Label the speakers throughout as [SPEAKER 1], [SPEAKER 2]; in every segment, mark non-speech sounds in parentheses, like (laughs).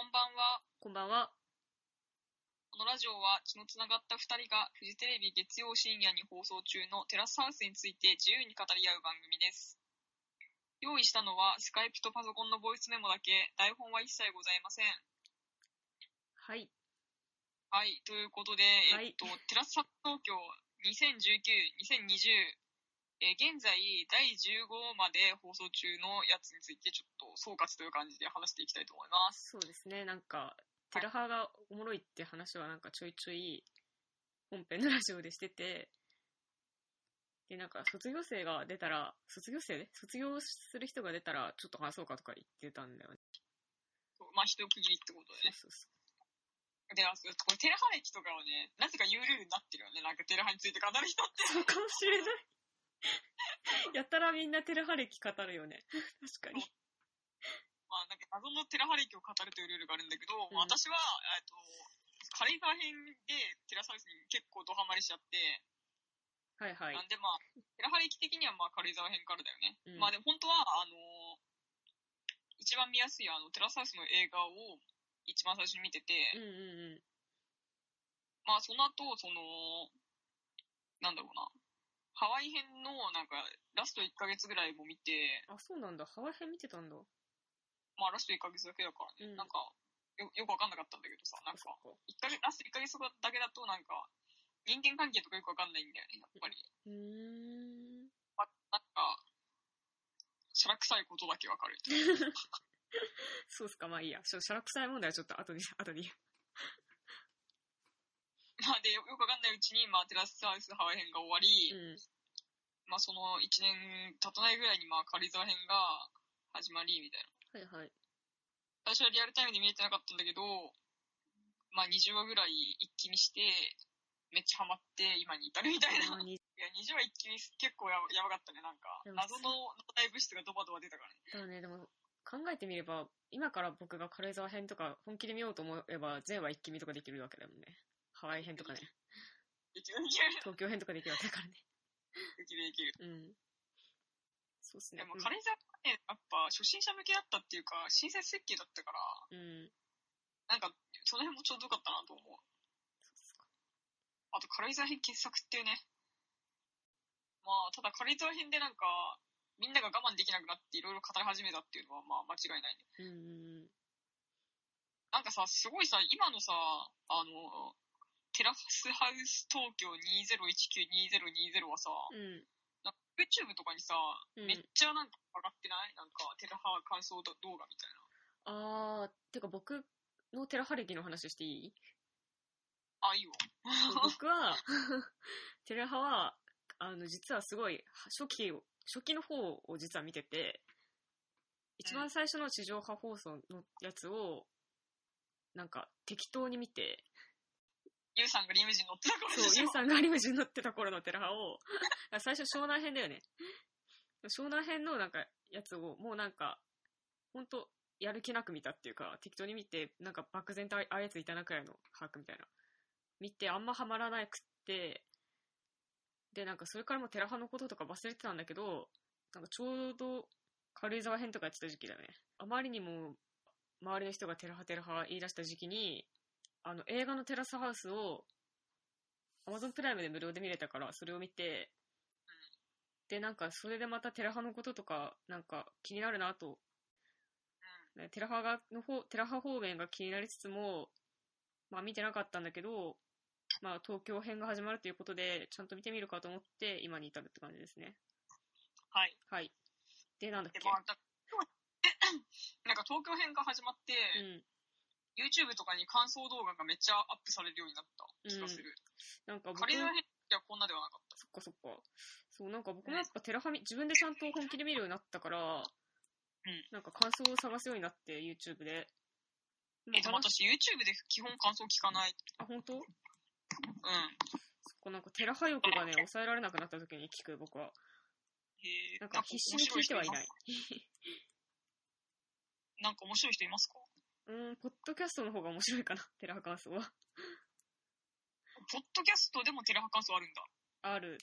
[SPEAKER 1] んばんは。
[SPEAKER 2] こんばんは。
[SPEAKER 1] このラジオは血のつながった2人がフジテレビ月曜深夜に放送中のテラスハウスについて自由に語り合う番組です。用意したのはスカイプとパソコンのボイスメモだけ、台本は一切ございません。
[SPEAKER 2] はい。
[SPEAKER 1] はい、ということで、
[SPEAKER 2] は
[SPEAKER 1] えっ
[SPEAKER 2] い
[SPEAKER 1] と、テラスハウス東京2019、2020、えー現在第15まで放送中のやつについてちょっと総括という感じで話していきたいと思います。
[SPEAKER 2] そうですね。なんか、テラハがおもろいって話はなんかちょいちょい本編のラジオでしてて、で、なんか卒業生が出たら、卒業生ね、卒業する人が出たらちょっと話そうかとか言ってたんだよね。
[SPEAKER 1] まあ、一区切りってことでね
[SPEAKER 2] そう。そうそ
[SPEAKER 1] で、あそうこれテラハ歴とかはね、なぜか有ルールになってるよね。なんかテラハについて語る人って。 (laughs)
[SPEAKER 2] う。そうかもしれない。 (laughs) やたらみんなテラハ歴語るよね。確かに。
[SPEAKER 1] まあ、なんか謎のテラハ歴を語るというルールがあるんだけど、
[SPEAKER 2] ん
[SPEAKER 1] まあ私は、えっと、カレーザー編でテラサウスに結構ドハマりしちゃって、
[SPEAKER 2] はいはい
[SPEAKER 1] な。んでまあ、テラハ歴的にはまあ、カレーザー編からだよね。
[SPEAKER 2] うん
[SPEAKER 1] まあでも本当は、あのー一番見やすいあの、テラサウスの映画を一番最初に見てて、
[SPEAKER 2] うんうんうん。
[SPEAKER 1] まあ、その後、その、なんだろうな、ハワイ編のなんか、ラスト1ヶ月ぐらいも見て、
[SPEAKER 2] あ、そうなんだ。ハワイ編見てたんだ。
[SPEAKER 1] まあ、ラスト1ヶ月だけだからね、
[SPEAKER 2] うん
[SPEAKER 1] なんかよ、よくわかんなかったんだけどさ、なんか、一ヶ月、ラスト1ヶ月だけだと、なんか、人間関係とかよくわかんないんだよね、やっぱり。
[SPEAKER 2] うーん。
[SPEAKER 1] まあ、なんか、しゃらくさいことだけわか
[SPEAKER 2] (laughs)
[SPEAKER 1] る。
[SPEAKER 2] そうっすか、まあいいや。ちょっとシャラ臭い問題はちょっと後に、 (laughs) 後に。
[SPEAKER 1] まあ、で、よくわかんないうちに、まあ、テラスハウスハワイ編が終わり、
[SPEAKER 2] うん。
[SPEAKER 1] まあ、その1年経たないぐらいに、まあ、軽井沢編が始まり、みたいな。
[SPEAKER 2] はいはい。
[SPEAKER 1] 最初はリアルタイムで見れてなかったんだけど、まあ、20話ぐらい一気にして、めっちゃハマって、今に至るみたいな。
[SPEAKER 2] まあ
[SPEAKER 1] い
[SPEAKER 2] に
[SPEAKER 1] や、20話一気に結構ややばかったね、なんか。
[SPEAKER 2] でも
[SPEAKER 1] 謎の脳体物質がドバドバ出たからね。
[SPEAKER 2] だからね、でも考えてみれば、今から僕が軽井沢編とか本気で見ようと思えば、全話一気見とかできるわけだもんね。ハワイ編と (laughs) かね、
[SPEAKER 1] できる、できる、
[SPEAKER 2] 東京編とかできるわけだからね。
[SPEAKER 1] できる、できる。
[SPEAKER 2] うん。そうっすね
[SPEAKER 1] で。も、軽井沢はね、やっぱ初心者向けだったっていうか、新設設計だったから、
[SPEAKER 2] うん。うん。
[SPEAKER 1] なんか、その辺もちょうどよかったなと思う。
[SPEAKER 2] そうっすか。
[SPEAKER 1] あと、軽井沢編傑作っていうね。まあ、ただ軽井沢編でなんか、みんなが我慢できなくなっていろいろ語り始めたっていうのは、まあ、間違いないね。
[SPEAKER 2] うんうん
[SPEAKER 1] なんかさ、すごいさ、今のさ、あの、テラスハウス東京2019-2020はさ、
[SPEAKER 2] うん。うん。
[SPEAKER 1] なんか YouTube とかにさ、
[SPEAKER 2] うん
[SPEAKER 1] めっちゃなんか上がってないなんか、テラハ感想動画みたい
[SPEAKER 2] あー、てか僕のテラハ歴の話していい
[SPEAKER 1] な。あ、いいよ。
[SPEAKER 2] 僕は、テラハは、あの、実はすごい、初期を、初期の方を実は見てて、一番最初の地上波放送のやつを、なんか適当に見て、
[SPEAKER 1] ゆうさんがリムジン乗ってたから
[SPEAKER 2] そう、
[SPEAKER 1] でし
[SPEAKER 2] ゆ
[SPEAKER 1] ょ
[SPEAKER 2] うさんがリムジン乗ってた頃のテラハを、あ最初湘南編だよね。湘南編のなんかやつを、もうなんか、ほんと、やる気なく見たっていうか、適当に見て、なんか漠然とああやついたなくらいの把握みたいな。見て、あんまハマらなくって、で、なんかそれからもうテラハのこととか忘れてたんだけど、なんかちょうど軽井沢編とかやってた時期だね。あまりにも周りの人がテラハテラハ言い出した時期に、あの映画のテラスハウスを Amazon プライムで無料で見れたから、それを見て、で、なんかそれでまたテラハのこととか、なんか気になるなと。ねテラハが、の方、テラハ方面が気になりつつも、まあ見てなかったんだけど、まあ東京編が始まるということで、ちゃんと見てみるかと思って、今に至るって感じですね。
[SPEAKER 1] はい。
[SPEAKER 2] はい。で、なんだっ
[SPEAKER 1] で、
[SPEAKER 2] け
[SPEAKER 1] まあ、だなんか東京編が始まって、
[SPEAKER 2] うん。
[SPEAKER 1] YouTube とかに感想動画がめっちゃアップされるようになった気がする。
[SPEAKER 2] なんか僕
[SPEAKER 1] カレーの編ではこんなではなかった。
[SPEAKER 2] そっかそっか。そう、なんか僕もやっぱテラハミ、自分でちゃんと本気で見るようになったから、
[SPEAKER 1] うん
[SPEAKER 2] なんか感想を探すようになって、YouTube で。
[SPEAKER 1] え、でも
[SPEAKER 2] 楽し
[SPEAKER 1] 私 YouTube で基本感想聞かない。
[SPEAKER 2] あ、本当？そっ
[SPEAKER 1] うん。
[SPEAKER 2] か、なんかテラハ欲がね、抑えられなくなった時に聞く、僕は。
[SPEAKER 1] へえ
[SPEAKER 2] なんか必死に聞いてはいない。。
[SPEAKER 1] なんか面白い人いますか
[SPEAKER 2] うーん、ポッドキャストの方が面白いかな、 (laughs) テラハ感想は。
[SPEAKER 1] ポッドキャストでもテレハ感想あるんだ。
[SPEAKER 2] ある。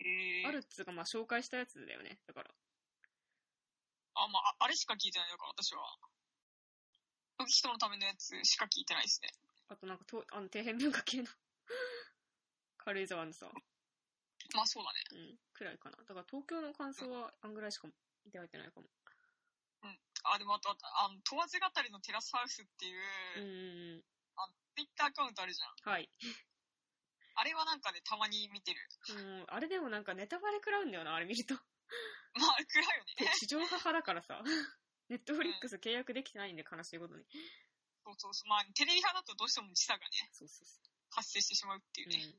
[SPEAKER 1] へえ
[SPEAKER 2] あるっつうか、まあ紹介したやつだよね。だから。
[SPEAKER 1] あ、まあ、ああれしか聞いてないのか、私は。人のためのやつしか聞いてないですね。
[SPEAKER 2] あとなんかと、あの、底辺文化系の (laughs) 軽井沢のさ、
[SPEAKER 1] まあそうだね。
[SPEAKER 2] うん、くらいかな。だから東京の感想はあんぐらいしか出会えてないかも。
[SPEAKER 1] あ、でもあと、あとあの、問わず語りのテラスハウスっていうう、
[SPEAKER 2] ん、
[SPEAKER 1] あの、ツイッターアカウントあるじゃん。
[SPEAKER 2] はい。
[SPEAKER 1] あれはなんかね、たまに見てる。
[SPEAKER 2] うん、あれでもなんかネタバレ食らうんだよな、あれ見る (laughs) と。
[SPEAKER 1] まあ、暗いよね。
[SPEAKER 2] 地上派だから (laughs) さ、ネットフリックス契約できてないんで悲しいことに。
[SPEAKER 1] そうそうそう。まあ、テレビ派だとどうしても時差がね、
[SPEAKER 2] そうそうそ。
[SPEAKER 1] 発生してしまうっていううね。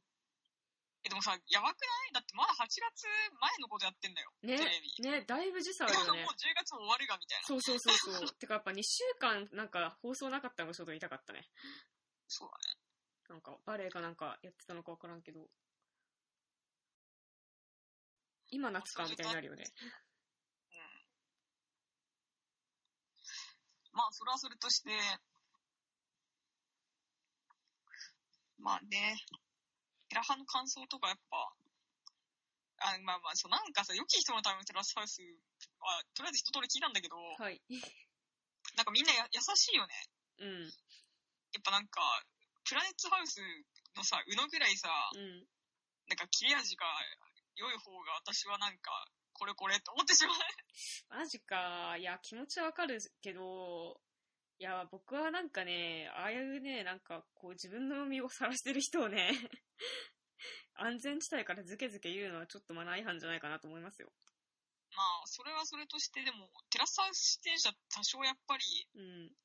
[SPEAKER 1] え、でもさ、やばくないだってまだ8月前のことやってんだよ。
[SPEAKER 2] うん。ね
[SPEAKER 1] テレビ。、
[SPEAKER 2] ね、だいぶ時差あるよ (laughs) ね
[SPEAKER 1] (laughs) もう。10月も終わるが、みたいな。
[SPEAKER 2] そうそうそうそう。てかやっぱ2週間なんか放送なかったのがちょっと痛かったね。
[SPEAKER 1] そうだね。
[SPEAKER 2] なんかバレエかなんかやってたのかわからんけど。今夏かみたいになるよね。
[SPEAKER 1] まあ、それはそれとして、まあね、テラハの感想とかやっぱ、あまあまあそう、なんかさ、良き人のためのテラスハウスは、とりあえず一通り聞いたんだけど、
[SPEAKER 2] はい。
[SPEAKER 1] なんかみんなや優しいよね。
[SPEAKER 2] うん。うん。
[SPEAKER 1] やっぱなんか、プラネットハウスのさ、うのぐらいさ、なんか切れ味が良い方が私はなんか、これこれと思ってしまう。 (laughs)
[SPEAKER 2] マジか。いや、気持ちはわかるけど、いや、僕はなんかね、ああいうね、なんかこう自分の身を晒してる人をね、 (laughs) 安全地帯からズケズケ言うのはちょっとマナー違反じゃないかなと思いますよ。
[SPEAKER 1] まあ、それはそれとして、でも、テラスハウス出演者多少やっぱり、
[SPEAKER 2] うん。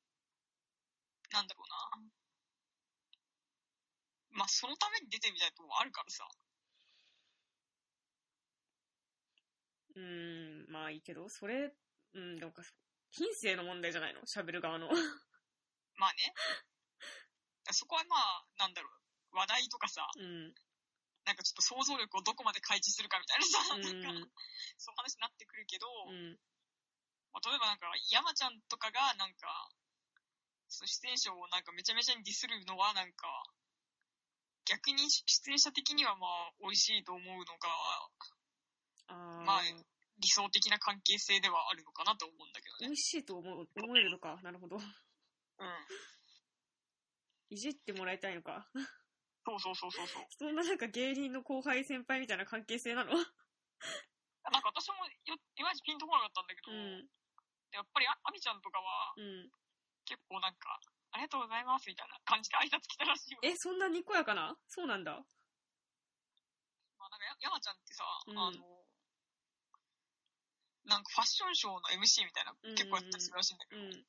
[SPEAKER 1] なんだろうな。まあ、そのために出てみたいとこもあるからさ。
[SPEAKER 2] うん、まあいいけど、それ、うん、なんか、品性の問題じゃないの喋る側の。
[SPEAKER 1] まあね。そこはまあ、なんだろう。話題とかさ、
[SPEAKER 2] うん。
[SPEAKER 1] なんかちょっと想像力をどこまで開示するかみたいなさ、なんか、そういう話になってくるけど、
[SPEAKER 2] うん。
[SPEAKER 1] まあ、例えばなんか、山ちゃんとかが、なんか、その出演者をなんかめちゃめちゃにディスるのは、なんか、逆に出演者的にはまあ、美味しいと思うのが、
[SPEAKER 2] あ
[SPEAKER 1] まあ
[SPEAKER 2] ー
[SPEAKER 1] 理想的な関係性ではあるのかなと思うんだけど
[SPEAKER 2] 美
[SPEAKER 1] ね。
[SPEAKER 2] 味しいと思う、思えるのか。なるほど。
[SPEAKER 1] うん。
[SPEAKER 2] いじってもらいたいのか。 (laughs)
[SPEAKER 1] そうそうそうそうそう。
[SPEAKER 2] そんななんか芸人の後輩先輩みたいな関係性なの
[SPEAKER 1] なんか私もよいまいちピンとこなかったんだけど、
[SPEAKER 2] うん。
[SPEAKER 1] やっぱりあアミちゃんとかは
[SPEAKER 2] うん。
[SPEAKER 1] 結構なんか、ありがとうございますみたいな感じで挨拶来たらしいよ。
[SPEAKER 2] え、そんなにこやかなそうなんだ。
[SPEAKER 1] まあ、なんかや山ちゃんってさ、
[SPEAKER 2] うん
[SPEAKER 1] あの、なんかファッションショーの MC みたいな
[SPEAKER 2] うんうんうん
[SPEAKER 1] 結構やったりするらしいんだけ
[SPEAKER 2] う
[SPEAKER 1] ど、
[SPEAKER 2] ん。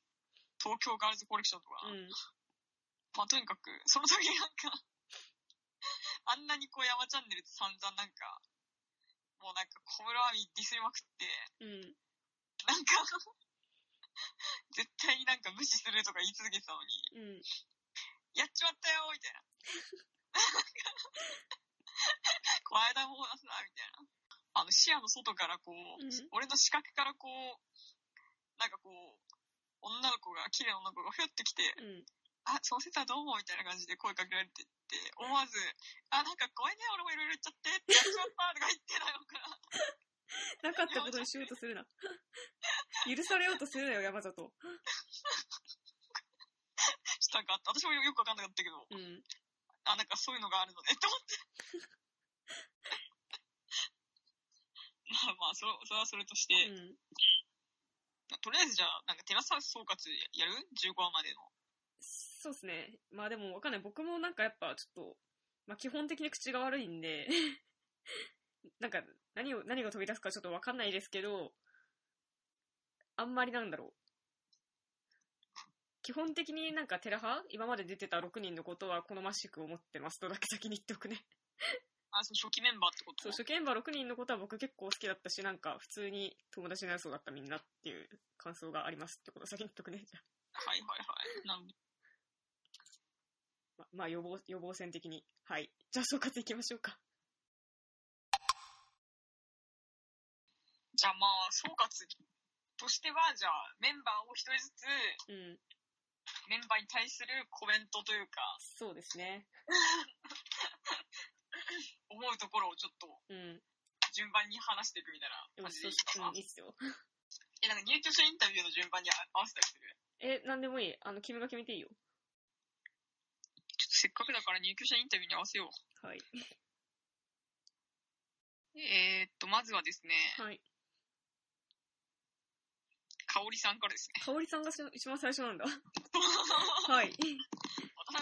[SPEAKER 1] 東京ガールズコレクションとか、
[SPEAKER 2] うん。
[SPEAKER 1] まあとにかく、その時なんか、 (laughs) あんなにこう山チャンネルで散々なんか、もうなんか小室亜美ディスりまくって、
[SPEAKER 2] うん。
[SPEAKER 1] なんか、絶対になんか無視するとか言い続けてたのに、
[SPEAKER 2] うん。
[SPEAKER 1] やっちまったよみたいな。この間も出すな、みたいな。あの、視野の外からこう、
[SPEAKER 2] うん
[SPEAKER 1] 俺の視覚からこう、なんかこう、女の子が、綺麗な女の子がひょってきて、
[SPEAKER 2] うん。
[SPEAKER 1] あ、その説はどうも、みたいな感じで声かけられてって、思わず、あ、なんかごめんね、俺もいろいろ言っちゃって、やっちまった、とか言ってなのから、
[SPEAKER 2] なかったことにしようとするな。許されようとするなよ、山里。
[SPEAKER 1] したんかあった私もよくわかんなかったけど、
[SPEAKER 2] うん。
[SPEAKER 1] あ、なんかそういうのがあるのね、と思って。まあまあ、そ、それはそれとして、
[SPEAKER 2] うん。
[SPEAKER 1] とりあえずじゃあ、なんかテラスハウス総括やる ?15 話までの。
[SPEAKER 2] そうですね。まあでもわかんない。僕もなんかやっぱちょっと、まあ基本的に口が悪いんで、 (laughs) なんか何を、何が飛び出すかちょっとわかんないですけど、あんまりなんだろう。基本的になんかテラ派今まで出てた6人のことは好ましく思ってますとだけ先に言っておくね。
[SPEAKER 1] あ、その初期メンバーってこと
[SPEAKER 2] そう、初見場6人のことは僕結構好きだったし、なんか普通に友達になりそうだったみんなっていう感想がありますってことは先に言っとくね。じゃあ
[SPEAKER 1] はいはいはい。なん
[SPEAKER 2] ままあ予防、予防線的に。はい。じゃあ総括いきましょうか。
[SPEAKER 1] じゃあまあ、総括としては、じゃあ、メンバーを一人ずつ、
[SPEAKER 2] うん。
[SPEAKER 1] メンバーに対するコメントというか、
[SPEAKER 2] そうですね。
[SPEAKER 1] 思うところをちょっと
[SPEAKER 2] うん。
[SPEAKER 1] 順番に話していくみたいな
[SPEAKER 2] でも
[SPEAKER 1] 感じ
[SPEAKER 2] そ
[SPEAKER 1] でいいか
[SPEAKER 2] ううん
[SPEAKER 1] な。え、なんか
[SPEAKER 2] いいっすよ。
[SPEAKER 1] 入居者インタビューの順番に合わせたりする。
[SPEAKER 2] え、なんでもいい。あの、君が決めていいよ。
[SPEAKER 1] ちょっとせっかくだから入居者インタビューに合わせよう。
[SPEAKER 2] はい。
[SPEAKER 1] えー、っと、まずはですね、
[SPEAKER 2] はい。
[SPEAKER 1] かおりさんから (laughs) ですね。
[SPEAKER 2] 香織さんがし一番最初なんだ。
[SPEAKER 1] 渡
[SPEAKER 2] はい。
[SPEAKER 1] 辺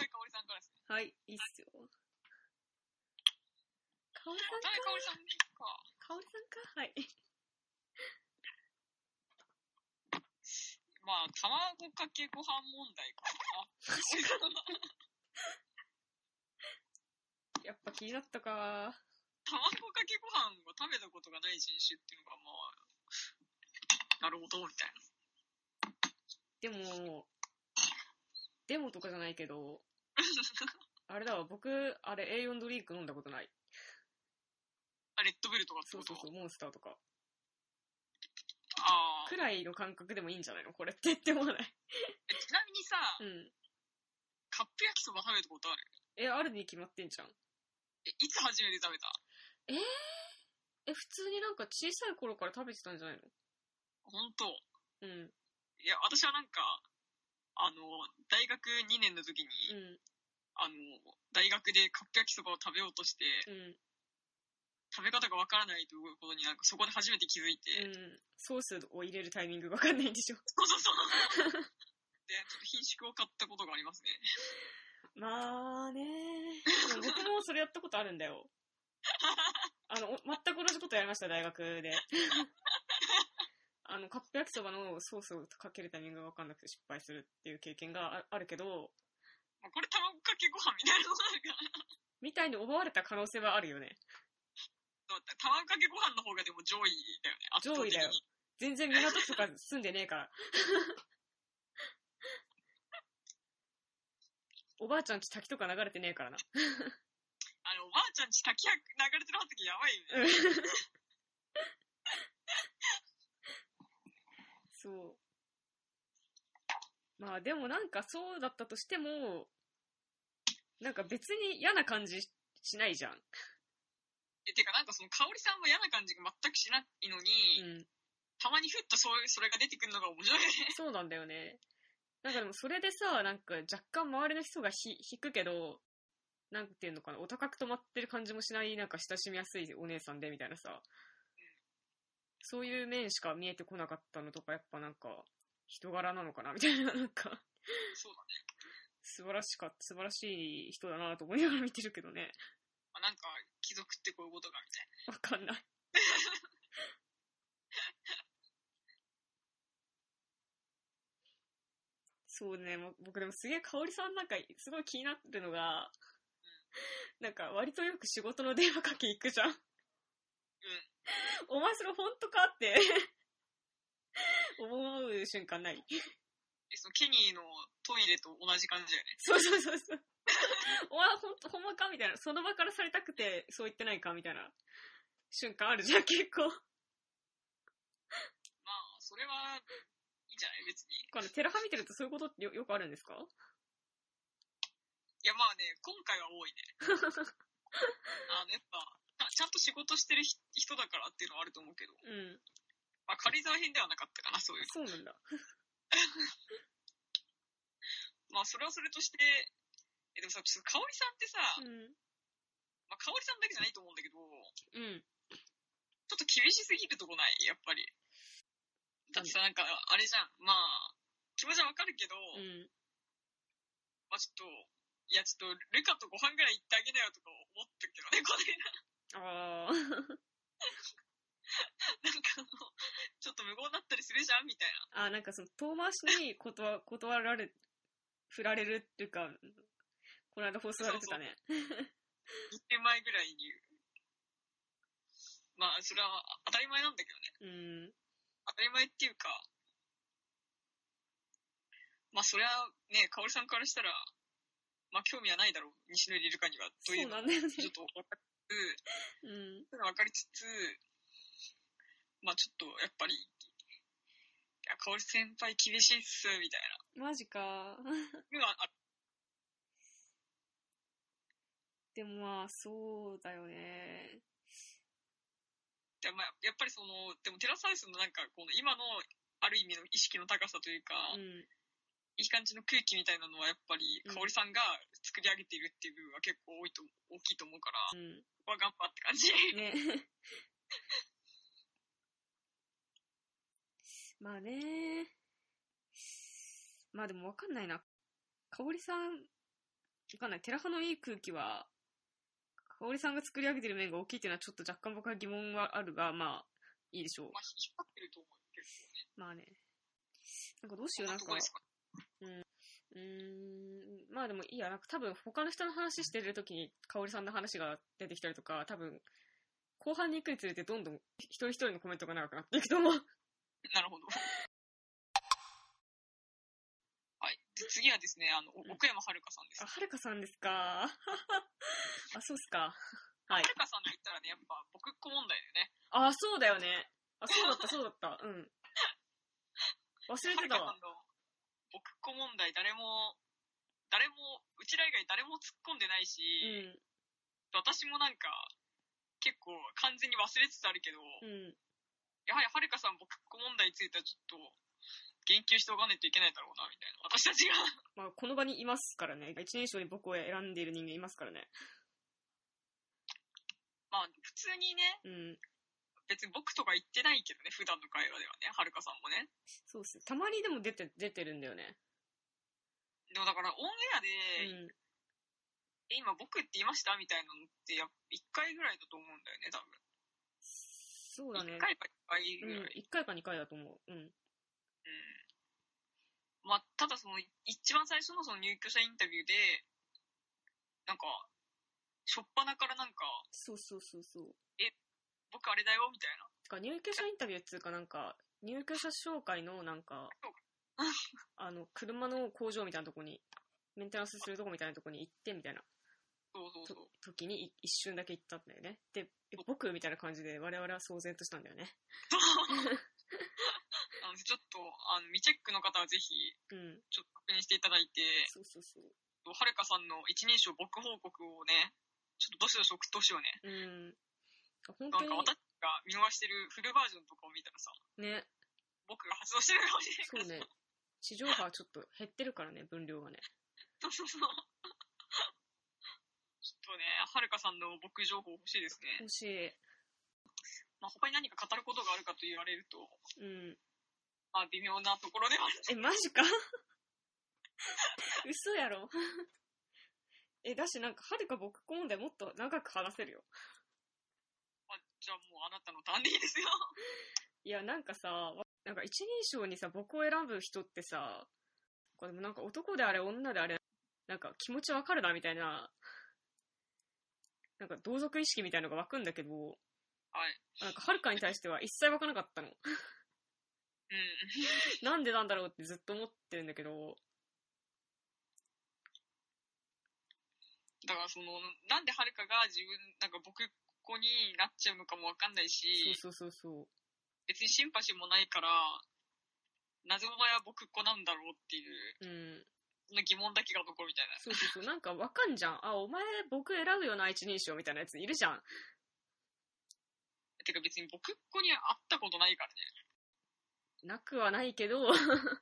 [SPEAKER 1] かおりさんからですね。
[SPEAKER 2] はい、いいっすよ。香織
[SPEAKER 1] 渡辺かおりさんか。
[SPEAKER 2] さんか。香織さんか。はい。
[SPEAKER 1] まあ、卵かけご飯問題かな。
[SPEAKER 2] (laughs) やっぱ気になったか。
[SPEAKER 1] 卵かけご飯を食べたことがない人種っていうのが、まあ、なるほど、みたいな。
[SPEAKER 2] でも、でもとかじゃないけど、あれだわ、僕、あれ A4 ドリンク飲んだことない。
[SPEAKER 1] あ、レッドブルとかって
[SPEAKER 2] そう
[SPEAKER 1] こ
[SPEAKER 2] そ
[SPEAKER 1] と
[SPEAKER 2] うそう、モンスターとか。
[SPEAKER 1] ああ。
[SPEAKER 2] くらいの感覚でもいいんじゃないのこれってって思わない。
[SPEAKER 1] えちなみにさ、
[SPEAKER 2] うん。
[SPEAKER 1] カップ焼きそば食べたことある
[SPEAKER 2] え、あるに決まってんじゃん。
[SPEAKER 1] え、いつ初めて食べた
[SPEAKER 2] え、普通になんか小さい頃から食べてたんじゃないの
[SPEAKER 1] 本当
[SPEAKER 2] うん。
[SPEAKER 1] いや、私はなんか、あの、大学2年の時に、
[SPEAKER 2] うん。
[SPEAKER 1] あの、大学でカップ焼きそばを食べようとして、
[SPEAKER 2] うん。
[SPEAKER 1] 食べ方がわからないということになんかそこで初めて気づいて、
[SPEAKER 2] うん。ソースを入れるタイミングがわかんないんでしょ。
[SPEAKER 1] そうそうそう。で、ちょっと品種を買ったことがありますね。
[SPEAKER 2] まあねでも僕もそれやったことあるんだよ。あの、お全く同じことやりました、大学で。あの、カップ焼きそばのソースをかけるタイミングがわかんなくて失敗するっていう経験がああるけど、
[SPEAKER 1] もうこれ卵かけご飯みたいなのなんか、
[SPEAKER 2] みたいに思われた可能性はあるよね。
[SPEAKER 1] 卵かけご飯の方がでも上位だよね。圧倒
[SPEAKER 2] 上位
[SPEAKER 1] 的に
[SPEAKER 2] だよ。全然港区とか住んでねえから。おばあちゃんち滝とか流れてねえからな。
[SPEAKER 1] あの、おばあちゃんち滝が流れてるはずやばいよね。
[SPEAKER 2] (laughs) そう。まあでもなんかそうだったとしても、なんか別に嫌な感じしないじゃん。
[SPEAKER 1] え、てかなんかその、香りさんは嫌な感じが全くしないの
[SPEAKER 2] う
[SPEAKER 1] に、
[SPEAKER 2] ん。
[SPEAKER 1] たまにふっとそういう、それが出てくるのが面
[SPEAKER 2] (laughs)
[SPEAKER 1] 白いね。
[SPEAKER 2] そうなんだよね。なんかでもそれでさ、なんか若干周りの人がひ引くけど、なんていうのかな、お高く止まってる感じもしない、なんか親しみやすいお姉さんでみたいなさ、そういう面しか見えてこなかったのとか、やっぱなんか、人柄なのかなみたいな、なんか。
[SPEAKER 1] そうだね。
[SPEAKER 2] 素晴らしか、素晴らしい人だなと思いながら見てるけどね。
[SPEAKER 1] まあ、なんか、貴族ってこういうことかみたいな。
[SPEAKER 2] わかんない。そうね、もう僕でもすげえ香織さんなんかすごい気になってるのが、なんか割とよく仕事の電話かけ行くじゃん。お前それ本当かって思う瞬間な
[SPEAKER 1] え、
[SPEAKER 2] い
[SPEAKER 1] その、ケニーのトイレと同じ感じだよね。
[SPEAKER 2] そうそうそうそう。おわ、ほんと、ほんまかみたいな。その場からされたくて、そう言ってないかみたいな瞬間あるじゃん、結構。
[SPEAKER 1] まあ、それは、いいんじゃない別に。
[SPEAKER 2] このテラハ見てるとそういうことってよよくあるんですか
[SPEAKER 1] いや、まあね、今回は多い
[SPEAKER 2] (laughs)
[SPEAKER 1] ね。あの、やっぱ、ちゃんと仕事してる人人だからっていうのはあると思うけど、
[SPEAKER 2] うん。
[SPEAKER 1] まあ、軽井沢編ではなかったかな、そういうの。
[SPEAKER 2] そうなんだ。
[SPEAKER 1] まあ、それはそれとして、え、でもさ、ちょっと香織さんってさ、
[SPEAKER 2] うん。
[SPEAKER 1] まあ、香織さんだけじゃないと思うんだけど、ち
[SPEAKER 2] うん。
[SPEAKER 1] ょっと厳しすぎるとこない、やっぱり。だってさ、なんか、あれじゃん、まあ、気持ちはわかるけど、
[SPEAKER 2] うん。
[SPEAKER 1] まあ、ちょっと、いや、ちょっと、ルカとご飯ぐらい行ってあげなよとか思ったけどね、この間。
[SPEAKER 2] あー。 (laughs)
[SPEAKER 1] なんかあの、ちょっと無言になったりするじゃんみたいな。
[SPEAKER 2] あー、なんかその遠回しに断、断られ、振られるっていうか、この間放送されてたね。
[SPEAKER 1] 1年前ぐらいに言う。まあ、それは当たり前なんだけどね。
[SPEAKER 2] うん。
[SPEAKER 1] 当たり前っていうか、まあ、そりゃ、ね、かおりさんからしたら、まあ、興味はないだろう。西野リルカには。とい
[SPEAKER 2] そうう
[SPEAKER 1] の
[SPEAKER 2] なんだ (laughs) よね。
[SPEAKER 1] ちょっと分かりつつ、
[SPEAKER 2] うん。
[SPEAKER 1] 分かりつつ、まあ、ちょっと、やっぱり、いや、かおり先輩厳しいっす、みたい
[SPEAKER 2] マジか。
[SPEAKER 1] な。今、あ
[SPEAKER 2] でもまあ、そうだよね。
[SPEAKER 1] でまあ、やっぱりその、でもテラスハウスのなんか、この今の、ある意味の意識の高さというか、
[SPEAKER 2] うん。
[SPEAKER 1] いい感じの空気みたいなのはやっぱり、
[SPEAKER 2] うん
[SPEAKER 1] 香織さんが作り上げているっていう部分は結構多いと、大きいと思うから、
[SPEAKER 2] うん。
[SPEAKER 1] ここは頑張って感じ。
[SPEAKER 2] ね。 (laughs) まあね。まあでもわかんないな。香織さん、わかんない。寺派のいい空気は、香織さんが作り上げてる面が大きいっていうのはちょっと若干僕は疑問はあるが、まあ、いいでしょう
[SPEAKER 1] ま。あ、引っ張ってると思うけどね。
[SPEAKER 2] まあね。なんかどうしよう、なん
[SPEAKER 1] とこ
[SPEAKER 2] か
[SPEAKER 1] で。すか
[SPEAKER 2] うーん、まあでもいいや、なんか多分他の人の話してるときに、香織さんの話が出てきたりとか、多分、後半に行くにつれてどんどん一人一人のコメントが長くなっていくと (laughs) 思う。
[SPEAKER 1] なるほど。はい。で次はですね、あの、
[SPEAKER 2] ん
[SPEAKER 1] 奥山遥さんです
[SPEAKER 2] あ、。はるか (laughs) さんですか。あ、そうっすか。はい。
[SPEAKER 1] 遥さんと言ったらね、やっぱ、僕っ子問題だよね。
[SPEAKER 2] あ、そうだよね。あ、そうだった、そうだった。うん。忘れ
[SPEAKER 1] は
[SPEAKER 2] て
[SPEAKER 1] る
[SPEAKER 2] た
[SPEAKER 1] かさ
[SPEAKER 2] わ
[SPEAKER 1] ん。の僕っ子問題、誰も、誰も、うちら以外誰も突っ込んでないうし、
[SPEAKER 2] ん。
[SPEAKER 1] 私もなんか、結構完全に忘れつつあるけど、
[SPEAKER 2] うん。
[SPEAKER 1] やはりはるかさん僕っ子問題についてはちょっと、言及しておかないといけないだろうな、みたいな。私たちが。
[SPEAKER 2] まあ、この場にいますからね。一年生に僕を選んでいる人間いますからね。
[SPEAKER 1] (laughs) まあ、普通にね、
[SPEAKER 2] うん。
[SPEAKER 1] 別に僕とか言ってないけどね、普段の会話ではね、はるかさんもね。
[SPEAKER 2] そうっす。たまにでも出て、出てるんだよね。
[SPEAKER 1] でもだから、オンエアで
[SPEAKER 2] う、ん。
[SPEAKER 1] え、今僕って言いましたみたいなのって、やっぱ1回ぐらいだと思うんだよね、多分。
[SPEAKER 2] そうだね
[SPEAKER 1] 1。回か1
[SPEAKER 2] う
[SPEAKER 1] 回ぐ
[SPEAKER 2] ん
[SPEAKER 1] ら、い。
[SPEAKER 2] 1回か2回だと思う。うん。
[SPEAKER 1] うん。まあ、ただその、一番最初のその入居者インタビューで、なんか、しょっぱなからなんか、
[SPEAKER 2] そうそうそうそう。
[SPEAKER 1] 僕あれだよ、みたいな。
[SPEAKER 2] てか、入居者インタビューっつうかなんか、入居者紹介のなんか
[SPEAKER 1] そう、
[SPEAKER 2] あの、車の工場みたいなとこに、メンテナンスするとこみたいなとこに行ってみたいな
[SPEAKER 1] そうそう
[SPEAKER 2] と
[SPEAKER 1] そう。
[SPEAKER 2] 時にい一瞬だけ行ったんだよね。で、え僕みたいな感じで我々は騒然としたんだよね。
[SPEAKER 1] (laughs) なので、ちょっと、あの、未チェックの方はぜひ、
[SPEAKER 2] うん。
[SPEAKER 1] ちょっと確認していただいて、
[SPEAKER 2] そうそうそう。
[SPEAKER 1] はるかさんの一人称僕報告をね、ちょっとどしどし送ってほしいよね。
[SPEAKER 2] うん。本
[SPEAKER 1] な
[SPEAKER 2] 当
[SPEAKER 1] んか私が見逃してるフルバージョンとかを見たらさ、
[SPEAKER 2] にね、
[SPEAKER 1] 僕が発動してるかもし
[SPEAKER 2] そう
[SPEAKER 1] れないから。
[SPEAKER 2] ね。地上波はちょっと減ってるからね、分量がね。
[SPEAKER 1] (laughs) そうそうそう。ちょっとね、はるかさんの僕情報欲しいですね。
[SPEAKER 2] もし、
[SPEAKER 1] まあ、他に何か語ることがあるかと言われると、
[SPEAKER 2] うん。
[SPEAKER 1] まあ、微妙なところではある。
[SPEAKER 2] え、マジか (laughs) 嘘やろ (laughs) え、だしなんか、はるか僕顧問でもっと長く話せるよ。
[SPEAKER 1] まあ、じゃあもうあなたのターンでいいですよ。
[SPEAKER 2] いや、なんかさ、わなんか一人称にさ、僕を選ぶ人ってさ、これもなんか男であれ女であれ、なんか気持ちわかるなみたいな、なんか同族意識みたいのが湧くんだけど、
[SPEAKER 1] はい。
[SPEAKER 2] なんかはるかに対しては一切湧かなかったの。
[SPEAKER 1] うん。
[SPEAKER 2] なんでなんだろうってずっと思ってるんだけど、
[SPEAKER 1] だからその、なんではるかが自分、なんか僕ここになっちゃうのかもわかんないし、
[SPEAKER 2] そうそうそうそう。
[SPEAKER 1] 別にシンパシーもないから、なぜお前は僕っ子なんだろうっていう、
[SPEAKER 2] うん。
[SPEAKER 1] その疑問だけが残るみたいな。
[SPEAKER 2] そうそうそう、なんかわかんじゃん。あ、お前僕選ぶよな、一人称みたいなやついるじゃん。
[SPEAKER 1] てか別に僕っ子に会ったことないからね。
[SPEAKER 2] なくはないけど、 (laughs)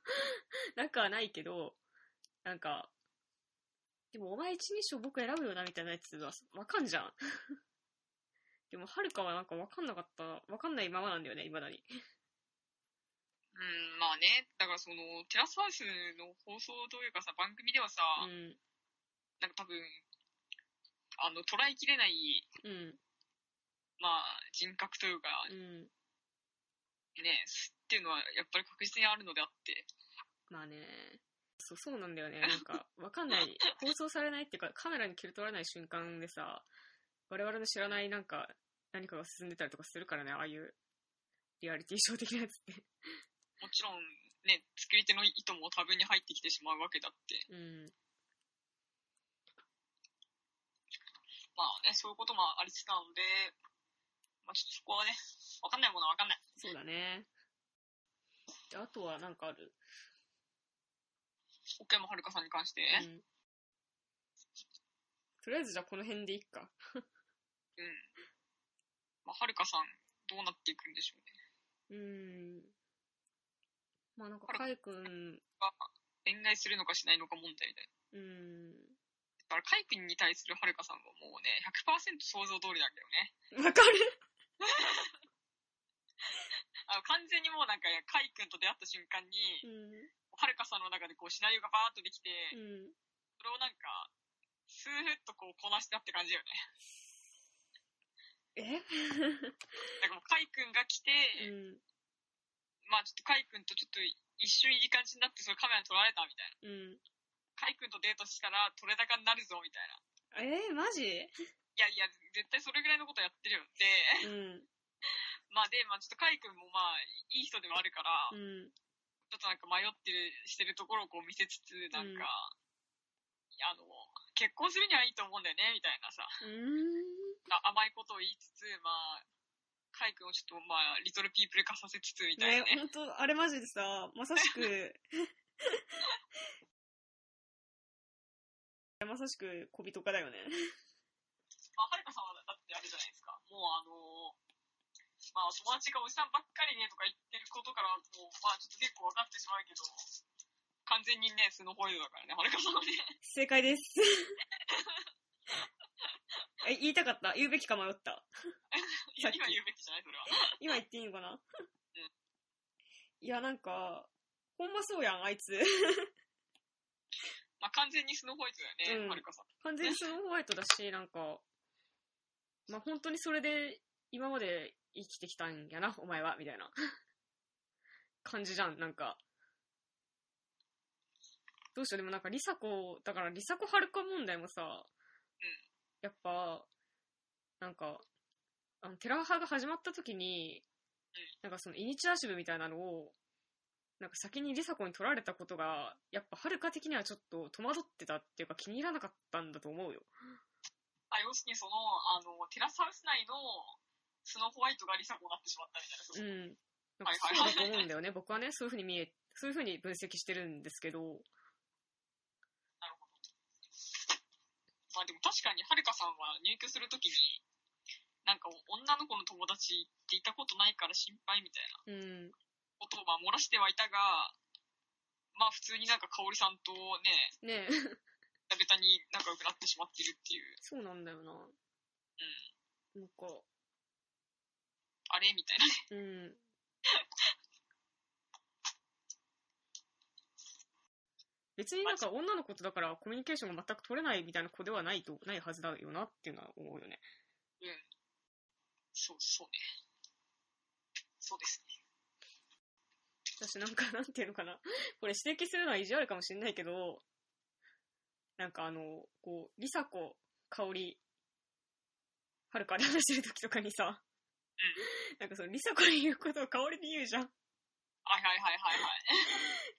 [SPEAKER 2] なくはないけど、なんか、でもお前一人称僕選ぶよな、みたいなやつはわかんじゃん。でも、はるかはなんかわかんなかった、わかんないままなんだよね、未だに。
[SPEAKER 1] うん、まあね。だからその、テラスハウスの放送というかさ、番組ではさ、
[SPEAKER 2] うん。
[SPEAKER 1] なんか多分、あの、捉えきれない、
[SPEAKER 2] うん。
[SPEAKER 1] まあ、人格というか、
[SPEAKER 2] うん。
[SPEAKER 1] ね、すっていうのはやっぱり確実にあるのであって、
[SPEAKER 2] まあね。そう、そうなんだよね。なん (laughs) か、わかんない。放送されないっていうか、カメラに切り取られない瞬間でさ、我々の知らないなんか、何かが進んでたりとかするからね、ああいう、リアリティショー的なやつって。
[SPEAKER 1] もちろん、ね、作り手の意図も多分に入ってきてしまうわけだって、
[SPEAKER 2] うん。
[SPEAKER 1] まあね、そういうこともありつつなので、まあちょっとそこはね、わかんないものはわかんない。
[SPEAKER 2] そうだね。であとはなんかある、
[SPEAKER 1] 奥山遥さんに関して、
[SPEAKER 2] うんとりあえずじゃあこの辺でいっか。
[SPEAKER 1] まあ遥さん、どうなっていくんでしょうね。
[SPEAKER 2] うん。まあなんか、かいくん
[SPEAKER 1] まあ恋愛するのかしないのか問題で。
[SPEAKER 2] うーん。
[SPEAKER 1] だから、カイ君に対するはるかさんはもうね、100%想像通りなんだよね。
[SPEAKER 2] わかる
[SPEAKER 1] あの完全にもうなんか、カイ君と出会った瞬間に、
[SPEAKER 2] うん。
[SPEAKER 1] はるかさんの中でこうシナリオがバーッとできて、
[SPEAKER 2] うん。
[SPEAKER 1] それをなんか、スーッとこうこなしてたって感じだよね。
[SPEAKER 2] え
[SPEAKER 1] なんかもう、カイ君が来て、
[SPEAKER 2] うん。
[SPEAKER 1] まあちょっとカイ君とちょっと一瞬いい感じになって、それカメラに撮られたみたいな。
[SPEAKER 2] うん。
[SPEAKER 1] カイ君とデートしたら撮れ高になるぞみたいな。
[SPEAKER 2] えー、マジ
[SPEAKER 1] いやいや、絶対それぐらいのことやってるよって。 (laughs)
[SPEAKER 2] うん。
[SPEAKER 1] まあで、まあちょっとカイ君もまあいい人ではあるから、
[SPEAKER 2] うん。
[SPEAKER 1] ちょっとなんか迷ってる、してるところをこう見せつつ、なんか、いやあの、結婚するにはいいと思うんだよね、みたいなさ、
[SPEAKER 2] うーん。
[SPEAKER 1] あ甘いことを言いつつ、まあ、カイ君をちょっとまあ、リトルピープル化させつつ、みたい
[SPEAKER 2] ね
[SPEAKER 1] な、ね。
[SPEAKER 2] ほんと、あれマジでさ、まさしく、 (laughs) まさしく小人かだよね。
[SPEAKER 1] まあ、はるかさんはだってあれじゃないですか。もうあの、まあ、友達がおじさんばっかりね、とか言ってることから、もう、まあ、ちょっと結構分かってしまうけど、完全にね、スノホイールだからね、はるかさんはね。
[SPEAKER 2] 正解です。 (laughs) え、言いたかった言うべきか迷った。
[SPEAKER 1] い
[SPEAKER 2] さ
[SPEAKER 1] や
[SPEAKER 2] っき
[SPEAKER 1] 今言うべきじゃない、それは。
[SPEAKER 2] 今言っていいのかなうん。いや、なんか、ほんまそうやん、あいつ。
[SPEAKER 1] まあ、完全にスノホイールだよね、
[SPEAKER 2] うん
[SPEAKER 1] はるかさん。
[SPEAKER 2] 完全にそのホワイトだし、なんか、まあ、本当にそれで今まで生きてきたんやな、お前は、みたいな感じじゃん、なんか。どうしよう、でもなんか、リサ子、だから、リサ子はるか問題もさ、やっぱ、なんか、あの、テラハが始まった時に、なんかその、イニチアシブみたいなのを、なんか先にリサ子に取られたことが、やっぱはるか的にはちょっと戸惑ってたっていうか気に入らなかったんだと思うよ。
[SPEAKER 1] まあ、要するにその、あの、テラスハウス内のスノーホワイトがリサ子になってしまったみたいな。
[SPEAKER 2] う
[SPEAKER 1] うん
[SPEAKER 2] ん。なんかそうだと思うんだよね。僕はね、そういうふうに見え、そういうふうに分析してるんですけど、
[SPEAKER 1] まあでも確かに、はるかさんは入居するときに、なんか女の子の友達っていたことないから心配みたいな
[SPEAKER 2] うん。
[SPEAKER 1] ことをまあ漏らしてはいたが、まあ普通になんか香織さんとね、
[SPEAKER 2] ねえ (laughs)
[SPEAKER 1] ベタベタに仲良くなってしまってるっていう、
[SPEAKER 2] そうなんだよな。なんか、
[SPEAKER 1] あれみたいな。
[SPEAKER 2] うん。別になんか女の子とだからコミュニケーションが全く取れないみたいな子ではないと、ないはずだよなっていうのは思うよね。
[SPEAKER 1] そう、そうね。そうですね。
[SPEAKER 2] 私なんか、 (laughs) なんていうのかな。これ指摘するのは意地悪かもしれないけど、なんかあの、こう、りさこ、かおり、はるかで話してる時とかにさ、なんかその、りさこに言うことをかおりに言うじゃん。
[SPEAKER 1] はいはいはいはいはい。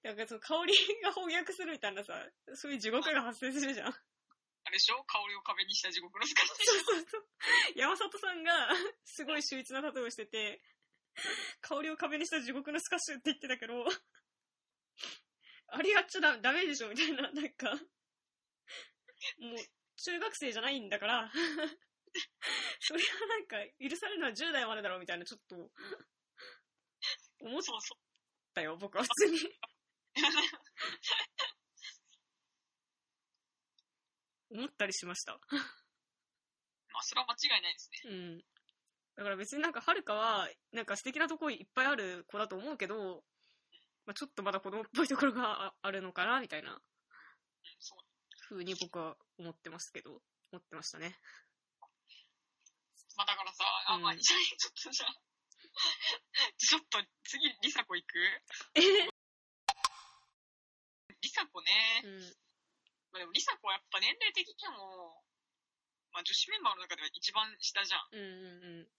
[SPEAKER 2] なんかその、かおりが翻訳するみたいなさ、そういう地獄が発生するじゃん。
[SPEAKER 1] あれでしょ香りを壁にした地獄の姿でし
[SPEAKER 2] そう
[SPEAKER 1] ょ
[SPEAKER 2] そうそう。山里さんが、すごい秀逸な例えをしてて、香りを壁にした地獄のスカッシュって言ってたけど、あれやっちゃダダメでしょみたいな、なんか、もう、中学生じゃないんだから、それはなんか、許されるのは10代までだろうみたいな、ちょっと、思っ
[SPEAKER 1] そうそう。
[SPEAKER 2] たよ、僕は普通に。思ったりしまし
[SPEAKER 1] (laughs)
[SPEAKER 2] た。
[SPEAKER 1] まあそれは間違いないですね。
[SPEAKER 2] うん。だから別になんか、はるかは、なんか素敵なとこいっぱいある子だと思うけど、まあ、ちょっとまだ子供っぽいところがああるのかな、みたいな
[SPEAKER 1] うんそう
[SPEAKER 2] 風に僕は思ってますけど、思ってましたね。
[SPEAKER 1] まあだからさ、あ、まあ、
[SPEAKER 2] うん
[SPEAKER 1] 一緒にちょっとじゃあ、ちょっと次、リサ子行く
[SPEAKER 2] え
[SPEAKER 1] リサ子ね
[SPEAKER 2] う、ん。
[SPEAKER 1] まあでもリサ子はやっぱ年齢的にも、まあ女子メンバーの中では一番下じゃん。
[SPEAKER 2] うんうん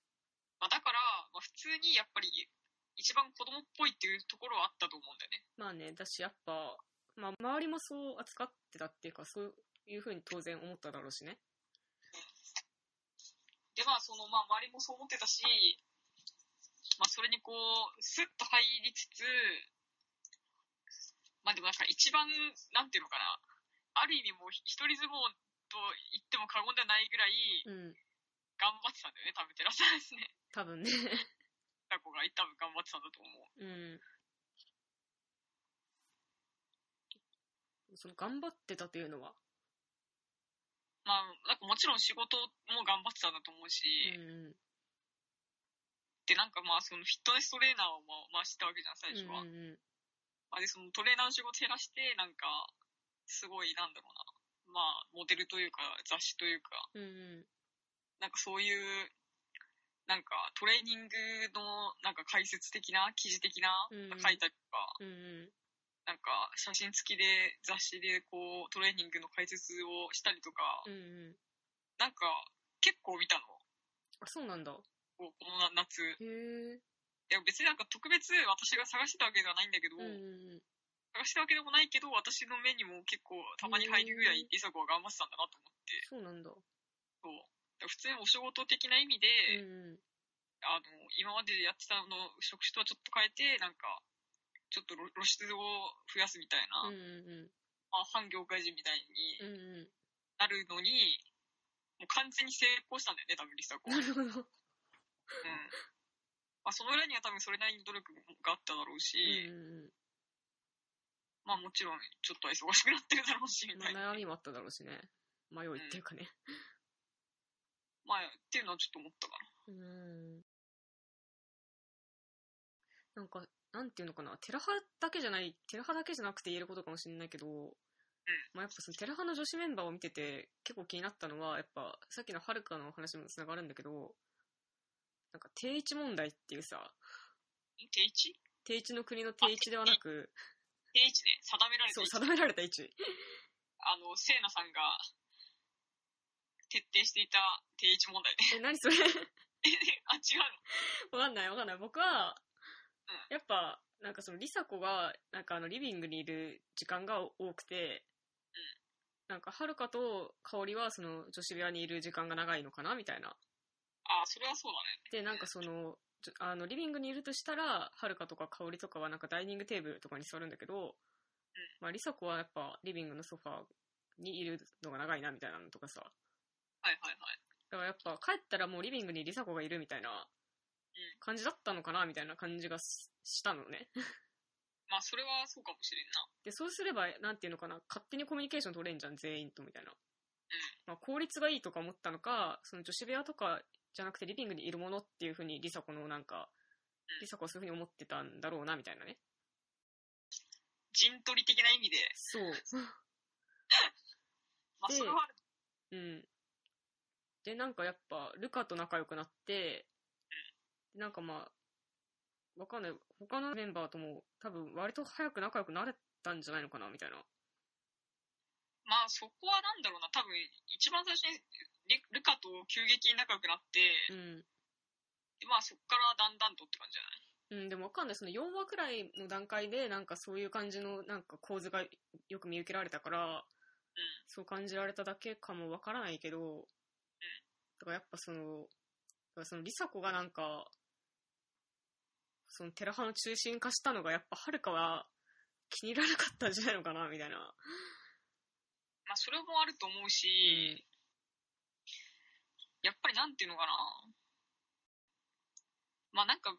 [SPEAKER 1] まあだから、まあ普通にやっぱり一番子供っぽいっていうところはあったと思うんだよね。
[SPEAKER 2] まあね、だしやっぱ、まあ周りもそう扱ってたっていうか、そういう風に当然思っただろうしね。
[SPEAKER 1] でまあその、まあ周りもそう思ってたし、まあそれにこう、スッと入りつつ、まあでもなんか一番、なんていうのかな、ある意味もう一人相撲と言っても過言ではないぐらい、
[SPEAKER 2] うん。
[SPEAKER 1] 頑張ってたんだよね、多分テラサですね。
[SPEAKER 2] 多分ね。
[SPEAKER 1] タコ
[SPEAKER 2] (laughs)
[SPEAKER 1] が多分頑張ってたんだと思う。
[SPEAKER 2] うん。その頑張ってたというのは。
[SPEAKER 1] まあ、なんかもちろん仕事も頑張ってたんだと思うし、
[SPEAKER 2] うん
[SPEAKER 1] で、なんかまあ、そのフィットネストレーナーをまあ、まあ、知ったわけじゃん、最初は。
[SPEAKER 2] うんうんうん
[SPEAKER 1] まあ、で、そのトレーナーの仕事減らして、なんか、すごい、なんだろうな、まあ、モデルというか、雑誌というか、
[SPEAKER 2] うんうん
[SPEAKER 1] なんかそういう、なんかトレーニングの、なんか解説的な、記事的な、
[SPEAKER 2] うん
[SPEAKER 1] 書いたりとか、
[SPEAKER 2] うんうん
[SPEAKER 1] なんか写真付きで雑誌でこう、トレーニングの解説をしたりとか、
[SPEAKER 2] うんうん
[SPEAKER 1] なんか結構見たの。
[SPEAKER 2] あ、そうなんだ。
[SPEAKER 1] こうこの夏。
[SPEAKER 2] へえ。
[SPEAKER 1] いや別になんか特別私が探してたわけではないんだけど、
[SPEAKER 2] うんうんうん。
[SPEAKER 1] 探してたわけでもないけど、私の目にも結構たまに入るぐらい梨紗子は頑張ってたんだなと思って。
[SPEAKER 2] そうなんだ。
[SPEAKER 1] そう。だから普通にお仕事的な意味で、
[SPEAKER 2] うんうん。
[SPEAKER 1] あの、今までやってたの職種とはちょっと変えて、なんか、ちょっと露露出を増やすみたい
[SPEAKER 2] うん
[SPEAKER 1] な、
[SPEAKER 2] うん
[SPEAKER 1] まあ、反業界人みたい
[SPEAKER 2] うん。う
[SPEAKER 1] に
[SPEAKER 2] んうん。
[SPEAKER 1] なるのに、もう完全に成功したんだよね、多分、リサ
[SPEAKER 2] (laughs)
[SPEAKER 1] 子。う。
[SPEAKER 2] なんるほど。
[SPEAKER 1] まあ、その裏には多分それなりに努力があっただろうし、
[SPEAKER 2] うんうん
[SPEAKER 1] まあ、もちろん、ちょっとは忙しくなってるだろうし、み
[SPEAKER 2] うん。
[SPEAKER 1] たいな。
[SPEAKER 2] まあ、悩みもあっただろうしね。迷いっていうかね。
[SPEAKER 1] まあ、っていうのはちょっと思ったかな。
[SPEAKER 2] うん。なんか、なんていうのかな。テラハだけじゃない、テラハだけじゃなくて言えることかもしれないけど、まあやっぱそのテラハの女子メンバーを見てて結構気になったのは、やっぱさっきのはるかの話にもつながるんだけど、なんか定位置問題っていうさ、
[SPEAKER 1] 定位置
[SPEAKER 2] 定位置の国の定位置ではなく、
[SPEAKER 1] 定位置ね、定められて
[SPEAKER 2] そう、
[SPEAKER 1] る。
[SPEAKER 2] 定められた位置。
[SPEAKER 1] あの、聖奈さんが、徹底していた定位置問題ね。
[SPEAKER 2] え、何それ
[SPEAKER 1] (laughs)
[SPEAKER 2] (laughs)
[SPEAKER 1] あ、違うの
[SPEAKER 2] わかんないわかんない。僕は
[SPEAKER 1] うん、
[SPEAKER 2] やっぱ、なんかその、リサ子が、なんかあの、リビングにいる時間が多くて、なんか、はるかと香りは、その、女子部屋にいる時間が長いのかなみたいな。
[SPEAKER 1] あ、それはそうだね。
[SPEAKER 2] で、なんかその、ちょあの、リビングにいるとしたら、はるかとか香りとかは、なんかダイニングテーブルとかに座るんだけど、まあ、リサ子はやっぱ、リビングのソファーにいるのが長いな、みたいなのとかさ。
[SPEAKER 1] はいはいはい。
[SPEAKER 2] だからやっぱ帰ったらもうリビングにリサ子がいるみたいな感じだったのかなみたいな感じがししたのね。
[SPEAKER 1] まあ、それはそうかもしれんな。
[SPEAKER 2] で、そうすれば、なんていうのかな、勝手にコミュニケーション取れんじゃん、全員とみたいな。まあ、効率がいいとか思ったのか、その女子部屋とかじゃなくてリビングにいるものっていうふうにリサ子のなんか、リサ子はそういうふうに思ってたんだろうなみたいなね。
[SPEAKER 1] 陣取り的な意味で、
[SPEAKER 2] そう。
[SPEAKER 1] まあ、
[SPEAKER 2] で
[SPEAKER 1] それはある。
[SPEAKER 2] うん。で、なんかやっぱ、ルカと仲良くなって、なんかまあ、わかんない。他のメンバーとも多分割と早く仲良くなれたんじゃないのかな、みたいな。
[SPEAKER 1] まあ、そこはなんだろうな、多分、一番最初にリルカと急激に仲良くなって、
[SPEAKER 2] うん。
[SPEAKER 1] でまあ、そこからだんだんとって感じじゃない
[SPEAKER 2] うん、でもわかんない。その4話くらいの段階で、なんかそういう感じの、なんか構図がよく見受けられたから、そう感じられただけかもわからないけど、だからやっぱその、だからそのリサ子がなんか、そのテラハの中心化したのがやっぱはるかは気に入らなかったんじゃないのかな、みたいな。
[SPEAKER 1] まあ、それもあると思うし、やっぱりなんていうのかな。まあ、なんか、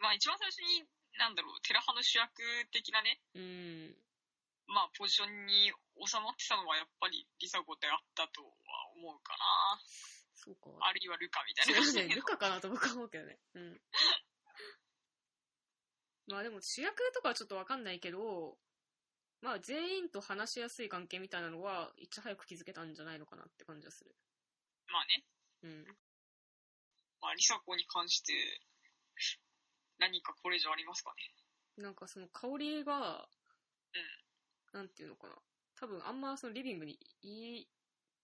[SPEAKER 1] まあ、一番最初に、なんだろう、テラ派の主役的なね、
[SPEAKER 2] うん。
[SPEAKER 1] まあ、ポジションに収まってたのは、やっぱり、リサ子であったとは思うか
[SPEAKER 2] そうか。
[SPEAKER 1] な。あるいはルカみたい
[SPEAKER 2] そう
[SPEAKER 1] な感じ
[SPEAKER 2] だ
[SPEAKER 1] だ
[SPEAKER 2] ね、
[SPEAKER 1] け
[SPEAKER 2] (laughs) ル
[SPEAKER 1] ど。
[SPEAKER 2] カかなと僕は思うけどね。うん。 (laughs) まあでも主役とかはちょっとわかんないけど、まあ全員と話しやすい関係みたいなのは、いち早く気づけたんじゃないのかなって感じはする。
[SPEAKER 1] (laughs) まあね。
[SPEAKER 2] うん。
[SPEAKER 1] まあ、リサ子に関して、何かこれ以上ありますかね。
[SPEAKER 2] なんかその香りが、
[SPEAKER 1] うん
[SPEAKER 2] なんていうのかな。多分あんまそのリビングにい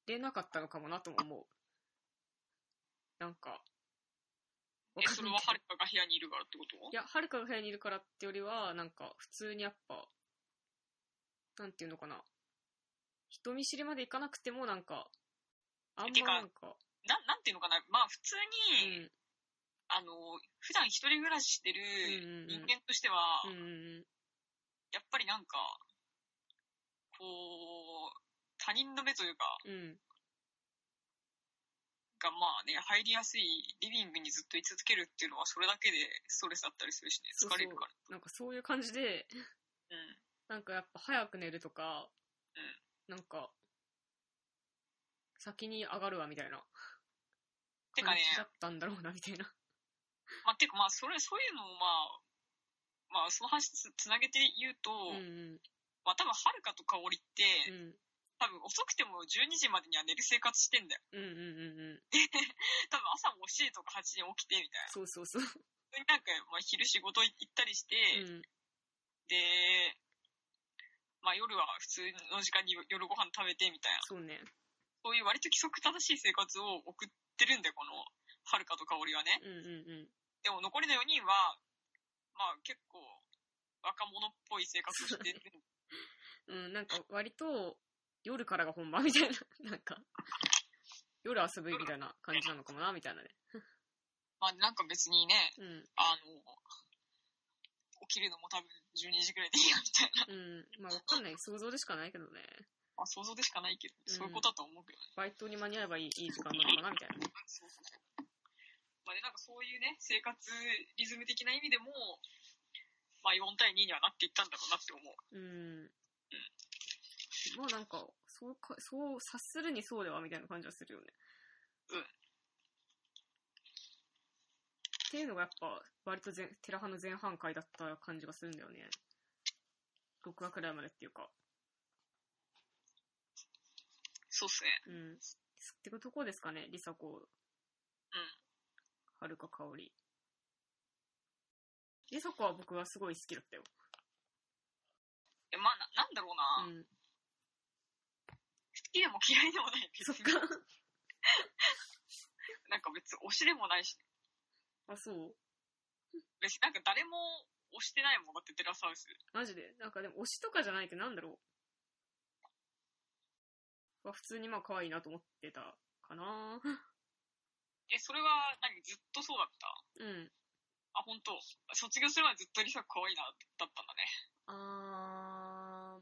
[SPEAKER 2] れなかったのかもなとも思う。なんか。わ
[SPEAKER 1] え、
[SPEAKER 2] かんない
[SPEAKER 1] それははるかが部屋にいるからってこと
[SPEAKER 2] いや、はるかが部屋にいるからってよりは、なんか、普通にやっぱ、なんていうのかな。人見知りまでいかなくても、なんか、あん
[SPEAKER 1] て
[SPEAKER 2] ま
[SPEAKER 1] か
[SPEAKER 2] なんか、
[SPEAKER 1] ななんていうのかな。まあ、普通
[SPEAKER 2] うん、
[SPEAKER 1] に、あの、普段一人暮らししてる
[SPEAKER 2] うんうんう
[SPEAKER 1] 人
[SPEAKER 2] ん
[SPEAKER 1] 間としては、
[SPEAKER 2] うん、うん、
[SPEAKER 1] やっぱりなんか、こう、他人の目というか、
[SPEAKER 2] うん、
[SPEAKER 1] がまあね、入りやすいリビングにずっと居続けるっていうのは、それだけでストレスだったりするしね、
[SPEAKER 2] そ
[SPEAKER 1] 疲
[SPEAKER 2] うそう
[SPEAKER 1] れるから。
[SPEAKER 2] なんかそういう感じで、
[SPEAKER 1] うん。
[SPEAKER 2] なんかやっぱ早く寝るとか、なんか、先に上がるわ、みたいな。
[SPEAKER 1] てかね
[SPEAKER 2] 感じだったんだろうな、みたいな。
[SPEAKER 1] まあ、てかまあ、それ、そういうのをまあ、まあ、その話つつなげて言うと、
[SPEAKER 2] うんうん。
[SPEAKER 1] まあ、多分、はるかと香りって、
[SPEAKER 2] うん。
[SPEAKER 1] 多分、遅くても12時までには寝る生活してんだよ。
[SPEAKER 2] うんうんうんうん。
[SPEAKER 1] 多分、朝も7時とか8時に起きて、みたいな。
[SPEAKER 2] そうそうそう。
[SPEAKER 1] それになんか、まあ、昼仕事行ったりして、
[SPEAKER 2] うん。
[SPEAKER 1] で、まあ、夜は普通の時間に夜ご飯食べて、みたいな。
[SPEAKER 2] そうね。
[SPEAKER 1] そういう割と規則正しい生活を送ってるんだよ、この、はるかと香りはね。
[SPEAKER 2] うんうんうん。
[SPEAKER 1] でも残りの4人は、まあ結構若者っぽい生活を
[SPEAKER 2] (laughs)
[SPEAKER 1] してる。
[SPEAKER 2] うん、なんか割と夜からが本番みたいな、 (laughs) なんか、夜遊ぶみたいな感じなのかもな、みたいなね。
[SPEAKER 1] まあなんか別にね、
[SPEAKER 2] うん、
[SPEAKER 1] あの、起きるのも多分12時くらいでいいやみたいな。
[SPEAKER 2] うん。まあわかんない。想像でしかないけどね。
[SPEAKER 1] まあ想像でしかないけど、
[SPEAKER 2] うん
[SPEAKER 1] そういうことだと思うけどね。
[SPEAKER 2] バイトに間に合えばいいいい時間なのかな、みたいな。
[SPEAKER 1] そうそうまあでなんかそういうね、生活リズム的な意味でも、まあ4対2にはなっていったんだろうなって思う。
[SPEAKER 2] うん。まあなんか、そうか、そう、察するにそうでは、みたいな感じはするよね。
[SPEAKER 1] うん
[SPEAKER 2] っていうのがやっぱ、割と前、テラハの前半回だった感じがするんだよね。6話くらいまでっていうか。
[SPEAKER 1] そうっすね。
[SPEAKER 2] うん。ってとこですかね、りさこ。うん。はるかかおり。りさこは僕はすごい好きだったよ。
[SPEAKER 1] いやまあな、なんだろうな、好
[SPEAKER 2] うん。
[SPEAKER 1] きでも嫌いでもないけ
[SPEAKER 2] そ
[SPEAKER 1] ど
[SPEAKER 2] っ、か。
[SPEAKER 1] なんか別に推しでもないし、
[SPEAKER 2] あ、そう。
[SPEAKER 1] 別になんか誰も推してないもんだってテラサウス。
[SPEAKER 2] マジで。なんかでも推しとかじゃないけど、なんだろう。は普通にまあ可愛いなと思ってたかな。
[SPEAKER 1] え、それは何ずっとそうだった
[SPEAKER 2] うん。
[SPEAKER 1] あ、本当。卒業するまでずっとリサ可愛いな、だったんだね。
[SPEAKER 2] あ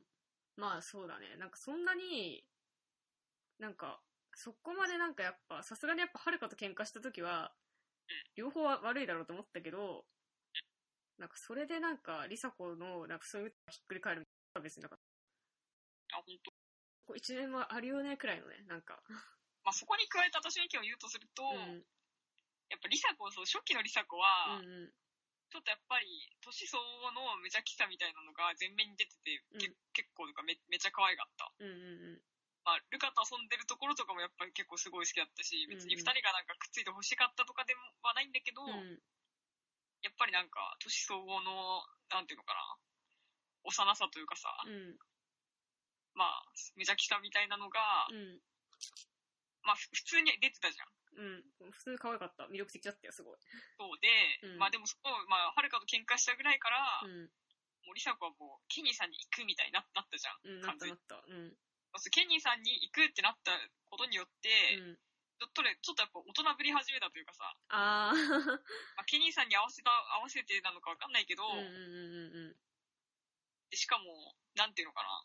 [SPEAKER 2] ー、まあそうだね。なんかそんなに、なんか、そこまでなんかやっぱ、さすがにやっぱはるかと喧嘩した時は、両方は悪いだろうと思ったけど、なんかそれでなんか、りさ子の、なんかそういうひっくり返るみたいなのは別になんかっ
[SPEAKER 1] あ、本当。
[SPEAKER 2] た、こう一年もありようないくらいのね、なんか。
[SPEAKER 1] まあ、そこに加えて私の意見を言うとすると、
[SPEAKER 2] うん。
[SPEAKER 1] やっぱリサ子、そう、初期のリサ子
[SPEAKER 2] う
[SPEAKER 1] は、
[SPEAKER 2] んうん。
[SPEAKER 1] ちょっとやっぱり、年相応の無邪気さみたいなのが前面に出てて、け
[SPEAKER 2] うん
[SPEAKER 1] 結構とかめめっちゃ可愛かった。
[SPEAKER 2] うんうんうん。
[SPEAKER 1] まあ、ルカと遊んでるところとかもやっぱり結構すごい好きだったし、別に
[SPEAKER 2] うん
[SPEAKER 1] 二
[SPEAKER 2] うん
[SPEAKER 1] 人がなんかくっついて欲しかったとかでもはないんだけど、
[SPEAKER 2] うん
[SPEAKER 1] やっぱりなんか、年相応の、なんていうのかな、幼さというかさ、
[SPEAKER 2] うん
[SPEAKER 1] まあ、無邪気さみたいなのが、
[SPEAKER 2] うん
[SPEAKER 1] まあ、ふ普通に出てたじゃん。
[SPEAKER 2] うん普通に可愛かった魅力的だったよすごい
[SPEAKER 1] そうで、
[SPEAKER 2] うん
[SPEAKER 1] まあでもそこ、まあ、はるかと喧嘩したぐらいから、
[SPEAKER 2] うん
[SPEAKER 1] もう、リサ子はもう、ケニーさんに行くみたいにななったじゃん。
[SPEAKER 2] うんなったなったうん
[SPEAKER 1] そうケニーさんに行くってなったことによって、
[SPEAKER 2] うん
[SPEAKER 1] ちょっとね、ちょっとやっぱ大人ぶり始めたというかさ、
[SPEAKER 2] ああ
[SPEAKER 1] まあ、ケニーさんに合わせた、合わせてなのかわかんないけど、
[SPEAKER 2] (laughs) うんうんうんうん
[SPEAKER 1] でしかも、なんていうのかな、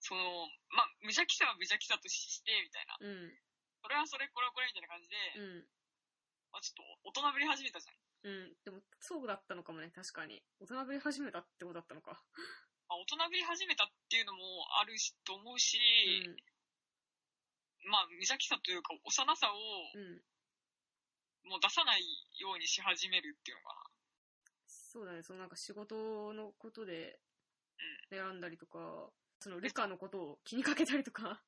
[SPEAKER 1] その、まあ、無邪気さは無邪気さとしして、みたいな。
[SPEAKER 2] うん
[SPEAKER 1] それはそれ、これはこれみたいな感じで、
[SPEAKER 2] うん
[SPEAKER 1] まあ、ちょっと大人ぶり始めたじゃん。
[SPEAKER 2] うんでもそうだったのかもね確かに大人ぶり始めたってことだったのか
[SPEAKER 1] まあ、大人ぶり始めたっていうのもあるし、と思うし、
[SPEAKER 2] うん
[SPEAKER 1] まあ、無邪気さというか、幼さを
[SPEAKER 2] うん
[SPEAKER 1] もう出さないようにし始めるっていうのか
[SPEAKER 2] そうだねそのなんか仕事のことで悩んだりとかそのルカのことを気にかけたりと (laughs) か
[SPEAKER 1] な。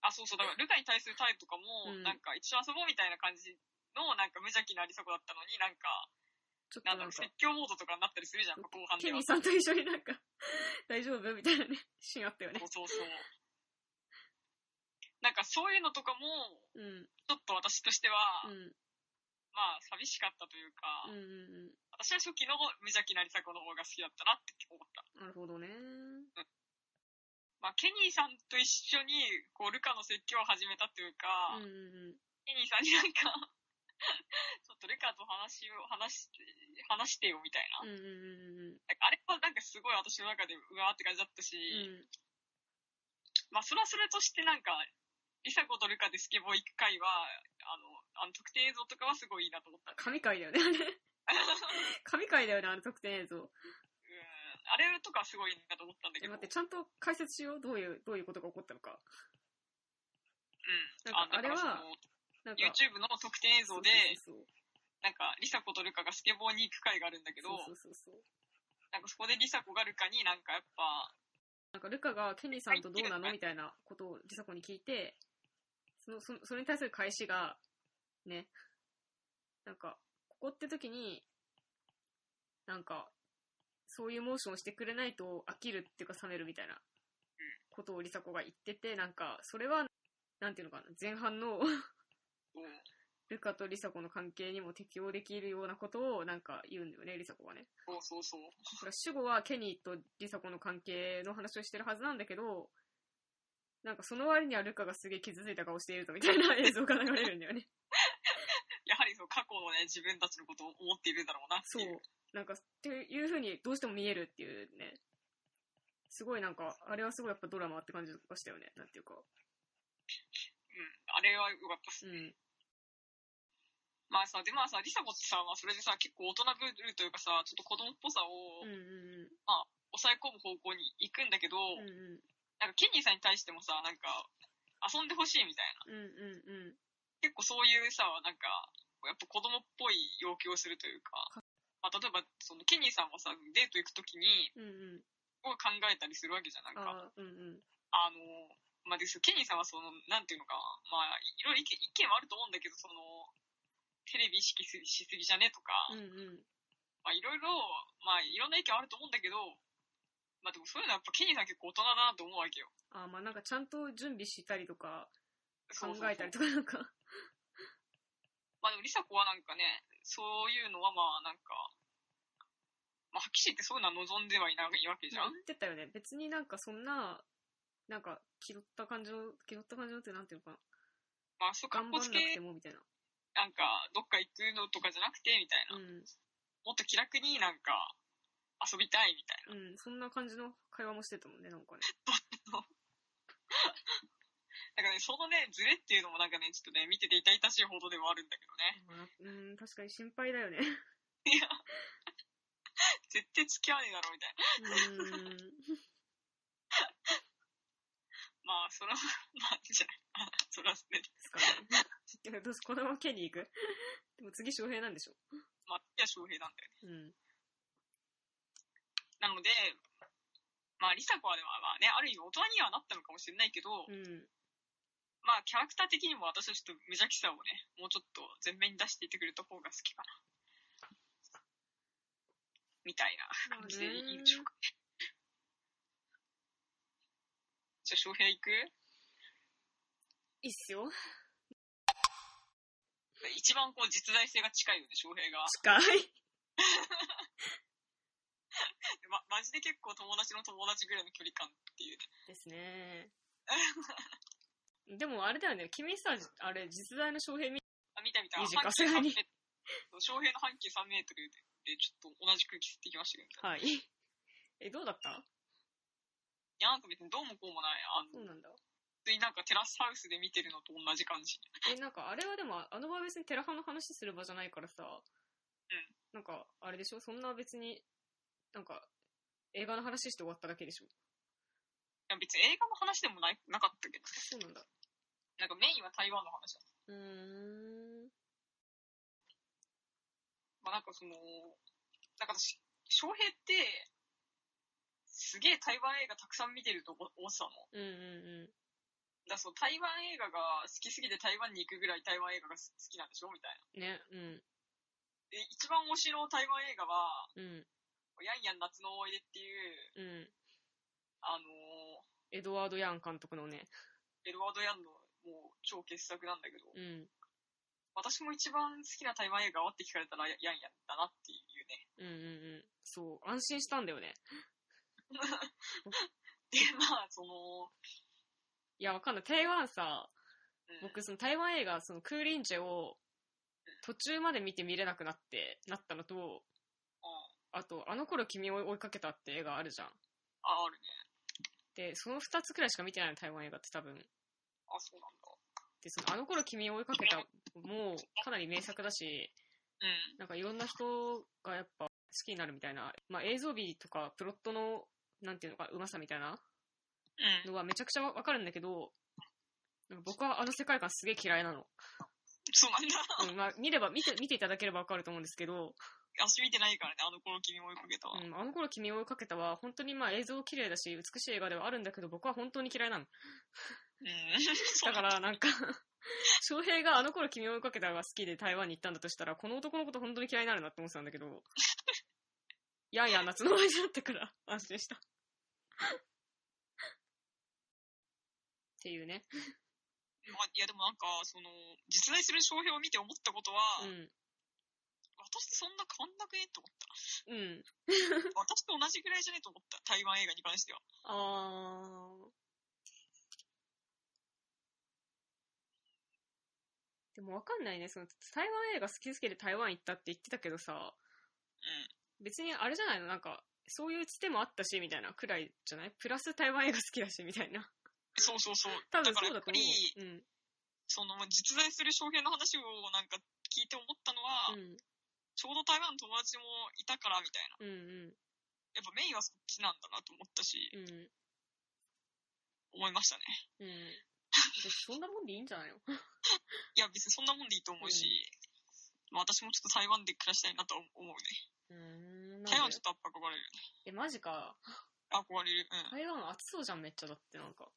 [SPEAKER 1] あ、そうそう、だから、ルカに対する態度とかも、
[SPEAKER 2] うん
[SPEAKER 1] なんか、一緒に遊ぼうみたいな感じの、なんか、無邪気なありさこだったのに、なんか、
[SPEAKER 2] ちょっと
[SPEAKER 1] な
[SPEAKER 2] なん
[SPEAKER 1] だろう、
[SPEAKER 2] んか
[SPEAKER 1] 説教モードとかになったりするじゃん、後半
[SPEAKER 2] ケ
[SPEAKER 1] では
[SPEAKER 2] ニー。さんと一緒になんか (laughs) 大丈夫みたいなねシーンあったよね
[SPEAKER 1] そうそうそう。なんか、そういうのとかも、
[SPEAKER 2] うん
[SPEAKER 1] ちょっと私としては、
[SPEAKER 2] うん
[SPEAKER 1] まあ、寂しかったという
[SPEAKER 2] う
[SPEAKER 1] か、
[SPEAKER 2] んうんうん
[SPEAKER 1] 私は初期の無邪気なありさこの方が好きだったなって思った。
[SPEAKER 2] なるほどね
[SPEAKER 1] まあ、ケニーさんと一緒に、こう、ルカの説教を始めたというか、
[SPEAKER 2] うんうん
[SPEAKER 1] ケニーさんになんか、 (laughs) ちょっとルカと話を、話して、話してよみたいな。
[SPEAKER 2] うんうんうんうんうん
[SPEAKER 1] なんかあれはなんかすごい私の中でうわーって感じだったし、
[SPEAKER 2] う
[SPEAKER 1] まあそれはそれとしてなんか、リサ子とルカでスケボー行く回は、あの、あの特定映像とかはすごいいいなと思った。 (laughs)
[SPEAKER 2] (laughs) ん。神回だよね、あ
[SPEAKER 1] う
[SPEAKER 2] れ。
[SPEAKER 1] ん、
[SPEAKER 2] 神回だよね、あの特典映像。
[SPEAKER 1] なあれとかすごいなと思ったんだけ
[SPEAKER 2] え、
[SPEAKER 1] ど。
[SPEAKER 2] 待って、ちゃんと解説しよう。どういう、どういうことが起こったのか。
[SPEAKER 1] うん。
[SPEAKER 2] なん
[SPEAKER 1] だ
[SPEAKER 2] か
[SPEAKER 1] から
[SPEAKER 2] あれは
[SPEAKER 1] その
[SPEAKER 2] なんか、
[SPEAKER 1] YouTube の特典映像で、
[SPEAKER 2] そうそう
[SPEAKER 1] なんか、リサ子とルカがスケボーに行く回があるんだけど、
[SPEAKER 2] そうそうそうそうそう。
[SPEAKER 1] なんかそこでリサ子がルカになんかやっぱ、
[SPEAKER 2] なんか、ルカがケニーさんとどうなのみたいなことをリサ子に聞いて、その、そそれに対する返しが、ね、なんか、ここって時に、なんか、そういうモーションをしてくれないと飽きるっていうか冷めるみたいなことをリサ子が言ってて、なんか、それは、なんていうのかな、前半の (laughs)
[SPEAKER 1] こう
[SPEAKER 2] ルカとリサ子の関係にも適応できるようなことをなんか言うんだよね、リサ子がね。
[SPEAKER 1] そうそうそう。
[SPEAKER 2] だから主語はケニーとリサ子の関係の話をしてるはずなんだけど、なんかその割にはルカがすげえ傷ついた顔しているとみたいな映像が流れるんだ
[SPEAKER 1] (laughs)
[SPEAKER 2] よね。
[SPEAKER 1] やはりその過去のね、自分たちのことを思っているんだろうなって
[SPEAKER 2] そう
[SPEAKER 1] いう。。
[SPEAKER 2] なんか、っていう風にどうしても見えるっていうね。すごいなんか、あれはすごいやっぱドラマって感じがしたよね。なんていうか。
[SPEAKER 1] うん。あれはよかったっす。
[SPEAKER 2] うん。
[SPEAKER 1] まあさ、でまあさ、リサ子ってさ、まあそれでさ、結構大人ぶるというかさ、ちょっと子供っぽさを
[SPEAKER 2] うん
[SPEAKER 1] 抑え込む方向に行くんだけど、
[SPEAKER 2] うんうん。うんうん。
[SPEAKER 1] なんかケニーさんに対してもさ、なんか、遊んでほしいみたいな。
[SPEAKER 2] うんうんうん。
[SPEAKER 1] 結構そういうさ、なんか、やっぱ子供っぽい要求をするというか、まあ、例えば、その、ケニーさんはさ、デート行くときに、
[SPEAKER 2] うんうん。
[SPEAKER 1] すごい考えたりするわけじゃん、なんか。あ
[SPEAKER 2] ああ、うんうん。
[SPEAKER 1] の、まあ、ですよケニーさんはその、なんていうのか、まあ、いろいろ意見意見はあると思うんだけど、その、テレビ意識ししすぎじゃねとか、
[SPEAKER 2] うんうん。
[SPEAKER 1] まあ、いろいろ、まあ、いろんな意見はあると思うんだけど、まあ、でもそういうのはやっぱケニーさん結構大人だなと思うわけよ。
[SPEAKER 2] ああ、まあなんかちゃんと準備したりとか、
[SPEAKER 1] そ
[SPEAKER 2] 考
[SPEAKER 1] うそうそう
[SPEAKER 2] えたりとかなんか。
[SPEAKER 1] まあでも、リサ子はなんかね、そういうのはまあなんか、まあ、はっきり言ってそういうのは望んではいないわけじ
[SPEAKER 2] ま
[SPEAKER 1] ゃ
[SPEAKER 2] あ
[SPEAKER 1] ん。
[SPEAKER 2] 言ってたよね。別になんかそんな、なんか気取った感じの、気取った感じのってなんていうのかな。
[SPEAKER 1] まあ、そう、
[SPEAKER 2] 頑
[SPEAKER 1] 格好つ
[SPEAKER 2] 張んなく
[SPEAKER 1] け、
[SPEAKER 2] てもみたいな。
[SPEAKER 1] なんか、どっか行くのとかじゃなくて、みたいな。もっと気楽になんか、遊びたいみたいな。
[SPEAKER 2] うん。うん。そんな感じの会話もしてたもんね、なんかね。
[SPEAKER 1] なんかね、そのね、ズレっていうのもなんかね、ちょっとね、見てて痛々しいほどではあるんだけどね。
[SPEAKER 2] うん、確かに心配だ
[SPEAKER 1] (laughs)
[SPEAKER 2] よね。
[SPEAKER 1] 絶対付き合わねえだろ、みたいな。
[SPEAKER 2] うん。
[SPEAKER 1] まあ、そら、 (laughs) まあ、じゃあ、 (laughs) そら、ね、
[SPEAKER 2] つかね。 (laughs) いやどうすこのままケニー行くでも次、翔平なんでしょ
[SPEAKER 1] まあ、いや、翔平なんだよね。
[SPEAKER 2] うん。
[SPEAKER 1] なので、まあ、リサ子はでも、まあね、ある意味大人にはなったのかもしれないけど、
[SPEAKER 2] うん。
[SPEAKER 1] まあ、キャラクター的にも私はちょっと無邪気さをね、もうちょっと前面に出していってくれた方が好きかな。みたいな
[SPEAKER 2] まあ
[SPEAKER 1] 感
[SPEAKER 2] ね
[SPEAKER 1] じでいいんでしょうかね。じゃあ、翔平行く
[SPEAKER 2] いいっすよ。
[SPEAKER 1] 一番こう実在性が近いよね、翔平が。
[SPEAKER 2] 近い。
[SPEAKER 1] ま、マジで結構友達の友達ぐらいの距離感っていう。
[SPEAKER 2] で
[SPEAKER 1] (laughs)
[SPEAKER 2] すね。でもあれだよね、君さ、あれ、実在の翔平見
[SPEAKER 1] あ、見た見た。
[SPEAKER 2] いいじゃん
[SPEAKER 1] 半径
[SPEAKER 2] さすが
[SPEAKER 1] 3メ
[SPEAKER 2] に
[SPEAKER 1] ートル翔平の半径3メートルで、ちょっと同じ空気吸ってきましたけど、い
[SPEAKER 2] はい。え、どうだった
[SPEAKER 1] や、なんか別にどうもこうもない。あ
[SPEAKER 2] そ
[SPEAKER 1] の、
[SPEAKER 2] うなんだ。
[SPEAKER 1] 普通になんかテラスハウスで見てるのと同じ感じ。
[SPEAKER 2] え、なんかあれはでも、あの場は別にテラハの話する場じゃないからさ、なんか、あれでしょそんな別に、なんか、映画の話して終わっただけでしょ
[SPEAKER 1] いや別に映画の話でもないなかったけど、
[SPEAKER 2] そうなんだ。
[SPEAKER 1] なんかメインは台湾の話だ。
[SPEAKER 2] うーん。
[SPEAKER 1] まあなんかその、なんか私、翔平って、すげえ台湾映画たくさん見てると思思ってたの。
[SPEAKER 2] うんうん
[SPEAKER 1] だからその台湾映画が好きすぎて台湾に行くぐらい台湾映画がす好きなんでしょみたいな。
[SPEAKER 2] うん。ね、うん。
[SPEAKER 1] で、一番推しの台湾映画は、
[SPEAKER 2] うん。
[SPEAKER 1] ヤンヤン夏の思い出っていう、
[SPEAKER 2] うん。
[SPEAKER 1] あの
[SPEAKER 2] エドワード・ヤン監督のね。
[SPEAKER 1] ーエドワード・ヤンのもう超傑作なんだけど、
[SPEAKER 2] うん。
[SPEAKER 1] 私も一番好きな台湾映画はって聞かれたらヤンヤンだなっていうね。
[SPEAKER 2] うんうんうん。そう、安心したんだよね。
[SPEAKER 1] (laughs) で、まあ、その、
[SPEAKER 2] いや、わかんない。台湾さ、
[SPEAKER 1] うん、
[SPEAKER 2] 僕、その台湾映画、そのクーリンチェを、途中まで見て見れなくなって、なったのと、あと、あの頃君を追いかけたって映画あるじゃん。
[SPEAKER 1] あ、あるね。
[SPEAKER 2] で、その2つくらいしか見てないの、台湾映画って多分。
[SPEAKER 1] あ、そうなんだ。
[SPEAKER 2] で、その、あの頃君を追いかけた、もう、かなり名作だし、
[SPEAKER 1] うん。
[SPEAKER 2] なんかいろんな人がやっぱきになるみたいな、まあ、映像美とかプロットの、なんていうのか、うまさみたいな
[SPEAKER 1] うん。
[SPEAKER 2] のはめちゃくちゃわわかるんだけど、なんか僕はあの世界観すげえ嫌いなの。
[SPEAKER 1] そうなんだ。 (laughs)
[SPEAKER 2] うんまあ、見れば、見て、見ていただければわかると思うんですけど、
[SPEAKER 1] 足見てないからね、あの頃君も追いかけたわ。
[SPEAKER 2] うん、あの頃君を追いかけたは、本当にまあ映像綺麗だし、美しい映画ではあるんだけど、僕は本当に嫌いなの。
[SPEAKER 1] うん。
[SPEAKER 2] だから、 (laughs) なんか、翔平があの頃君を追いかけたが好きで台湾に行ったんだとしたら、この男のこと本当に嫌いになるなって思ってたんだけど、いやいや、夏の終わりになってから安心した。っていうね。
[SPEAKER 1] まあ、いやでもなんか、その、実在する翔平を見て思ったことは、
[SPEAKER 2] うん。
[SPEAKER 1] 私とそんな変わんなくねと思った。 (laughs)
[SPEAKER 2] うん。
[SPEAKER 1] 私と同じぐらいじゃねと思った。台湾映画に関しては。
[SPEAKER 2] あー。でもわかんないね。その、台湾映画好き好きで台湾行ったって言ってたけどさ、別にあれじゃないのなんか、そういうつてもあったし、みたいなくらいじゃないプラス台湾映画好きだし、みたいな。
[SPEAKER 1] そうそうそう。
[SPEAKER 2] 多分
[SPEAKER 1] だからや
[SPEAKER 2] そうだ
[SPEAKER 1] っ
[SPEAKER 2] と
[SPEAKER 1] ぱり、
[SPEAKER 2] 思う。うん。
[SPEAKER 1] その、実在する翔平の話をなんか聞いて思ったのは、
[SPEAKER 2] うん。
[SPEAKER 1] ちょうど台湾の友達もいたから、みたいな。
[SPEAKER 2] うん。
[SPEAKER 1] やっぱメインはそっちなんだなと思ったし、
[SPEAKER 2] うん。うん。
[SPEAKER 1] 思いましたね。
[SPEAKER 2] うん。そんなもんでいいん
[SPEAKER 1] (laughs)
[SPEAKER 2] じゃないの
[SPEAKER 1] いや、別にそんなもんでいいと思うし、まあ私もちょっと台湾で暮らしたいなと思うね。
[SPEAKER 2] うーん。
[SPEAKER 1] 台
[SPEAKER 2] なん
[SPEAKER 1] 湾
[SPEAKER 2] で
[SPEAKER 1] ちょっと憧れる。
[SPEAKER 2] え、マジか。
[SPEAKER 1] 憧れる。うん。
[SPEAKER 2] 台湾暑そうじゃん、めっちゃ。だってなんか。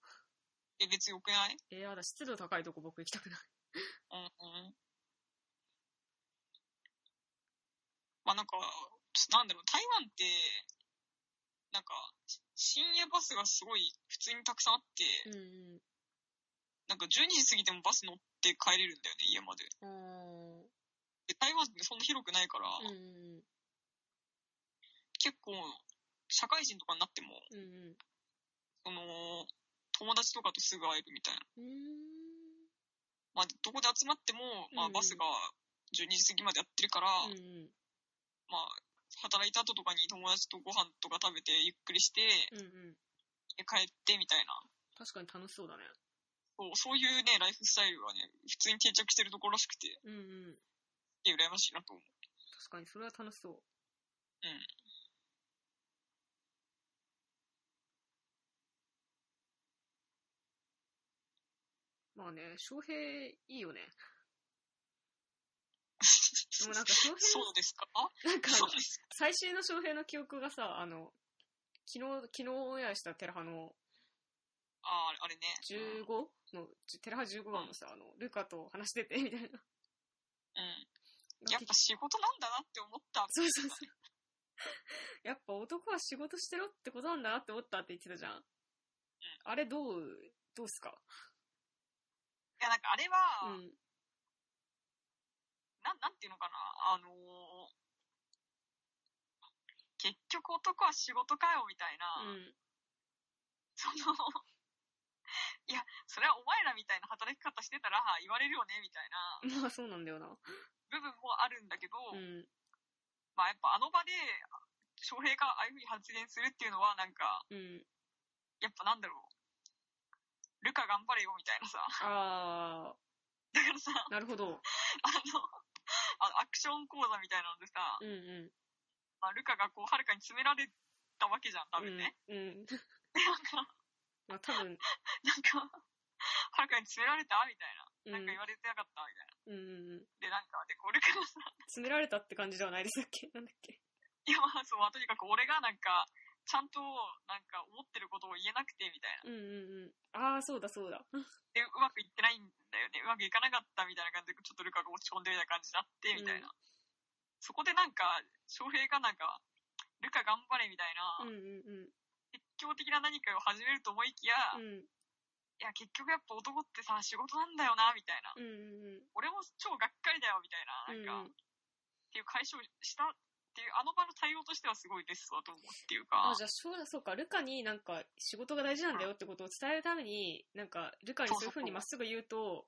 [SPEAKER 1] え、別によくない
[SPEAKER 2] えー、やだ、湿度高いとこ僕行きたくない。
[SPEAKER 1] うんうん。まあなんか、ちょっとなんだろう、台湾って、なんか、深夜バスがすごい普通にたくさんあって、
[SPEAKER 2] うんうん。
[SPEAKER 1] なんか12時過ぎてもバス乗って帰れるんだよね、家まで。
[SPEAKER 2] あー
[SPEAKER 1] で台湾ってそんな広くないから、
[SPEAKER 2] うんうん
[SPEAKER 1] 結構、社会人とかになっても、
[SPEAKER 2] うんうん
[SPEAKER 1] その、友達とかとすぐ会えるみたいな。
[SPEAKER 2] うん
[SPEAKER 1] まあ、どこで集まっても、まあ、
[SPEAKER 2] うん
[SPEAKER 1] バスが12時過ぎまでやってるから、
[SPEAKER 2] うんうん
[SPEAKER 1] まあ、働いた後とかに友達とご飯とか食べてゆっくりして、
[SPEAKER 2] うんうん
[SPEAKER 1] で帰ってみたいな。
[SPEAKER 2] 確かに楽しそうだね
[SPEAKER 1] そうそういうね、ライフスタイルはね、普通に定着してるところらしくて、
[SPEAKER 2] うんうん
[SPEAKER 1] いや羨ましいなと思う。
[SPEAKER 2] 確かにそれは楽しそう
[SPEAKER 1] うん
[SPEAKER 2] まあね翔平いいよねでもなんか翔平
[SPEAKER 1] (laughs) そ
[SPEAKER 2] の
[SPEAKER 1] うですか
[SPEAKER 2] なんかあ
[SPEAKER 1] そ
[SPEAKER 2] の
[SPEAKER 1] うです。
[SPEAKER 2] 最新の翔平の記憶がさあの昨日昨日オンエアしたテラハの
[SPEAKER 1] ああ、あれね。うん。
[SPEAKER 2] 15のテラハ15話のさあのルカと話しててみたいな
[SPEAKER 1] やっぱ仕事なんだなって思った。
[SPEAKER 2] そうそうそう。 (laughs) やっぱ男は仕事してろってことなんだなって思ったって言ってたじゃん。あれどう、どうっすか
[SPEAKER 1] いや、なんかあれ
[SPEAKER 2] う
[SPEAKER 1] は、
[SPEAKER 2] ん。
[SPEAKER 1] なん、なんていうのかな、あのー結局男は仕事かよ、みたいな。その、いや、それはお前らみたいな働き方してたら言われるよね、みたいな
[SPEAKER 2] うん。まあ (laughs) そうなんだよな。
[SPEAKER 1] 部分もあるんだけど、
[SPEAKER 2] うん。
[SPEAKER 1] まあやっぱあの場で、翔平がああいうふうに発言するっていうのは、なんか、
[SPEAKER 2] うん。
[SPEAKER 1] やっぱなんだろう。ルカ頑張れよ、みたいなさ。
[SPEAKER 2] あ
[SPEAKER 1] だからさ、
[SPEAKER 2] ー、なるほど。
[SPEAKER 1] あの、あアクション講座みたいなのでさ、
[SPEAKER 2] うんう
[SPEAKER 1] まあ、ルカがこう、はるかに詰められたわけじゃん、多分
[SPEAKER 2] ん。
[SPEAKER 1] ね。
[SPEAKER 2] うん。うん。 (laughs)
[SPEAKER 1] でなんか、
[SPEAKER 2] まあ多分、
[SPEAKER 1] (laughs) なんか、はるかに詰められたみたい
[SPEAKER 2] うん。
[SPEAKER 1] な。なんか言われてなかったみたいな。
[SPEAKER 2] うんうんうん。
[SPEAKER 1] で、なんか、で、こう、ルカがさ、
[SPEAKER 2] 詰められたって感じではないでしたっけ (laughs) なんだっけ
[SPEAKER 1] いや、まあ、そう、まあとにかく俺がなんか、ちゃんと、なんか、思ってることを言えなくて、みたいな。
[SPEAKER 2] うんうんうん。あー、そうだそうだ。
[SPEAKER 1] で、うまくいってないんだよね。うまくいかなかったみたいな感じで、ちょっとルカが落ち込んでるような感じになって、みたいな。そこでなんか、翔平がなんか、ルカ頑張れみたい
[SPEAKER 2] うん
[SPEAKER 1] な、
[SPEAKER 2] うん
[SPEAKER 1] 熱狂的な何かを始めると思いきや、
[SPEAKER 2] うん。
[SPEAKER 1] い
[SPEAKER 2] うん。
[SPEAKER 1] や、結局やっぱ男ってさ、仕事なんだよな、みたいな。
[SPEAKER 2] うんうんうん。
[SPEAKER 1] 俺も超がっかりだよ、みたいな。なんか、
[SPEAKER 2] うんうん
[SPEAKER 1] っていう解消したっていう、あの場の対応としてはすごいベストだと思うっていうか。
[SPEAKER 2] あ、じゃあ、そうだ、そうか、ルカになんか仕事が大事なんだよってことを伝えるために、なんか、ルカにそういうふうにまっすぐ言うと、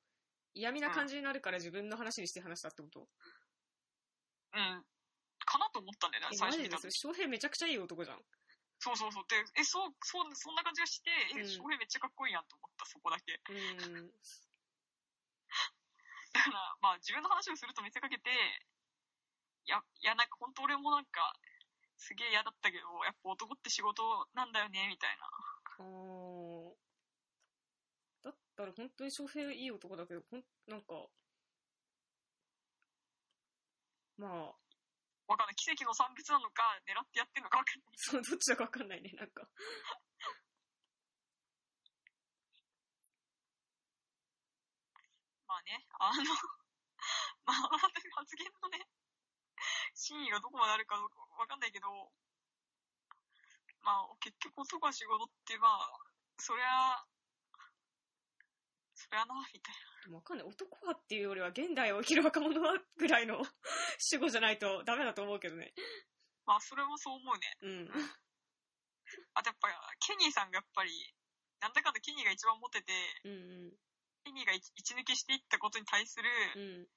[SPEAKER 2] 嫌味な感じになるから自分の話にして話したってこと
[SPEAKER 1] うん。かなと思ったんだよね、
[SPEAKER 2] え、
[SPEAKER 1] 最
[SPEAKER 2] マ
[SPEAKER 1] 初
[SPEAKER 2] ジ
[SPEAKER 1] 見
[SPEAKER 2] で
[SPEAKER 1] た
[SPEAKER 2] そ
[SPEAKER 1] 時
[SPEAKER 2] れ、翔平めちゃくちゃいい男じゃん。
[SPEAKER 1] そうそうそう。で、え、そう、そう、そんな感じがして、
[SPEAKER 2] う
[SPEAKER 1] え、
[SPEAKER 2] ん
[SPEAKER 1] 翔平めっちゃかっこいいやんと思った、そこだけ。 (laughs)
[SPEAKER 2] うん。
[SPEAKER 1] だから、まあ自分の話をすると見せかけて、いや、いや、なんか本当俺もなんか、すげえ嫌だったけど、やっぱ男って仕事なんだよね、みたいな。
[SPEAKER 2] あーだったら本当に翔平いい男だけど、ほん、なんか、まあ、
[SPEAKER 1] わかんない。奇跡の産物なのか、狙ってやってんのかわかんない。
[SPEAKER 2] そう、どっちだかわかんないね、なんか。
[SPEAKER 1] まあね、あの、 (laughs) まあ、発言のね、真意がどこまであるかどうかわかんないけど、まあ、結局男は仕事って、まあ、そりゃ、そりゃな、みたい
[SPEAKER 2] でもわかんない。男はっていうよりは、現代を生きる若者はぐらいの主語じゃないとダメだと思うけどね。
[SPEAKER 1] な。まあ、それもそう思うね。
[SPEAKER 2] うん。
[SPEAKER 1] あとやっぱ、ケニーさんがやっぱり、なんだかんだケニーが一番モテて、
[SPEAKER 2] うんうん。
[SPEAKER 1] ケニーが一一抜けしていったことに対する、
[SPEAKER 2] うん。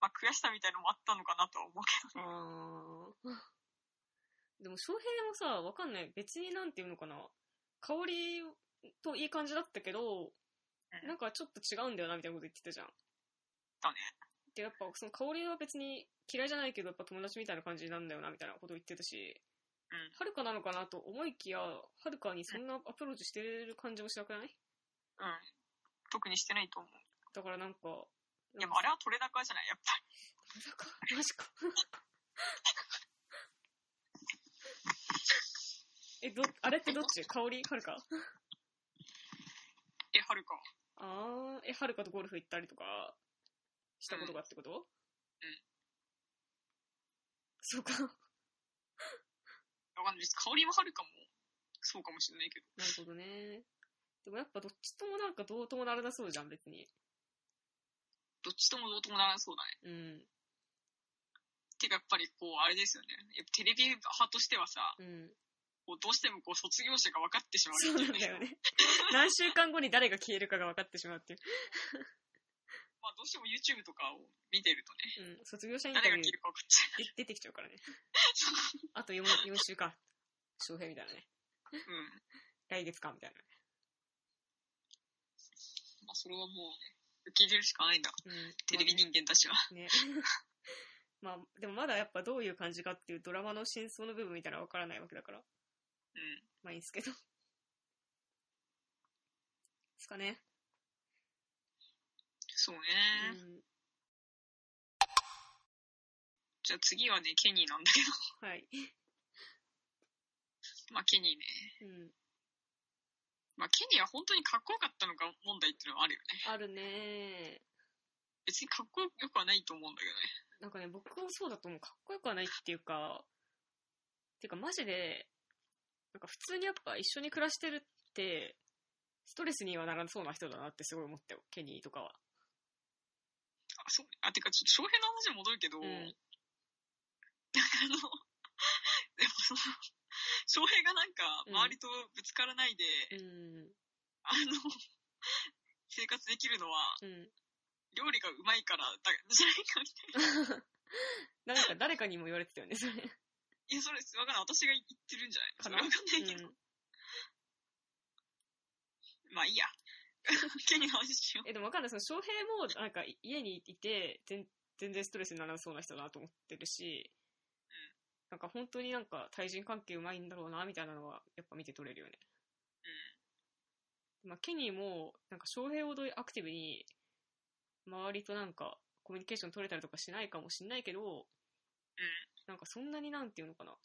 [SPEAKER 1] まあ、悔しさみたいのもあったのかなとは思うけどね。
[SPEAKER 2] あー。でも、翔平もさ、わかんない。別になんていうのかな。香りといい感じだったけど、
[SPEAKER 1] うん
[SPEAKER 2] なんかちょっと違うんだよな、みたいなこと言ってたじゃん。
[SPEAKER 1] だね。
[SPEAKER 2] で、やっぱ、その香りは別に嫌いじゃないけど、やっぱ友達みたいな感じなんだよな、みたいなこと言ってたし、
[SPEAKER 1] うん
[SPEAKER 2] はるかなのかなと思いきや、はるかにそんなアプローチしてる感じもしなくない
[SPEAKER 1] うん。特にしてないと思う。
[SPEAKER 2] だからなんか、
[SPEAKER 1] でもあれは取れ高じゃない、やっぱり。
[SPEAKER 2] なんか、マジか。え、ど、あれってどっち香りはるか
[SPEAKER 1] え、はるか。
[SPEAKER 2] あー、え、はるかとゴルフ行ったりとか、したことがってこと、そうか。
[SPEAKER 1] わかんない。別に香りもはるかも、そうかもしれないけど。
[SPEAKER 2] なるほどね。でもやっぱどっちともなんかどうともならなそうじゃん、別に。
[SPEAKER 1] どっちともどうともならなそうだね。
[SPEAKER 2] うん。
[SPEAKER 1] てかやっぱりこう、あれですよね。やっぱテレビ派としてはさ、
[SPEAKER 2] うん。
[SPEAKER 1] こうどうしてもこう、卒業者が分かってしま
[SPEAKER 2] そう
[SPEAKER 1] う
[SPEAKER 2] なん
[SPEAKER 1] ってい
[SPEAKER 2] だよ (laughs) ね。何週間後に誰が消えるかが分かってしまうっていう。
[SPEAKER 1] まあどうしても YouTube とかを見てるとね、
[SPEAKER 2] うん。卒業者インタ
[SPEAKER 1] 誰
[SPEAKER 2] ビュ
[SPEAKER 1] が
[SPEAKER 2] ー
[SPEAKER 1] 切るか分かっちゃ
[SPEAKER 2] で出てきちゃうからね。
[SPEAKER 1] う。
[SPEAKER 2] あと 4, 四週か。翔平みたいなね。
[SPEAKER 1] うん。
[SPEAKER 2] 来月か、みたい
[SPEAKER 1] まあそれはもうね、受け入れるしかないんだ。
[SPEAKER 2] な。うん。
[SPEAKER 1] テレビ人間たちは。
[SPEAKER 2] ね。 (laughs) まあ、でもまだやっぱどういう感じかっていうドラマの真相の部分みたいなのは分からないわけだから。
[SPEAKER 1] うん。
[SPEAKER 2] まあいいんですけど。ですかね。
[SPEAKER 1] そうね。
[SPEAKER 2] うん。
[SPEAKER 1] じゃあ次はね、ケニーなんだけど。 (laughs)
[SPEAKER 2] はい。
[SPEAKER 1] まあケニーね。
[SPEAKER 2] うん。
[SPEAKER 1] まあケニーは本当にかっこよかったのか問題っていうのはあるよね。
[SPEAKER 2] あるね
[SPEAKER 1] 別にかっこよくはないと思うんだけどね。
[SPEAKER 2] なんかね、僕もそうだと思う。かっこよくはないっていうか、てかマジで、なんか普通にやっぱ一緒に暮らしてるって、ストレスにはならなそうな人だなってすごい思ったよ。ケニーとかは。
[SPEAKER 1] あ、そう、あ、てか、ちょっと、翔平の話に戻るけど、
[SPEAKER 2] うん
[SPEAKER 1] あの、 (laughs) でもその、翔平がなんか、
[SPEAKER 2] うん
[SPEAKER 1] 周りとぶつからないで、
[SPEAKER 2] うん。
[SPEAKER 1] あの、生活できるのは、
[SPEAKER 2] うん。
[SPEAKER 1] 料理がうまいからだ、じゃないかみたいな。
[SPEAKER 2] なんか誰かにも言われてたよね、それ。
[SPEAKER 1] いや、それ、わかんない。私が言ってるんじゃない
[SPEAKER 2] か
[SPEAKER 1] そ
[SPEAKER 2] な
[SPEAKER 1] れわかんないけど。
[SPEAKER 2] うん。
[SPEAKER 1] まあ、いいや。 (laughs) ケニーの話しよう。
[SPEAKER 2] え、でもわかんない。その翔平もなんかい家にいて、全全然ストレスにならなそうな人だなと思ってるし、なんか本当になんか対人関係うまいんだろうな、みたいなのはやっぱ見て取れるよね。まあ、ケニーも、なんか、翔平ほどアクティブに、周りとなんか、コミュニケーション取れたりとかしないかもしんないけど、なんか、そんなになんていうのかな、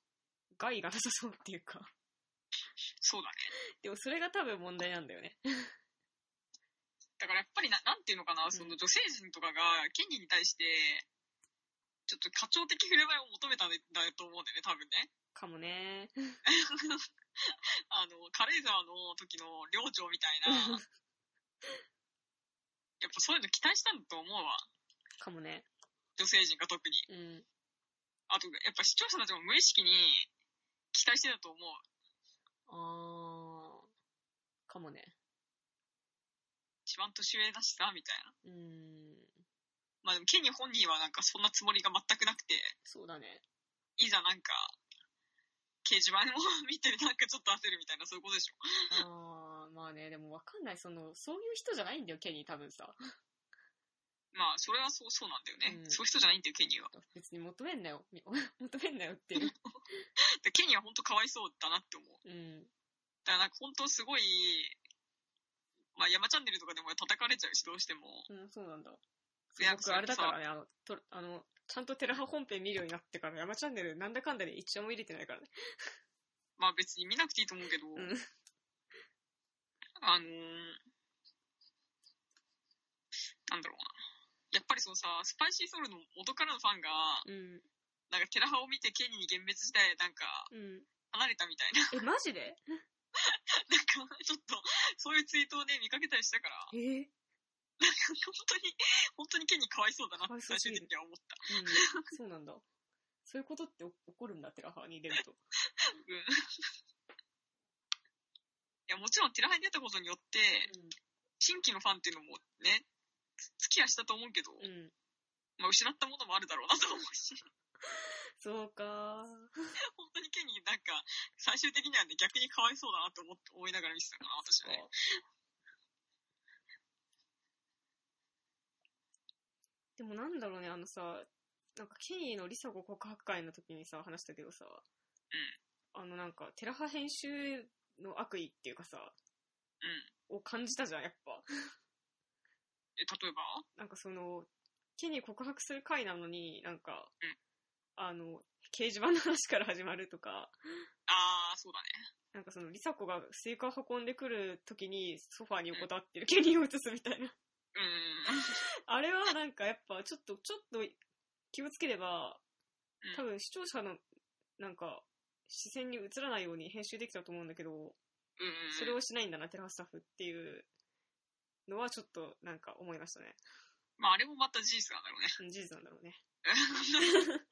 [SPEAKER 2] 害がなさそうっていうか、
[SPEAKER 1] そうだね。
[SPEAKER 2] (laughs) でも、それが多分問題なんだよね。
[SPEAKER 1] だからやっぱりな、なんていうのかな、その女性陣とかが、ケニーに対して、ちょっと課長的振る舞いを求めたんだと思うんだよね、多分ね。
[SPEAKER 2] かもね。
[SPEAKER 1] あの、軽井沢の時の寮長みたい (laughs) な、やっぱそういうの期待したんだと思うわ。
[SPEAKER 2] かもね。
[SPEAKER 1] 女性陣が特に。
[SPEAKER 2] うん。
[SPEAKER 1] あと、やっぱ視聴者たちも無意識に期待してたと思う。
[SPEAKER 2] あー、かもね。
[SPEAKER 1] 一番年上だしさ、みたいな。
[SPEAKER 2] うーん、
[SPEAKER 1] まあでも、ケニー本人はなんかそんなつもりが全くなくて、
[SPEAKER 2] そうだね。
[SPEAKER 1] いざなんか、掲示板を見てなんかちょっと焦るみたいな、そういうことでしょ。
[SPEAKER 2] あー、まあね、でもわかんない。その、そういう人じゃないんだよ、ケニー多分さ。
[SPEAKER 1] まあ、それはそう、そうなんだよね。
[SPEAKER 2] うん
[SPEAKER 1] そういう人じゃないんだよ、ケニーは。
[SPEAKER 2] (laughs) 別に求めんなよ。み求めんなよっていう。
[SPEAKER 1] でケニア本当かわいそうだなって思う。
[SPEAKER 2] うん。
[SPEAKER 1] だからなんか本当すごい、まあ山チャンネルとかでも叩かれちゃうし、どうしても。
[SPEAKER 2] うん、そうなんだ。
[SPEAKER 1] いやそ
[SPEAKER 2] 僕、
[SPEAKER 1] れ
[SPEAKER 2] あれだからね、あの、とあの、ちゃんとテラハ本編見るようになってから、山チャンネルなんだかんだで一応も入れてないからね。
[SPEAKER 1] まあ別に見なくていいと思うけど、
[SPEAKER 2] ん
[SPEAKER 1] あのーなんだろうな。やっぱりそのさ、スパイシーソウルの元からのファンが、
[SPEAKER 2] うん。
[SPEAKER 1] なんかテラハを見てケニーに幻滅して、なんか
[SPEAKER 2] うん。
[SPEAKER 1] 離れたみたいな、 (laughs)
[SPEAKER 2] え、マジで
[SPEAKER 1] なんかちょっと、そういうツイートをね、見かけたりしたから、
[SPEAKER 2] えー
[SPEAKER 1] 本当に、本当にケニーかわいそうだなって最終的には思った。
[SPEAKER 2] うん。そうなんだ。そういうことって起起こるんだ、テラハに入れると。
[SPEAKER 1] うん。いや、もちろんテラハに出たことによって、新規のファンっていうのもね、つ付き合いしたと思うけど、
[SPEAKER 2] うん。うん。
[SPEAKER 1] まあ失ったものもあるだろうなと思うし、 (laughs)
[SPEAKER 2] そうか
[SPEAKER 1] 本当にケニーなんか、最終的にはね、逆にかわいそうだなと思って思いながら見てたかな、私はね。
[SPEAKER 2] でもなんだろうね、あのさ、なんかケニーのリサ子告白会の時にさ、話したけどさ、あのなんか、テラハ編集の悪意っていうかさ、を感じたじゃん、やっぱ。
[SPEAKER 1] え、例えば
[SPEAKER 2] なんかその、ケニー告白する回なのに、なんか、
[SPEAKER 1] うん
[SPEAKER 2] あの、掲示板の話から始まるとか、
[SPEAKER 1] あー、そうだね。
[SPEAKER 2] なんかその、リサ子がスイカを運んでくる時に、ソファーに横たわってるケニーを映すみたいな。
[SPEAKER 1] うん。
[SPEAKER 2] あれはなんかやっぱ、ちょっと、ちょっと気をつければ
[SPEAKER 1] う、ん
[SPEAKER 2] 多分視聴者の、なんか、視線に映らないように編集できたと思うんだけど、
[SPEAKER 1] うん。
[SPEAKER 2] それをしないんだな、テラハスタッフっていうのはちょっとなんか思いましたね。
[SPEAKER 1] まああれもまた事実なんだろうね。
[SPEAKER 2] うん事実なんだろうね。
[SPEAKER 1] (laughs)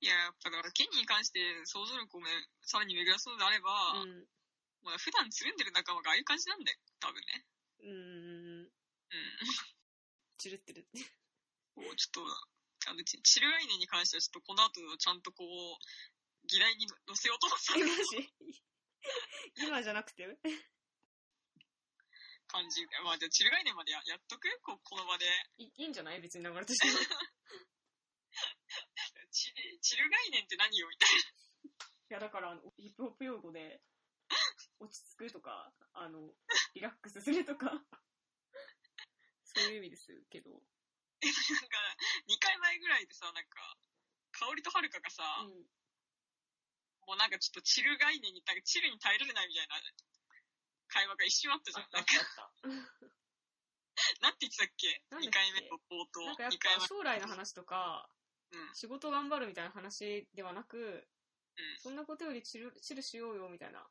[SPEAKER 1] いや、やっぱだから、ケニーに関して想像力をめさらに巡らすのであれば、
[SPEAKER 2] うん。
[SPEAKER 1] まあ普段つるんでる仲間がああいう感じなんだよ、多分ね。
[SPEAKER 2] うーん。チルってる。 (laughs)
[SPEAKER 1] うん。もうちょっと、あの、ちチル概念に関してはちょっとこの後ちゃんとこう、議題に乗せようとす
[SPEAKER 2] え、
[SPEAKER 1] る
[SPEAKER 2] マジ (laughs) 今じゃなくて (laughs)
[SPEAKER 1] 感じ。まあじゃあチル概念までややっとくここの場で。
[SPEAKER 2] いいいんじゃない別に流れとして。い
[SPEAKER 1] チル、チル概念って何よみたい
[SPEAKER 2] や、だから、あのヒップホップ用語で、落ち着くとか、あの、リラックスするとか、そういう意味ですけど。
[SPEAKER 1] な。なんか、2回前ぐらいでさ、なんか、香りとはるかがさ、
[SPEAKER 2] うん。
[SPEAKER 1] もうなんかちょっとチル概念に、なんかチルに耐えられないみたいな会話が一瞬あったじ
[SPEAKER 2] あ
[SPEAKER 1] ゃん
[SPEAKER 2] っ。
[SPEAKER 1] (laughs) なん
[SPEAKER 2] たあっ
[SPEAKER 1] か、
[SPEAKER 2] たあっ
[SPEAKER 1] なんて言ってたっけ
[SPEAKER 2] なんだ
[SPEAKER 1] ?2
[SPEAKER 2] っけ
[SPEAKER 1] 回目の冒頭
[SPEAKER 2] た。。なんかやっ
[SPEAKER 1] 2回
[SPEAKER 2] ぱ、
[SPEAKER 1] 目。
[SPEAKER 2] 将来の話とか、
[SPEAKER 1] うん
[SPEAKER 2] 仕事頑張るみたいな話ではなく、そんなことよりチル、チルしようよみたいな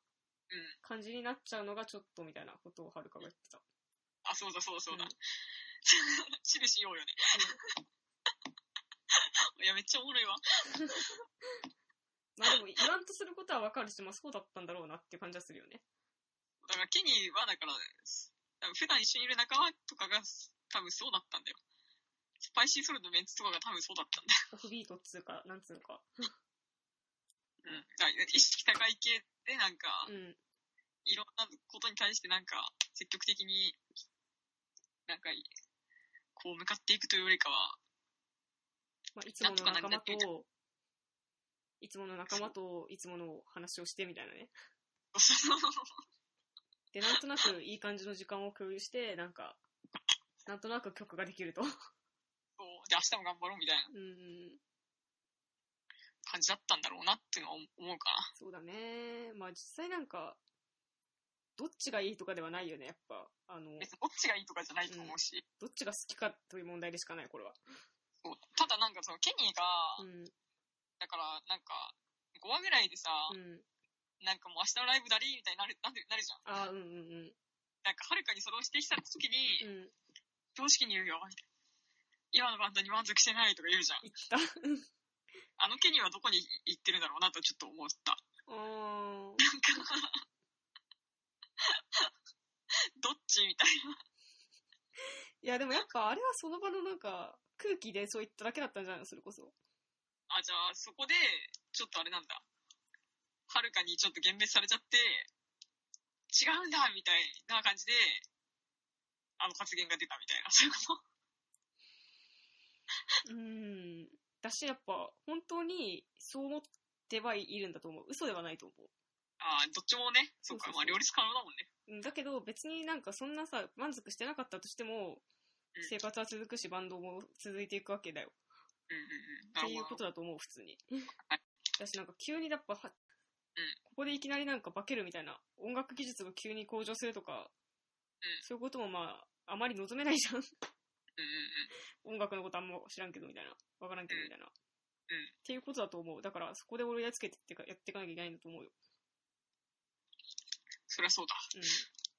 [SPEAKER 2] 感じになっちゃうのがちょっとみたいなことをはるかが言ってた。
[SPEAKER 1] あ、そうだそうだそうだ。
[SPEAKER 2] うん
[SPEAKER 1] (laughs) チルしようよね。 (laughs) いや、めっちゃおもろいわ。
[SPEAKER 2] まあ
[SPEAKER 1] (laughs)
[SPEAKER 2] でも、言わんとすることはわかるし、まあそうだったんだろうなっていう感じはするよね。
[SPEAKER 1] だから、ケニーは、だから、多分普段一緒にいる仲間とかが、多分そうだったんだよ。スパイシーソルのメンツとかが多分そうだったんだよ。
[SPEAKER 2] オフビートっつうか、なんつうのか。
[SPEAKER 1] うん。 (laughs) だから意識高い系で、なんか、
[SPEAKER 2] うん。
[SPEAKER 1] いろんなことに対してなんか、積極的に、なんか、こう向かっていくというよりかは、 (laughs)
[SPEAKER 2] まあ、いつもの仲間と、いつもの仲間と、いつもの話をしてみたいなね。
[SPEAKER 1] そうそうそう
[SPEAKER 2] で、なんとなくいい感じの時間を共有して、なんか、なんとなく曲ができると。
[SPEAKER 1] そうで、明日も頑張ろうみたいな
[SPEAKER 2] うん。
[SPEAKER 1] 感じだったんだろうなっていうのは思うかな。
[SPEAKER 2] そうだね。まあ実際なんか、どっちがいいとかではないよね、やっぱ。あの、
[SPEAKER 1] 別にどっちがいいとかじゃないと思うし、
[SPEAKER 2] どっちが好きかという問題でしかない、これは。
[SPEAKER 1] そうただなんかそのケニーが、
[SPEAKER 2] うん。
[SPEAKER 1] だからなんか、5話ぐらいでさ、
[SPEAKER 2] うん。
[SPEAKER 1] なんかもう明日のライブだりみたいになる、なる、なるじゃん。
[SPEAKER 2] ああ、うんうんうん。
[SPEAKER 1] なんか、はるかにそれを指摘された時
[SPEAKER 2] う
[SPEAKER 1] に、
[SPEAKER 2] ん。
[SPEAKER 1] 正直に言うよ、今のバンドに満足してないとか言うじゃん。
[SPEAKER 2] 言った。
[SPEAKER 1] あのケニーはどこに行ってるんだろうなとちょっと思った。
[SPEAKER 2] あー。
[SPEAKER 1] (laughs) どっちみたいな。
[SPEAKER 2] いや、でもやっぱあれはその場のなんか、空気でそう言っただけだったんじゃないのそれこそ。
[SPEAKER 1] あ、じゃあ、そこで、ちょっとあれなんだ。はるかにちょっと幻滅されちゃって、違うんだみたいな感じで、あの発言が出たみたいな。そういうこと
[SPEAKER 2] うん。だし、やっぱ、本当にそう思ってはいるんだと思う。嘘ではないと思う。
[SPEAKER 1] (laughs) ああ、どっちもね、そうか、
[SPEAKER 2] そう
[SPEAKER 1] ま
[SPEAKER 2] そうそう
[SPEAKER 1] あ両立可能だもんね。
[SPEAKER 2] うんだけど別になんかそんなさ満足してなかったとしても
[SPEAKER 1] うん
[SPEAKER 2] 生活は続くしバンドも続いていくわけだよ
[SPEAKER 1] うん
[SPEAKER 2] っ
[SPEAKER 1] うんうん。なる
[SPEAKER 2] ていう
[SPEAKER 1] ほ
[SPEAKER 2] こと
[SPEAKER 1] ど。
[SPEAKER 2] だと思う普通
[SPEAKER 1] (laughs)
[SPEAKER 2] に
[SPEAKER 1] はい
[SPEAKER 2] 私なんか急にやっぱはここでいきなりなんか化けるみたいな音楽技術が急に向上するとかそういうこともまああまり望めないじゃん
[SPEAKER 1] うんうん
[SPEAKER 2] 音楽のことあんま知らんけどみたいなわからんけどみたいなっていうことだと思うだからそこで俺やっつけてってかやっていかなきゃいけないんだと思う
[SPEAKER 1] う
[SPEAKER 2] よ
[SPEAKER 1] ん。そりゃそうだ。
[SPEAKER 2] うんっ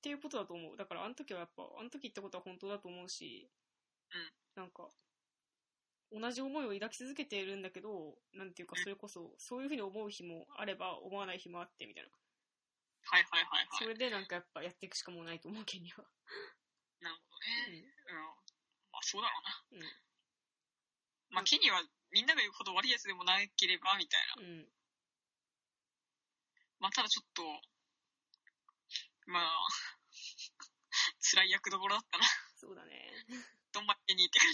[SPEAKER 2] ていうことだと思う。だから、あの時はやっぱ、あの時言ったことは本当だと思うし、なんか、同じ思いを抱き続けているんだけど、なんていうか、それこそ、そういうふうに思う日もあれば、思わない日もあって、みたいな。
[SPEAKER 1] はいはいはいは
[SPEAKER 2] そ
[SPEAKER 1] い。
[SPEAKER 2] れでなんかやっぱやっていくしかもうないと思うけんには。
[SPEAKER 1] なるほどね。うん。まあそうだろうな。
[SPEAKER 2] うん
[SPEAKER 1] まあ木にはみんなが言うほど悪いやつでもなければみたいな。
[SPEAKER 2] うん。うん。
[SPEAKER 1] まあただちょっと、まあ、 (laughs) 辛い役どころだったな。
[SPEAKER 2] そうだね。
[SPEAKER 1] どんまケニーって感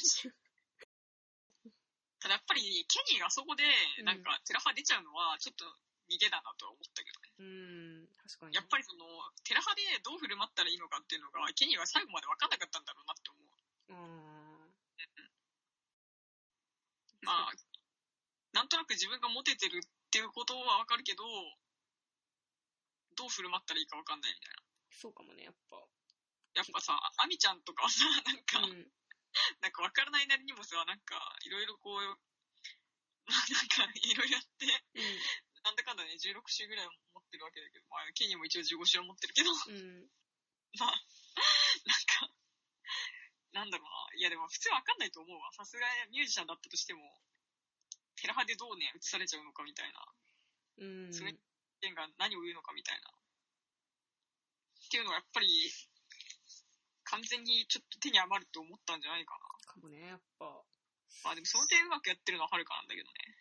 [SPEAKER 2] (laughs)
[SPEAKER 1] じ。ただやっぱりケニーがあそこで
[SPEAKER 2] うん
[SPEAKER 1] なんかテラハ出ちゃうのはちょっと逃げだなとは思ったけどね。
[SPEAKER 2] うん。確かに。
[SPEAKER 1] やっぱりそのテラハでどう振る舞ったらいいのかっていうのがケニーは最後まで分かんなかったんだろうなって思
[SPEAKER 2] (laughs)
[SPEAKER 1] う。
[SPEAKER 2] り。うん。
[SPEAKER 1] まあ、なんとなく自分がモテてるっていうことはわかるけど、どう振る舞ったらいいかわかんないみたい
[SPEAKER 2] そうかもね、やっぱ。
[SPEAKER 1] な。やっぱさ、あアミちゃんとかはさ、なんか、
[SPEAKER 2] うん。
[SPEAKER 1] なんかわからないなりにもさ、なんか、いろいろこう、 (laughs) まあなんか、いろいろやって、なんだかんだね、16週ぐらい持ってるわけだけど、まあ、ケニーも一応15週は持ってるけど、 (laughs)
[SPEAKER 2] うん。うん。
[SPEAKER 1] なんだろうな。いやでも普通わかんないと思うわ。さすがミュージシャンだったとしても、テラハでどうね、映されちゃうのかみたいな。
[SPEAKER 2] うん。
[SPEAKER 1] それ意見が何を言うのかみたいな。っていうのがやっぱり、完全にちょっと手に余ると思ったんじゃないか
[SPEAKER 2] かもね、やっぱ。
[SPEAKER 1] な。まあでもその点うまくやってるのははるかなんだけどね。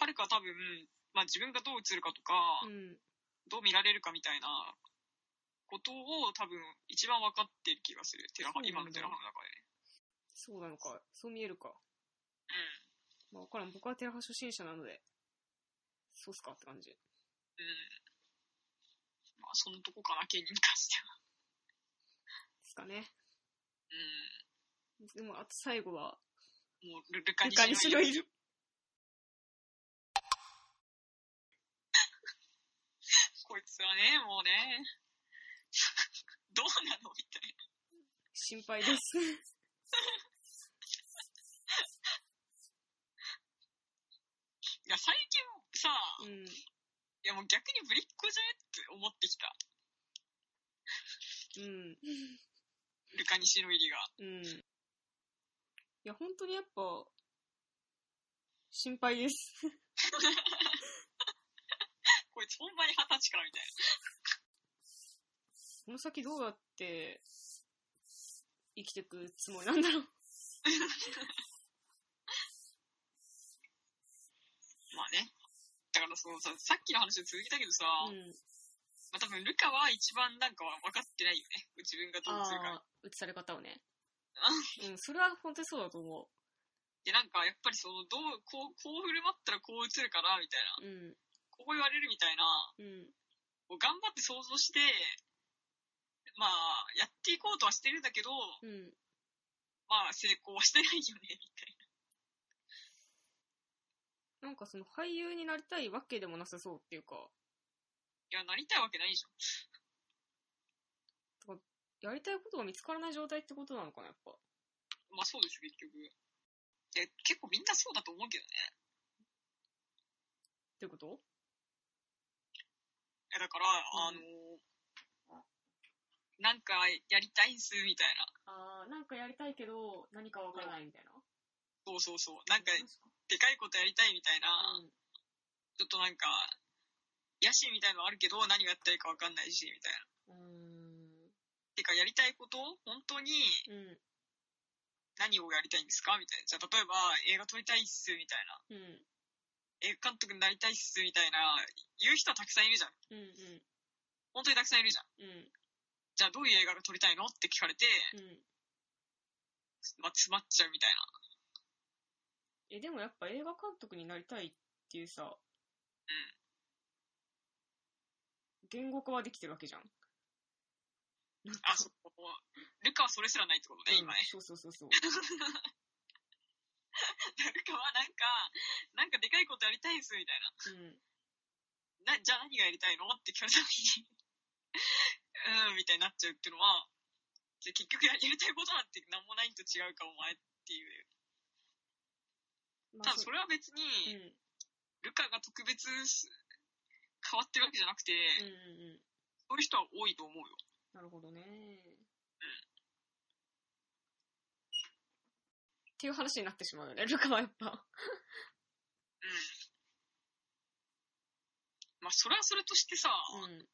[SPEAKER 1] はるかは多分、まあ自分がどう映るかとか、
[SPEAKER 2] うん。
[SPEAKER 1] どう見られるかみたいなことを多分一番分かってる気がする。テラハ
[SPEAKER 2] そうなんだ
[SPEAKER 1] 今のテラハの中でね。
[SPEAKER 2] そうなのか。そう見えるか。
[SPEAKER 1] うん。
[SPEAKER 2] まあ、わからん。僕はテラハ初心者なので、そうっすかって感じ。
[SPEAKER 1] うん。まあそのとこかな、ケニーに関しては。
[SPEAKER 2] ですかね。
[SPEAKER 1] うん。
[SPEAKER 2] でも、あと最後は、
[SPEAKER 1] もうルルカに
[SPEAKER 2] ルカに
[SPEAKER 1] し
[SPEAKER 2] し
[SPEAKER 1] ろ
[SPEAKER 2] ろ
[SPEAKER 1] い
[SPEAKER 2] い
[SPEAKER 1] る
[SPEAKER 2] る。
[SPEAKER 1] (laughs) こいつはね、 (laughs) もうね、どうなのみたいな。
[SPEAKER 2] 心配です。
[SPEAKER 1] いや、最近さ、
[SPEAKER 2] うん。
[SPEAKER 1] いやもう逆にぶりっ子じゃねって思ってきた。
[SPEAKER 2] うん。
[SPEAKER 1] ルカにしろ入りが。
[SPEAKER 2] うん。いや、本当にやっぱ、心配です。
[SPEAKER 1] こいつ本番に二十歳からみたいな。
[SPEAKER 2] この先どうやって、生きてくつもりなんだろう。
[SPEAKER 1] まあね。だからそのさ、さっきの話の続きだけどさ、
[SPEAKER 2] うん。
[SPEAKER 1] まあ多分ルカは一番なんか分かってないよね。自分がどうするか。
[SPEAKER 2] ああ、映され方をね。うん、それは本当にそうだと思
[SPEAKER 1] で、なんかやっぱりその、どう、こう、こう振る舞ったらこう映るから、みたいな。
[SPEAKER 2] う。うん。
[SPEAKER 1] こう言われるみたいな。
[SPEAKER 2] うん。
[SPEAKER 1] こう頑張って想像して、まあ、やっていこうとはしてるんだけど、
[SPEAKER 2] うん。
[SPEAKER 1] まあ、成功はしてないよね、みたい
[SPEAKER 2] なんかその俳優になりたいわけでもなさそうっていうか、
[SPEAKER 1] な。いや、なりたいわけないじゃん。
[SPEAKER 2] やりたいことが見つからない状態ってことなのかな、やっぱ。
[SPEAKER 1] まあ、そうです、結局。いや、結構みんなそうだと思うけどね。
[SPEAKER 2] ってこ
[SPEAKER 1] い
[SPEAKER 2] と
[SPEAKER 1] や、だから、あの、なんか、やりたいんす、みたいな。
[SPEAKER 2] ああ、なんかやりたいけど、何かわ
[SPEAKER 1] からない
[SPEAKER 2] みたいな。
[SPEAKER 1] そうそうそう。なんか、でかいことやりたいみたいな。ちょっとなんか、野心みたいのはあるけど、何をやったらいいかわかんないし、みたいな。
[SPEAKER 2] うん。うん。
[SPEAKER 1] てか、やりたいこと本当に
[SPEAKER 2] うん。
[SPEAKER 1] 何をやりたいんですかみたいな。じゃあ、例えば、映画撮りたいっす、みたいな。
[SPEAKER 2] うん。
[SPEAKER 1] 映画監督になりたいっす、みたいな、言う人はたくさんいるじゃん。
[SPEAKER 2] うん。
[SPEAKER 1] 本当にたくさんいるじゃん。
[SPEAKER 2] うん。うん。
[SPEAKER 1] じゃあ、どういう映画が撮りたいのって聞かれて、
[SPEAKER 2] うん。
[SPEAKER 1] まあ、詰まっちゃうみたいな。
[SPEAKER 2] え、でもやっぱ映画監督になりたいっていうさ、言語化はできてるわけじゃん。なんか
[SPEAKER 1] あ、そう。ルカはそれすらないってことね、
[SPEAKER 2] うん
[SPEAKER 1] 今ね。 (laughs)
[SPEAKER 2] そうそうそうそう。
[SPEAKER 1] ルカはなんか、なんかでかいことやりたいんす、みたいな。
[SPEAKER 2] うん。
[SPEAKER 1] な、じゃあ何がやりたいのって聞かれた時に、うーん、みたいになっちゃうっていうのは、じゃあ結局ややりたいことなんて何もないんと違うか、お前っていう。
[SPEAKER 2] ま
[SPEAKER 1] ただそれは別
[SPEAKER 2] う
[SPEAKER 1] に、
[SPEAKER 2] ん。
[SPEAKER 1] ルカが特別す変わってるわけじゃなくて、
[SPEAKER 2] うんうんうん。
[SPEAKER 1] そういう人は多いと思うよ。
[SPEAKER 2] なるほどね。っていう話になってしまうよね、ルカはやっぱ。
[SPEAKER 1] まあそれはそれとしてさ、
[SPEAKER 2] (laughs) うん。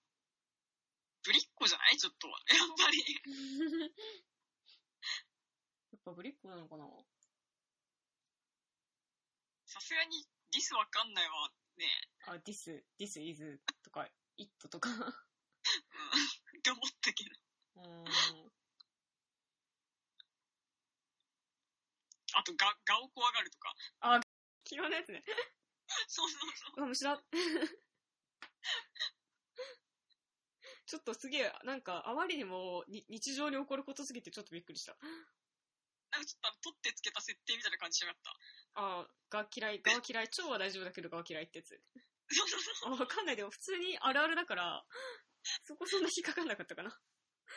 [SPEAKER 1] ぶりっ子じゃないちょっとは。やっぱ
[SPEAKER 2] (laughs)
[SPEAKER 1] り。
[SPEAKER 2] やっぱぶりっ子なのかな
[SPEAKER 1] さすがにディスわかんないわ。ね
[SPEAKER 2] あ、this, this is とか、it とか。 (laughs)
[SPEAKER 1] って思ったけど。
[SPEAKER 2] うーん。
[SPEAKER 1] あと、が、がを怖がるとか。
[SPEAKER 2] 嫌いなやつね。
[SPEAKER 1] そうそうそう。
[SPEAKER 2] うわ、虫だ。 (laughs) ちょっとすげえ、なんか、あまりにもに日常に起こることすぎてちょっとびっくりした。
[SPEAKER 1] なんかちょっとあの、取ってつけた設定みたいな感じしなかった。
[SPEAKER 2] あーが嫌い、が嫌い、腸は大丈夫だけどが嫌いってやつ。
[SPEAKER 1] そうそうそう。
[SPEAKER 2] あわかんない。でも普通にあるあるだから、そこそんな引っかかんなかったかな。
[SPEAKER 1] なんか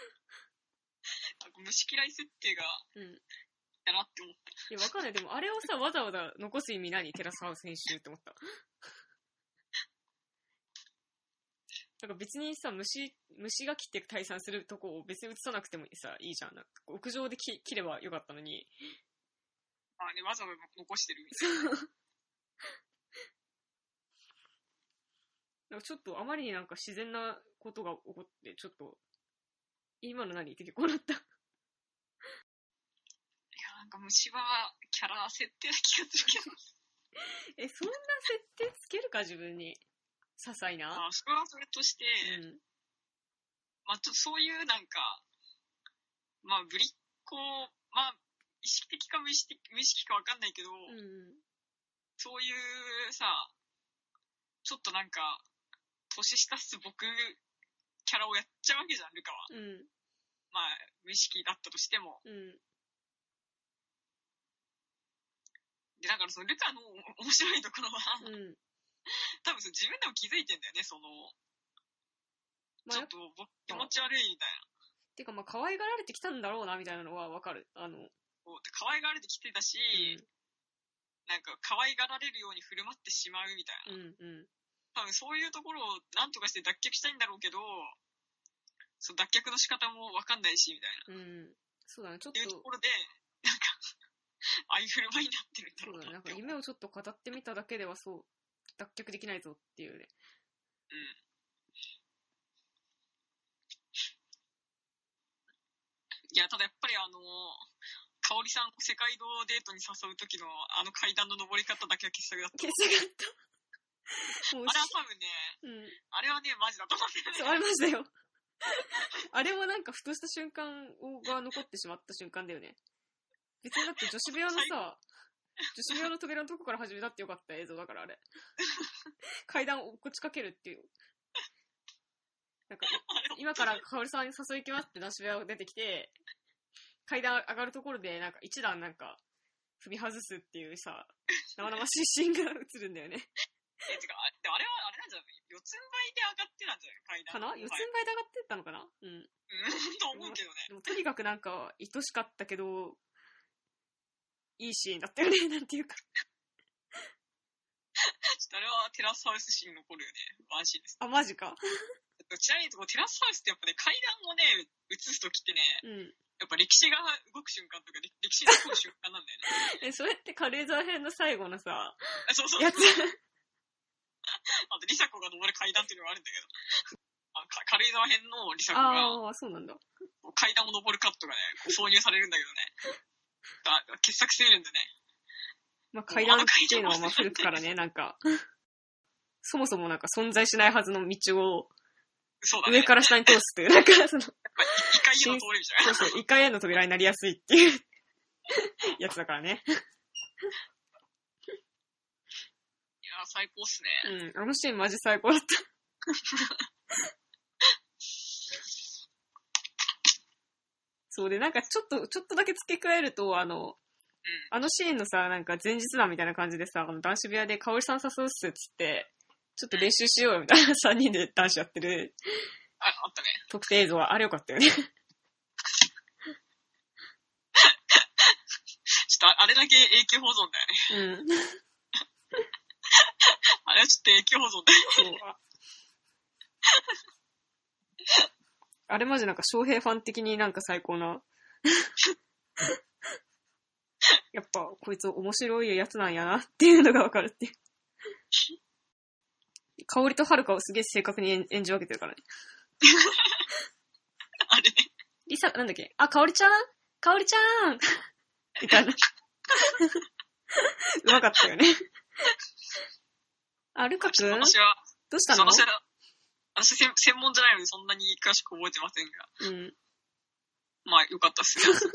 [SPEAKER 1] 虫嫌い設定が、
[SPEAKER 2] うん。
[SPEAKER 1] だなって思った。
[SPEAKER 2] いや、わかんない。でもあれをさ、わざわざ残す意味何テラスハウス編集って思った。なんか別にさ、虫、虫が切って退散するとこを別に映さなくてもさ、いいじゃん。なんか屋上で切切ればよかったのに。
[SPEAKER 1] まあね、わざわざ残してるみたいな。
[SPEAKER 2] なんかちょっとあまりになんか自然なことが起こって、ちょっと、今の何って結構なった。
[SPEAKER 1] いや、なんか虫歯はキャラ設定な気がするけど。
[SPEAKER 2] え、そんな設定つけるか自分に。些細な。
[SPEAKER 1] まあ、それはそれとして、
[SPEAKER 2] うん。
[SPEAKER 1] まあちょっとそういうなんか、まあぶりっ子、まあ意識的か無意識無意識かわかんないけど、
[SPEAKER 2] うん。
[SPEAKER 1] そういうさ、ちょっとなんか、年下っす僕、キャラをやっちゃうわけじゃん、ルカは。
[SPEAKER 2] うん。
[SPEAKER 1] まあ、無意識だったとしても。
[SPEAKER 2] うん。
[SPEAKER 1] で、だからそのルカの面白いところは、
[SPEAKER 2] うん。
[SPEAKER 1] 多分その自分でも気づいてんだよね、その、
[SPEAKER 2] まあ、
[SPEAKER 1] ちょ
[SPEAKER 2] や
[SPEAKER 1] っ
[SPEAKER 2] っ
[SPEAKER 1] と僕気持ち悪いみたいな。
[SPEAKER 2] てかまあ、可愛がられてきたんだろうな、みたいなのはわかる。あの、
[SPEAKER 1] こう可愛がられてきてたし、なんか可愛がられるように振る舞ってしまうみたいな
[SPEAKER 2] う。ん、うん。
[SPEAKER 1] 多分そういうところをなんとかして脱却したいんだろうけど、その脱却の仕方もわかんないし、みたいな。
[SPEAKER 2] うん。そうだね、ちょ
[SPEAKER 1] っ
[SPEAKER 2] っ
[SPEAKER 1] ていうと
[SPEAKER 2] と、
[SPEAKER 1] ころで、なんか、ああいう振る舞いになってるんだ
[SPEAKER 2] そ
[SPEAKER 1] ろ
[SPEAKER 2] う
[SPEAKER 1] う
[SPEAKER 2] だね、
[SPEAKER 1] な
[SPEAKER 2] なん
[SPEAKER 1] って
[SPEAKER 2] か
[SPEAKER 1] 思う。
[SPEAKER 2] 夢をちょっと語ってみただけではそう、脱却できないぞっていうね。
[SPEAKER 1] いや、ただやっぱりあの、かおりさんを世界道デートに誘う時のあの階段の登り方だけは傑作だった。
[SPEAKER 2] (laughs) 消せがった。 (laughs) もう
[SPEAKER 1] あれは多分ね、
[SPEAKER 2] うん。
[SPEAKER 1] あれはね、マジだと思うんだよね。
[SPEAKER 2] (laughs) そう、ありましたよ。あれもなんか、ふとした瞬間が残ってしまった瞬間だよね。別にだって女子部屋のさ、女子部屋の扉のとこから始めたってよかった映像だから、あれ。階段をこっちかけるっていう。なんか、今からかおりさんに誘い行きますって女子部屋を出てきて、階段上がるところで、なんか一段なんか、踏み外すっていうさ、生々しいシーンが映るんだよね。
[SPEAKER 1] えてか、あでもあれはあれなんじゃない四つん這いで上がってなんじゃない階
[SPEAKER 2] か
[SPEAKER 1] 段。
[SPEAKER 2] な四つん這いで上がってったのかなうん。
[SPEAKER 1] はいうん、と思うけどね。
[SPEAKER 2] でもとにかくなんか、愛しかったけど、いいシーンだったよね、 (laughs) なんていうか。
[SPEAKER 1] ちょっとあれはテラスハウスシーン残るよね。ワンシーンです。
[SPEAKER 2] あ、マジか。
[SPEAKER 1] ちなみにこうテラスハウスってやっぱね、階段をね、映すときってね、
[SPEAKER 2] うん。
[SPEAKER 1] やっぱ歴史が動く瞬間とか、歴史が動く瞬間なんだよね。 (laughs)
[SPEAKER 2] え、それって軽井沢編の最後のさ、
[SPEAKER 1] あそうそうそう。
[SPEAKER 2] やつ。
[SPEAKER 1] あと、リサ子が登る階段っていうのがあるんだけど。あのか軽井沢編のリサ子が
[SPEAKER 2] ああ、そうなんだ。
[SPEAKER 1] こう階段を登るカットがね、こう挿入されるんだけどね。あ傑作すぎるんでね。
[SPEAKER 2] まあ、階段っていうのはまあ古くからね、なんか、 (laughs) そもそもなんか存在しないはずの道を
[SPEAKER 1] そうだね。
[SPEAKER 2] 上から下に通すという、なんかその、
[SPEAKER 1] 一回家の通りみたいな。
[SPEAKER 2] そうそう、 (laughs) 異界への扉になりやすいっていうやつだからね。
[SPEAKER 1] あ、最高っすね。
[SPEAKER 2] うん、あのシーンマジ最高だった。そうで、なんかちょっと、ちょっとだけ付け加えると、あの、あのシーンのさ、なんか前日談みたいな感じでさ、あの男子部屋で香織さん誘うっすっつって、ちょっと練習しようよみたいな3人で男子やってる
[SPEAKER 1] あ、あったね。
[SPEAKER 2] 特定映像は、あれよかったよね。
[SPEAKER 1] ちょっとああれだけ永久保存だよね。 (laughs)
[SPEAKER 2] うん。
[SPEAKER 1] あれはちょっと永久保存だよ。
[SPEAKER 2] そう。 (laughs) あれマジなんか翔平ファン的になんか最高な。 (laughs) やっぱこいつ面白いやつなんやなっていうのがわかるっていう。香りとはるかをすげえ正確に演演じ分けてるからね。
[SPEAKER 1] (laughs) あれね。
[SPEAKER 2] りさ、なんだっけあ、香りちゃん香りちゃん (laughs) みたいな。 (laughs) うまかった (laughs) よね。あ、ルカ
[SPEAKER 1] ち
[SPEAKER 2] 君
[SPEAKER 1] ょっ
[SPEAKER 2] ど
[SPEAKER 1] と
[SPEAKER 2] う
[SPEAKER 1] 私は、
[SPEAKER 2] した
[SPEAKER 1] そ
[SPEAKER 2] の
[SPEAKER 1] の世代私専専門じゃないのでそんなに詳しく覚えてませんが、
[SPEAKER 2] うん。
[SPEAKER 1] まあよかったっす
[SPEAKER 2] (laughs)
[SPEAKER 1] ね。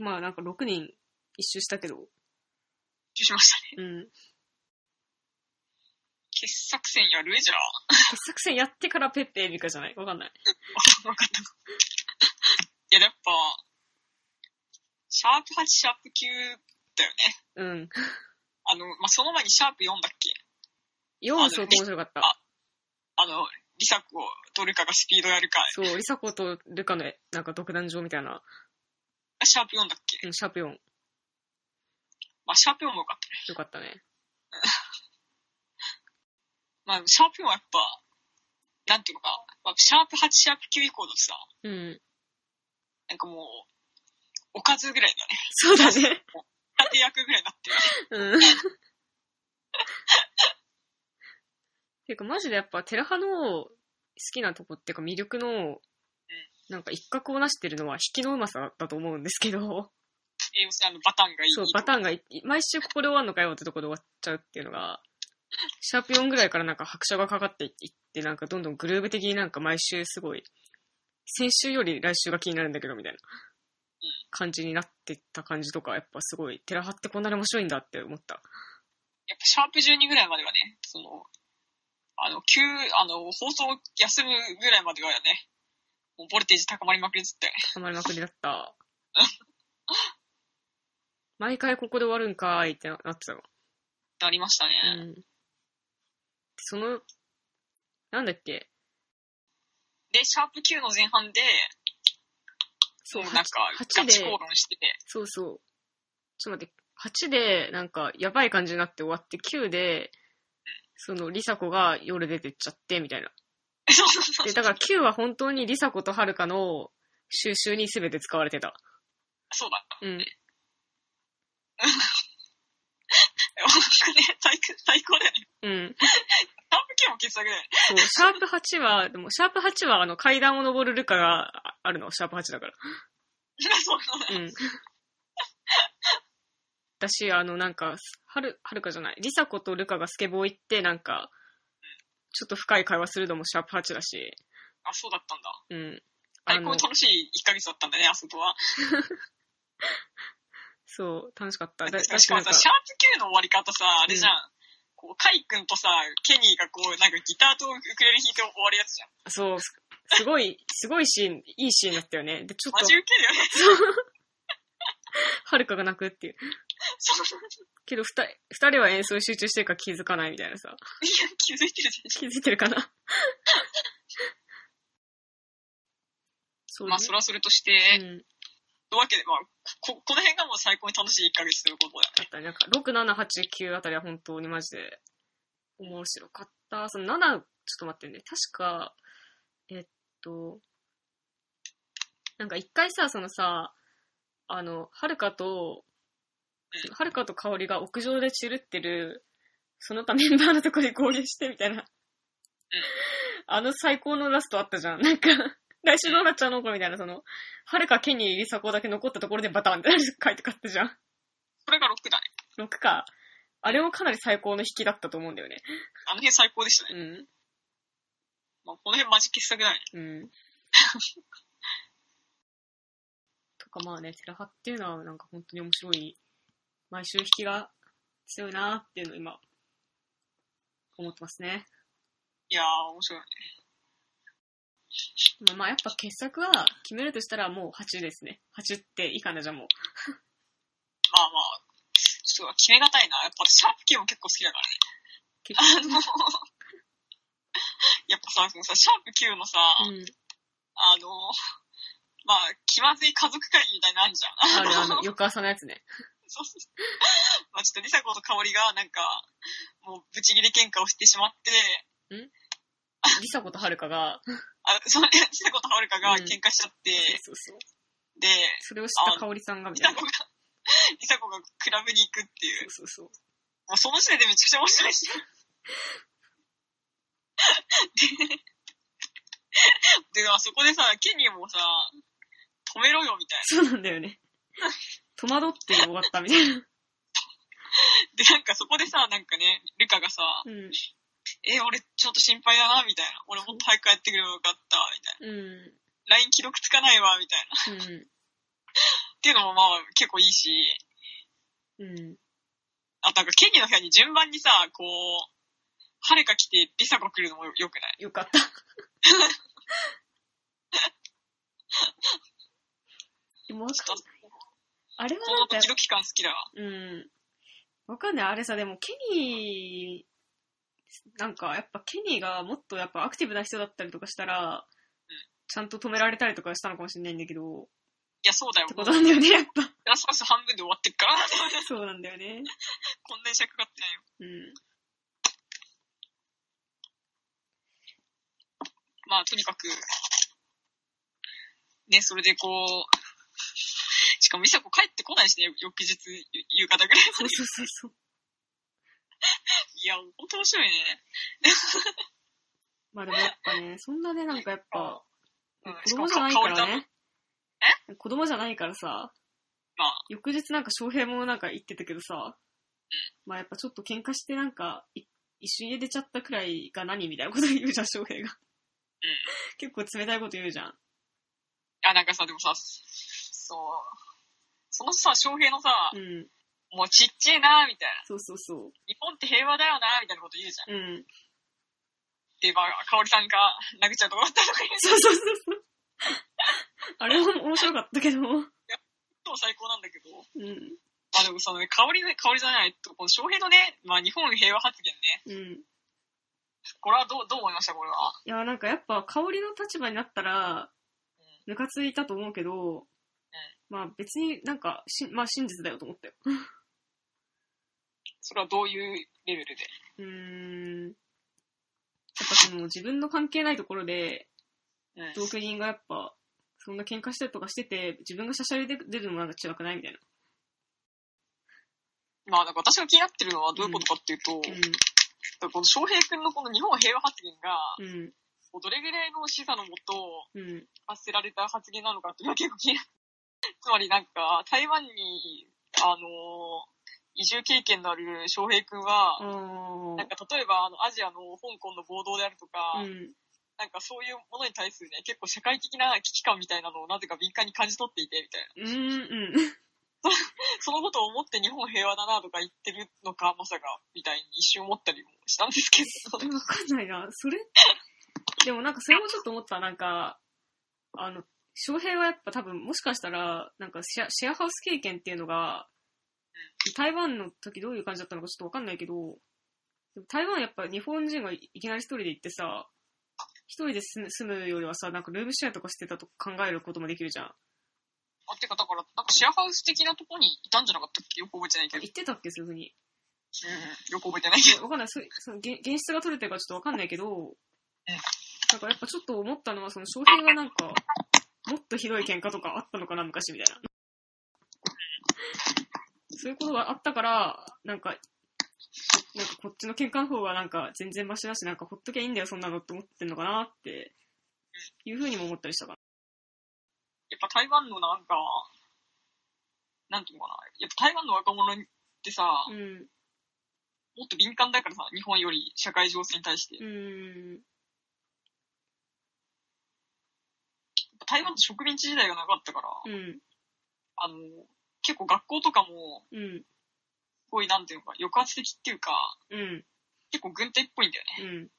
[SPEAKER 2] まあなんか6人一周したけど、
[SPEAKER 1] 受しましたね。
[SPEAKER 2] うん。
[SPEAKER 1] 傑作選やるえじゃん。 (laughs)
[SPEAKER 2] 傑作戦やってからペッペエビカじゃないわかんない。
[SPEAKER 1] わかった。 (laughs) いや、やっぱ、シャープ8、シャープ9だよね。
[SPEAKER 2] うん。
[SPEAKER 1] あの、まあ、その前にシャープ4だっけ
[SPEAKER 2] 4すごく面白かった。
[SPEAKER 1] あの、リサ子を取るかがスピードやるか、
[SPEAKER 2] そう、リサ子とルカのなんか独壇場みたいな、
[SPEAKER 1] シャープ4だっけ
[SPEAKER 2] うん、シャープ4、よ
[SPEAKER 1] まあ、シャープ4もよかったね。
[SPEAKER 2] かったね。
[SPEAKER 1] まあ、シャープ4はやっぱ、なんていうのか、まあ、シャープ8、シャープ9以降のさ、
[SPEAKER 2] うん。
[SPEAKER 1] なんかもう、おかずぐらいだね。 (laughs)
[SPEAKER 2] そうだね。
[SPEAKER 1] 縦役ぐらいになってる。
[SPEAKER 2] (laughs) うん。てか、マジでやっぱ、テラハの好きなとこっていうか魅力の、なんか一角をなしてるのは引きのうまさだと思うんですけど、
[SPEAKER 1] え要するにあの、バタンがいい。
[SPEAKER 2] そう、パターンがい、毎週ここで終わんのかよってとこで終わっちゃうっていうのが、シャープ4ぐらいからなんか拍車がかかっていって、なんかどんどんグルーブ的になんか毎週すごい、先週より来週が気になるんだけどみたいな感じになってった感じとか、やっぱすごい、テラハってこんなに面白いんだって思った。
[SPEAKER 1] やっぱシャープ12ぐらいまではね、その、あの、急、あの、放送休むぐらいまではね、もうボルテージ高まりまくりつって、
[SPEAKER 2] ハマりまくりだった。毎回ここで終わるんかーいってななってたの。
[SPEAKER 1] なりました
[SPEAKER 2] う
[SPEAKER 1] ね。
[SPEAKER 2] ん。その、なんだっけ
[SPEAKER 1] で、シャープ9の前半で、
[SPEAKER 2] そう、
[SPEAKER 1] もうなんか、
[SPEAKER 2] 8
[SPEAKER 1] ガ
[SPEAKER 2] で
[SPEAKER 1] チ口論してて、 (laughs)
[SPEAKER 2] そうそう。ちょっと待って、8で、なんか、やばい感じになって終わって、9で、その、リサ子が夜出てっちゃって、みたいな。
[SPEAKER 1] そうそうそう
[SPEAKER 2] で、だから9は本当にリサ子とはるかの収集に全て使われてた。
[SPEAKER 1] そうだった。 (laughs)
[SPEAKER 2] うん。
[SPEAKER 1] 音楽ね、最高最高だよね。
[SPEAKER 2] うん。
[SPEAKER 1] シャープ9も傑 (laughs) 作だよね。
[SPEAKER 2] そう、シャープ8は、でも、シャープ8は、あの、階段を登るルカがああるの、シャープ8だから。
[SPEAKER 1] そうそうそう
[SPEAKER 2] うん。だし、あの、なんか、はる、はるかじゃない。リサ子とルカがスケボー行って、なんか、ちょっと深い会話するのもシャープ8だし、
[SPEAKER 1] あ、そうだったんだ。
[SPEAKER 2] うん。あ
[SPEAKER 1] 最
[SPEAKER 2] の
[SPEAKER 1] 高に、楽しい1ヶ月だったんだね、あそこは。
[SPEAKER 2] そう、楽しかった。だだ
[SPEAKER 1] し
[SPEAKER 2] し
[SPEAKER 1] か
[SPEAKER 2] な
[SPEAKER 1] も
[SPEAKER 2] ん
[SPEAKER 1] さ、
[SPEAKER 2] か、
[SPEAKER 1] シャープ9の終わり方さ、あれじゃん。こう、カイ君とさ、ケニーがこう、なんかギターとウクレレ弾いて終わるやつじゃん。
[SPEAKER 2] そう、すすごい、すごいシーン、いいシーンだったよね。で、ちょっ
[SPEAKER 1] マ
[SPEAKER 2] と
[SPEAKER 1] ジ、
[SPEAKER 2] (laughs)
[SPEAKER 1] ウケるよね。 (laughs)
[SPEAKER 2] はるかが泣くっていう。
[SPEAKER 1] そうそうそう
[SPEAKER 2] けど、二人、二人は演奏に集中してるから気づかないみたいなさ。
[SPEAKER 1] いや、気づいてるでし
[SPEAKER 2] 気づいて
[SPEAKER 1] (laughs)
[SPEAKER 2] るかなそ
[SPEAKER 1] ょ。
[SPEAKER 2] う、ね。
[SPEAKER 1] まあ、それはそれとして、
[SPEAKER 2] うん。
[SPEAKER 1] というわけで、まあ、こ、この辺がもう最高に楽しい1ヶ月ということだ
[SPEAKER 2] だ
[SPEAKER 1] ね。
[SPEAKER 2] ったね。なんか、6、7、8、9あたりは本当にマジで面白かった。その7、ちょっと待ってね。確か、えっと、なんか一回さ、そのさ、あの、はるかと、はるかと香りが屋上で散るってる、その他メンバーのとこに合流してみたいな。あの最高のラストあったじゃん。なんか、来週どうなっちゃうのかみたいな、その、はるか、ケニー、リサコだけ残ったところでバタンって書いて買ったじゃん。
[SPEAKER 1] これが6だね。
[SPEAKER 2] 6か。あれもかなり最高の引きだったと思うんだよね。
[SPEAKER 1] あの辺最高でしたね。
[SPEAKER 2] うん。
[SPEAKER 1] まあ、この辺マジ傑作だね。
[SPEAKER 2] うん。 (laughs) とかまあね、テラハっていうのはなんか本当に面白い、毎週引きが強いなっていうのを今、思ってますね。
[SPEAKER 1] いやー、面白いね。
[SPEAKER 2] まあ、まあやっぱ傑作は決めるとしたらもう8ですね。8っていいかな、じゃあもう。
[SPEAKER 1] まあまあ、ちょっと決めがたいな。やっぱシャープ系も結構好きだからね。
[SPEAKER 2] 結
[SPEAKER 1] あ
[SPEAKER 2] (laughs)
[SPEAKER 1] の、 (laughs) やっぱさ、そのさ、シャープ Q のさ、
[SPEAKER 2] 構、うん。
[SPEAKER 1] あの、まあ、気まずい家族会議みたいなのあるじゃ
[SPEAKER 2] あ
[SPEAKER 1] ん。
[SPEAKER 2] るあの、翌朝のやつ (laughs) ね。
[SPEAKER 1] そうそうまあちょっと梨紗子と香織がなんか、もうブチギレ喧嘩をしてしまって、
[SPEAKER 2] リサ子とはるかが、
[SPEAKER 1] あその梨紗子と香織が
[SPEAKER 2] うん
[SPEAKER 1] 喧嘩しちゃって、
[SPEAKER 2] そうそう。
[SPEAKER 1] で、
[SPEAKER 2] それを知った香織さんがみ
[SPEAKER 1] 梨
[SPEAKER 2] た
[SPEAKER 1] 紗
[SPEAKER 2] いな
[SPEAKER 1] 子。が、梨紗子がクラブに行くっていう、
[SPEAKER 2] (laughs) そうそうそう。
[SPEAKER 1] もうその時点でめちゃくちゃ面白いし。で、で、 (laughs) あそこでさ、ケニーもさ、止めろよみたい
[SPEAKER 2] (laughs) そうなんだよね。戸惑って終わったみたいな。
[SPEAKER 1] な。で、なんかそこでさ、なんかね、ルカがさ、
[SPEAKER 2] うん。
[SPEAKER 1] え、俺ちょっと心配だな、みたいな。俺もっと早く帰ってくればよかった、みたい
[SPEAKER 2] うん。
[SPEAKER 1] な。LINE 記録つかないわ、みたいな。っていうのもまあ結構いいし、
[SPEAKER 2] うん。うん。
[SPEAKER 1] あとなんかケニーの部屋に順番にさ、こう、はるか来て、リサ子来るのもよくない
[SPEAKER 2] よかった。でもわ
[SPEAKER 1] ち
[SPEAKER 2] か
[SPEAKER 1] ょ
[SPEAKER 2] ん
[SPEAKER 1] っと、
[SPEAKER 2] あれは
[SPEAKER 1] こ
[SPEAKER 2] なん
[SPEAKER 1] の
[SPEAKER 2] か
[SPEAKER 1] ド、キドキ感好きだわ。
[SPEAKER 2] うん。わかんない。あれさ、でもケニー、なんかやっぱケニーがもっとやっぱアクティブな人だったりとかしたら、ちゃんと止められたりとかしたのかもしれないんだけど、っ
[SPEAKER 1] いや、そうだよ。
[SPEAKER 2] てことなんだよね、やっぱ。 (laughs)
[SPEAKER 1] ラスボス半分で終わってっから、
[SPEAKER 2] そうなんだよね。
[SPEAKER 1] こんなに尺かかってないよ。
[SPEAKER 2] うん。
[SPEAKER 1] まあ、とにかく、ね、それでこう、しかも、ミサコ帰ってこないしね、翌日、夕方ぐらいま
[SPEAKER 2] そ
[SPEAKER 1] で
[SPEAKER 2] う。そうそうそう。
[SPEAKER 1] いや、ほんと面白いね。
[SPEAKER 2] まあでもやっぱね、そんなね、なんかやっぱ、
[SPEAKER 1] うん
[SPEAKER 2] 子供じゃないからね。子供じゃないからさ、
[SPEAKER 1] まあ、
[SPEAKER 2] 翌日なんか翔平もなんか言ってたけどさ、まあやっぱちょっと喧嘩してなんか、い一瞬家出ちゃったくらいが何みたいなこと言うじゃん、翔平が。結構冷たいこと言うじゃん。
[SPEAKER 1] あ、なんかさ、でもさ、そう、そのさ、翔平のさ、
[SPEAKER 2] うん。
[SPEAKER 1] もうちっちゃいな、みたいな。
[SPEAKER 2] そうそうそ
[SPEAKER 1] 日本って平和だよな、みたいなこと言うじゃん。
[SPEAKER 2] う。うん。
[SPEAKER 1] で、まあ、かおりさんが、殴っちゃうとこだったとか言う。
[SPEAKER 2] そうそうそうそう。あれも面白かったけど、う
[SPEAKER 1] 超最高なんだけど。
[SPEAKER 2] ん。
[SPEAKER 1] まあでもそのね、かおりね、かおりじゃない、えっと、この翔平のね、まあ日本平和発言ね。
[SPEAKER 2] うん。い
[SPEAKER 1] これはどう、どう思いました、これは。
[SPEAKER 2] や、なんかやっぱ香りの立場になったら、ムカついたと思うけど、まあ別になんかし、まあ真実だよと思ったよ。
[SPEAKER 1] それはどういうレベルで。
[SPEAKER 2] うーん。やっぱその自分の関係ないところで、
[SPEAKER 1] うん。
[SPEAKER 2] 同居人がやっぱ、そんな喧嘩したりとかしてて、自分がシャシャリで出るのもなんか違くないみたいな。
[SPEAKER 1] まあなんか私が気になってるのはどういうことかっていうと、だからこの翔平君のこの日本平和発言が、
[SPEAKER 2] うん、うん、
[SPEAKER 1] こうどれぐらいの示唆のもと
[SPEAKER 2] うん、
[SPEAKER 1] 発せられた発言なのかっていうのは結構気になる。 (laughs) つまりなんか、台湾に、あの移住経験のある翔平君は、
[SPEAKER 2] あ
[SPEAKER 1] なんか例えばあのアジアの香港の暴動であるとか、
[SPEAKER 2] あ、うん、
[SPEAKER 1] なんかそういうものに対するね、結構社会的な危機感みたいなのをなぜか敏感に感じ取っていて、みたいな。
[SPEAKER 2] うん、うん、
[SPEAKER 1] そのことを思って日本平和だなとか言ってるのか、まさか、みたいに一瞬思ったりもしたんですけど。
[SPEAKER 2] わかんないな。それ、でもなんかそれもちょっと思った。なんか、あの、翔平はやっぱ多分もしかしたら、なんかシェアシェアハウス経験っていうのが、台湾の時どういう感じだったのかちょっとわかんないけど、でも台湾はやっぱ日本人がいいきなり一人で行ってさ、一人で住む住むよりはさ、なんかルームシェアとかしてたと考えることもできるじゃん。
[SPEAKER 1] あ、てかだから、なんかシェアハウス的なとこにいたんじゃなかったっけよく覚えてないけど。
[SPEAKER 2] 行ってたっけそういうふうに。
[SPEAKER 1] うん、よく覚えてないけど。
[SPEAKER 2] (laughs) わかんない。そその原原質が取れてるかちょっとわかんないけど、なんかやっぱちょっと思ったのは、その商品がなんか、もっとひどい喧嘩とかあったのかな、昔みたいな。そういうことがあったから、なんか、なんかこっちの喧嘩の方がなんか全然マシだし、なんかほっときゃいいんだよ、そんなのって思ってんのかなって、いうふうにも思ったりしたか
[SPEAKER 1] やっぱ台湾のなんか、なんていうのかな。やっぱ台湾の若者ってさ、
[SPEAKER 2] ら。うん。
[SPEAKER 1] もっと敏感だからさ、日本より社会情勢に対して。や
[SPEAKER 2] う
[SPEAKER 1] っ
[SPEAKER 2] ん。
[SPEAKER 1] ぱ台湾って植民地時代がなかったから、
[SPEAKER 2] うん。
[SPEAKER 1] あの、結構学校とかも、
[SPEAKER 2] うん。
[SPEAKER 1] すごい、なんていうのか、抑圧的っていうか、
[SPEAKER 2] うん。
[SPEAKER 1] 結構軍手っぽいんだよね。
[SPEAKER 2] うん。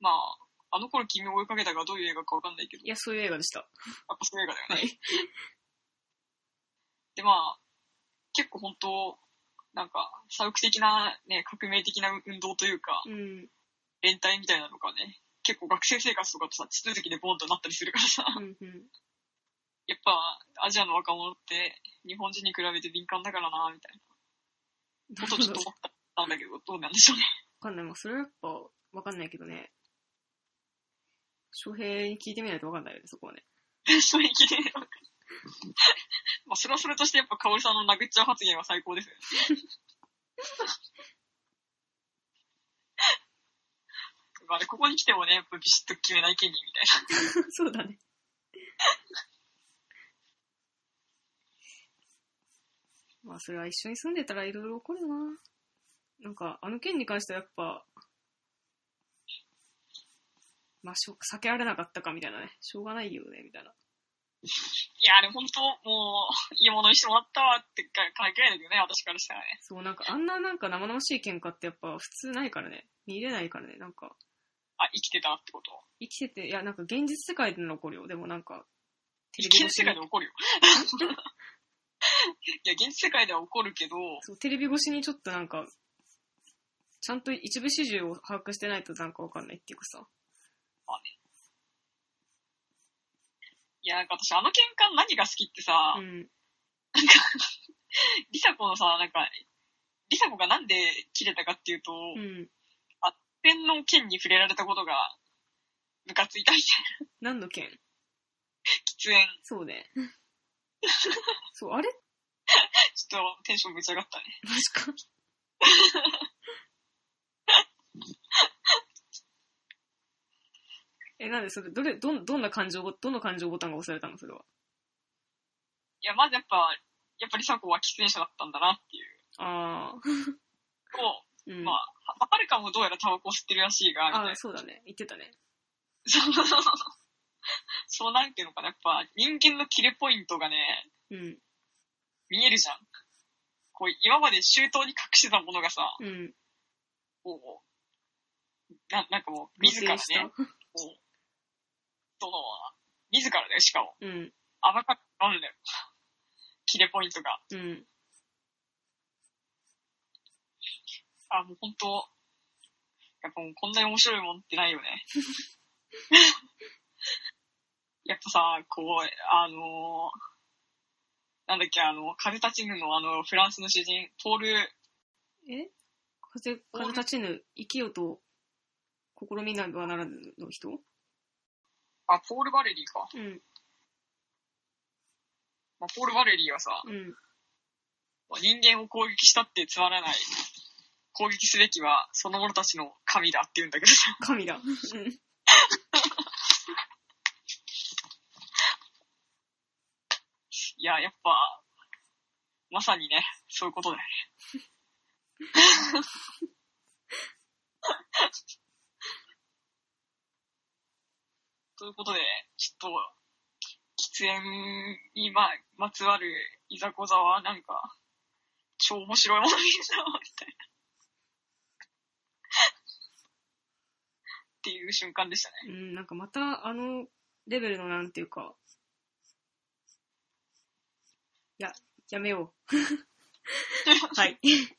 [SPEAKER 1] まあ、あの頃君を追いかけたがどういう映画かわかんないけど、
[SPEAKER 2] いや、そういう映画でした。
[SPEAKER 1] やっぱそういう映画だよね。
[SPEAKER 2] はい。
[SPEAKER 1] で、まあ、結構本当、なんか、左翼的な、ね、革命的な運動というか、
[SPEAKER 2] うん。
[SPEAKER 1] 連帯みたいなのがね、結構学生生活とかとさ、地続きでボンとなったりするからさ、 (laughs)
[SPEAKER 2] うん。 (laughs) うん。
[SPEAKER 1] やっぱアジアの若者って日本人に比べて敏感だからな、みたいなことをちょっと思ったんだけど、どうなんでしょうね。
[SPEAKER 2] わかんない。まあ、それはやっぱ、わかんないけどね。翔平に聞いてみないとわかんないよね、そこはね。 (laughs)
[SPEAKER 1] (laughs) 正直ね。まあ、それはそれとしてやっぱ香織さんの殴っちゃう発言は最高ですよね。 (laughs) まあね、ここに来てもね、やっぱビシッと決めない権利みたいな。
[SPEAKER 2] そうだね。 (laughs) まあ、それは一緒に住んでたらいろいろ起こるよな。なんか、あの件に関してはやっぱ、まあ、しょ避けられなかったかみたいなね。しょうがないよね、みたいな。
[SPEAKER 1] いや、あれ本当もう、いいものにしてもらったわってか、考えだけどね、私からしたらね。
[SPEAKER 2] そう、なんか、あんななんか生々しい喧嘩ってやっぱ普通ないからね。見れないからね、なんか。
[SPEAKER 1] あ、生きてたってこと。
[SPEAKER 2] 生きてて、いや、なんか現実世界での起こるよ。でもなんか、テ
[SPEAKER 1] 現
[SPEAKER 2] レ
[SPEAKER 1] 実
[SPEAKER 2] ビ越し
[SPEAKER 1] 世界
[SPEAKER 2] に
[SPEAKER 1] で、起こるよ。 (laughs) いや、現実世界では起こるけど、
[SPEAKER 2] そう、テレビ越しにちょっとなんか、ちゃんと一部始終を把握してないとなんかわかんないっていうかさ。
[SPEAKER 1] いや、なんか私あの喧嘩の何が好きってさ、
[SPEAKER 2] うん。
[SPEAKER 1] リサ子のさ、なんか、リサ子がなんで切れたかっていうと、
[SPEAKER 2] うん。
[SPEAKER 1] 天皇剣に触れられたことが、ムカついたみたいな、
[SPEAKER 2] 何の件
[SPEAKER 1] 喫煙。
[SPEAKER 2] そ
[SPEAKER 1] (laughs)
[SPEAKER 2] うね。そう、あれ (laughs)
[SPEAKER 1] ちょっとテンションぶち上がったね。
[SPEAKER 2] マジか。え、なんでそれ、どれ、どん、どんな感情ボ、どの感情ボタンが押されたのそれは。
[SPEAKER 1] いや、まずやっぱ、やっぱりサ子は喫煙者だったんだなっていう。
[SPEAKER 2] あ
[SPEAKER 1] こ
[SPEAKER 2] あ。うん。
[SPEAKER 1] まう、ははるかもどうやらタバコ吸ってるらしいが、み
[SPEAKER 2] あ
[SPEAKER 1] た
[SPEAKER 2] あ
[SPEAKER 1] いな。
[SPEAKER 2] そうだね。言ってたね。
[SPEAKER 1] そうそうそう (laughs) そうなんていうのかな、やっぱ人間のキレポイントがね、
[SPEAKER 2] うん。
[SPEAKER 1] 見えるじゃん。こう、今まで周到に隠してたものがさ、
[SPEAKER 2] うん。
[SPEAKER 1] こう、ななんかもう、自ら
[SPEAKER 2] 合成した
[SPEAKER 1] ね、こう、その、自らだよ、しかも。
[SPEAKER 2] うん。
[SPEAKER 1] 甘かったんだよ。キレポイントが。
[SPEAKER 2] うん。
[SPEAKER 1] あ、もう本当やっぱもうこんなに面白いもんってないよね。 (laughs) やっぱさ、こう、あのなんだっけ、あの、風立ちぬのあの、フランスの詩人、ポール、
[SPEAKER 2] え風、風立ちぬ、生きよと、試みながならぬの人
[SPEAKER 1] あ、ポール・バレリーか。
[SPEAKER 2] うん。
[SPEAKER 1] まあ、ポール・バレリーはさ、
[SPEAKER 2] うん。
[SPEAKER 1] 人間を攻撃したってつまらない。攻撃すべきは、その者たちの神だって言うんだけどさ。
[SPEAKER 2] 神だ。うん。
[SPEAKER 1] いや、やっぱ、まさにね、そういうことだよね。ということで、ちょっと、喫煙にままつわるいざこざは、なんか、超面白いものにしたわ、みたいな。っていう瞬間でしたね。
[SPEAKER 2] うん、なんかまた、あの、レベルのなんていうか、いや、やめよう。はい。 (laughs)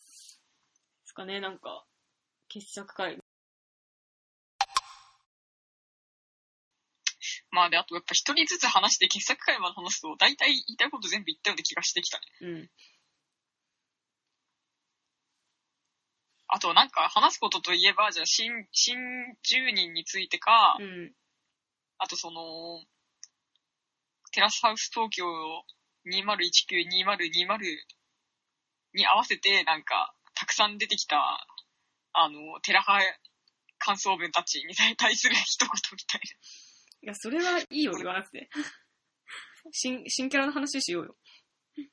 [SPEAKER 2] ですかね、なんか、傑作会。
[SPEAKER 1] まあで、あとやっぱ一人ずつ話して傑作会まで話すと、大体言いたいこと全部言ったような気がしてきたね。
[SPEAKER 2] うん。
[SPEAKER 1] あとなんか話すことといえば、じゃあ新、新住人についてか、
[SPEAKER 2] うん。
[SPEAKER 1] あとその、テラスハウス東京2019-2020に合わせて、なんか、たくさん出てきた、あの、テラハ感想文たちに対する一言みたい
[SPEAKER 2] いや、それはいいよ、言わなく (laughs) て。新、新キャラの話しようよ。
[SPEAKER 1] な。じゃあ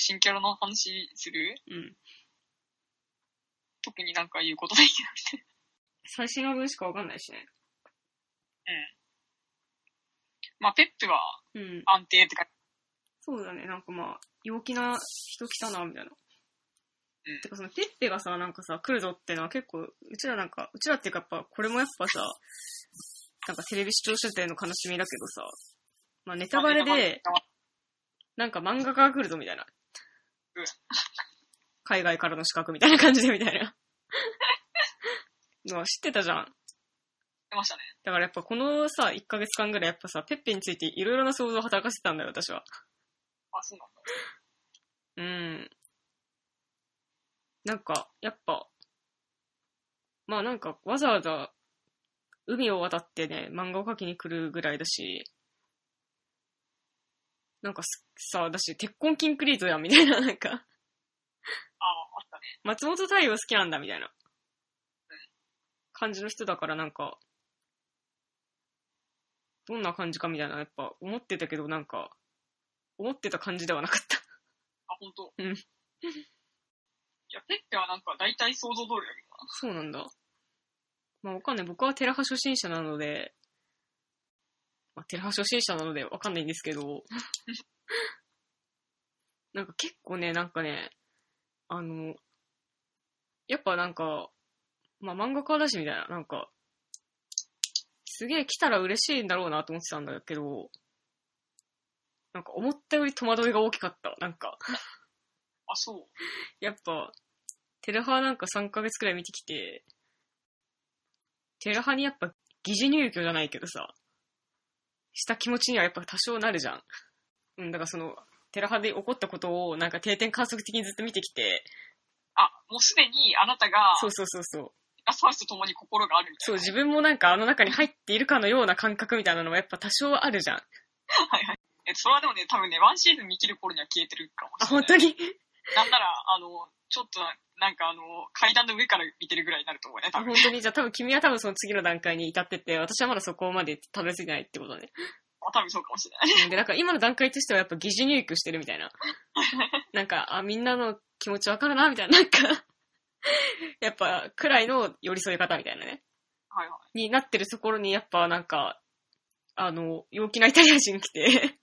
[SPEAKER 1] 新キャラの話する
[SPEAKER 2] うん。
[SPEAKER 1] 特になんか言うことないけどみたいな。
[SPEAKER 2] 最新話分しかわかんないしね。
[SPEAKER 1] まあ、ペップは
[SPEAKER 2] うん。
[SPEAKER 1] 安定って感
[SPEAKER 2] そうだね、なんかまあ、陽気な人来たな、みたいな。
[SPEAKER 1] うん
[SPEAKER 2] てかそのペッペがさ、なんかさ、来るぞってのは結構、うちらなんか、うちらっていうかやっぱ、これもやっぱさ、なんかテレビ視聴者点の悲しみだけどさ、まあネ
[SPEAKER 1] じ。
[SPEAKER 2] タバレ
[SPEAKER 1] まあネ
[SPEAKER 2] で、
[SPEAKER 1] タバレ
[SPEAKER 2] なんか漫画家が来るぞみたいな
[SPEAKER 1] うん。
[SPEAKER 2] 海外からの資格みたいな感じでみたいな。のは知ってたじゃん。
[SPEAKER 1] 出ましたね。
[SPEAKER 2] だからやっぱこのさ、1ヶ月間ぐらいやっぱさ、ペッペについていろいろな想像を働かせてたんだよ、私は。
[SPEAKER 1] あ、そうなんだ。
[SPEAKER 2] うん。なんか、やっぱ、まあなんかわざわざ海を渡ってね、漫画を描きに来るぐらいだし、なんかすさ、だし、鉄痕キンクリートやんみたいな、なんか、
[SPEAKER 1] ああ、あったね。
[SPEAKER 2] 松本太陽好きなんだみたいな感じの人だからなんか、どんな感じかみたいな、やっぱ思ってたけどなんか、思ってた感じではなかった。
[SPEAKER 1] あ、本当。
[SPEAKER 2] うん
[SPEAKER 1] いや、ペッペはなんか大体想像通りだけどな。
[SPEAKER 2] そうなんだ。まあわかんない。僕はテラ派初心者なので、まあ、テラ派初心者なのでわかんないんですけど、 (laughs) なんか結構ね、なんかね、あの、やっぱなんか、まあ漫画家だしみたいな、なんか、すげえ来たら嬉しいんだろうなと思ってたんだけど、なんか思ったより戸惑いが大きかった。なんか、
[SPEAKER 1] あ、そう。
[SPEAKER 2] やっぱ、テラハなんか3ヶ月くらい見てきて、テラハにやっぱ疑似入居じゃないけどさ、した気持ちにはやっぱ多少なるじゃん。うん、だからその、テラハで起こったことをなんか定点観測的にずっと見てきて、
[SPEAKER 1] あ、もうすでにあなたが、
[SPEAKER 2] そうそうそうそう。
[SPEAKER 1] ラスハウスと共に心があるみた
[SPEAKER 2] そ、
[SPEAKER 1] いうな。
[SPEAKER 2] 自分もなんかあの中に入っているかのような感覚みたいなのはやっぱ多少あるじゃん。
[SPEAKER 1] え、それはでもね、多分ね、ワンシーズン見切る頃には消えてるかも
[SPEAKER 2] あ、
[SPEAKER 1] しれ
[SPEAKER 2] 本
[SPEAKER 1] ない。
[SPEAKER 2] 当に
[SPEAKER 1] なんなら、あの、ちょっとな、なんかあの、階段の上から見てるぐらいになると思うね、
[SPEAKER 2] あ、
[SPEAKER 1] 多分。
[SPEAKER 2] 本当 (laughs) に。じゃあ多分君は多分その次の段階に至ってて、私はまだそこまでたどり着いてないってことね。
[SPEAKER 1] あ、多分そうかもしれない。
[SPEAKER 2] うんで、なんか今の段階としてはやっぱ疑似入居してるみたいな。なんか、あ、みんなの気持ちわかるな、みたいな。なんか、やっぱ、くらいの寄り添い方みたいなね。
[SPEAKER 1] はいはい。
[SPEAKER 2] になってるところに、やっぱなんか、あの、陽気なイタリア人来て、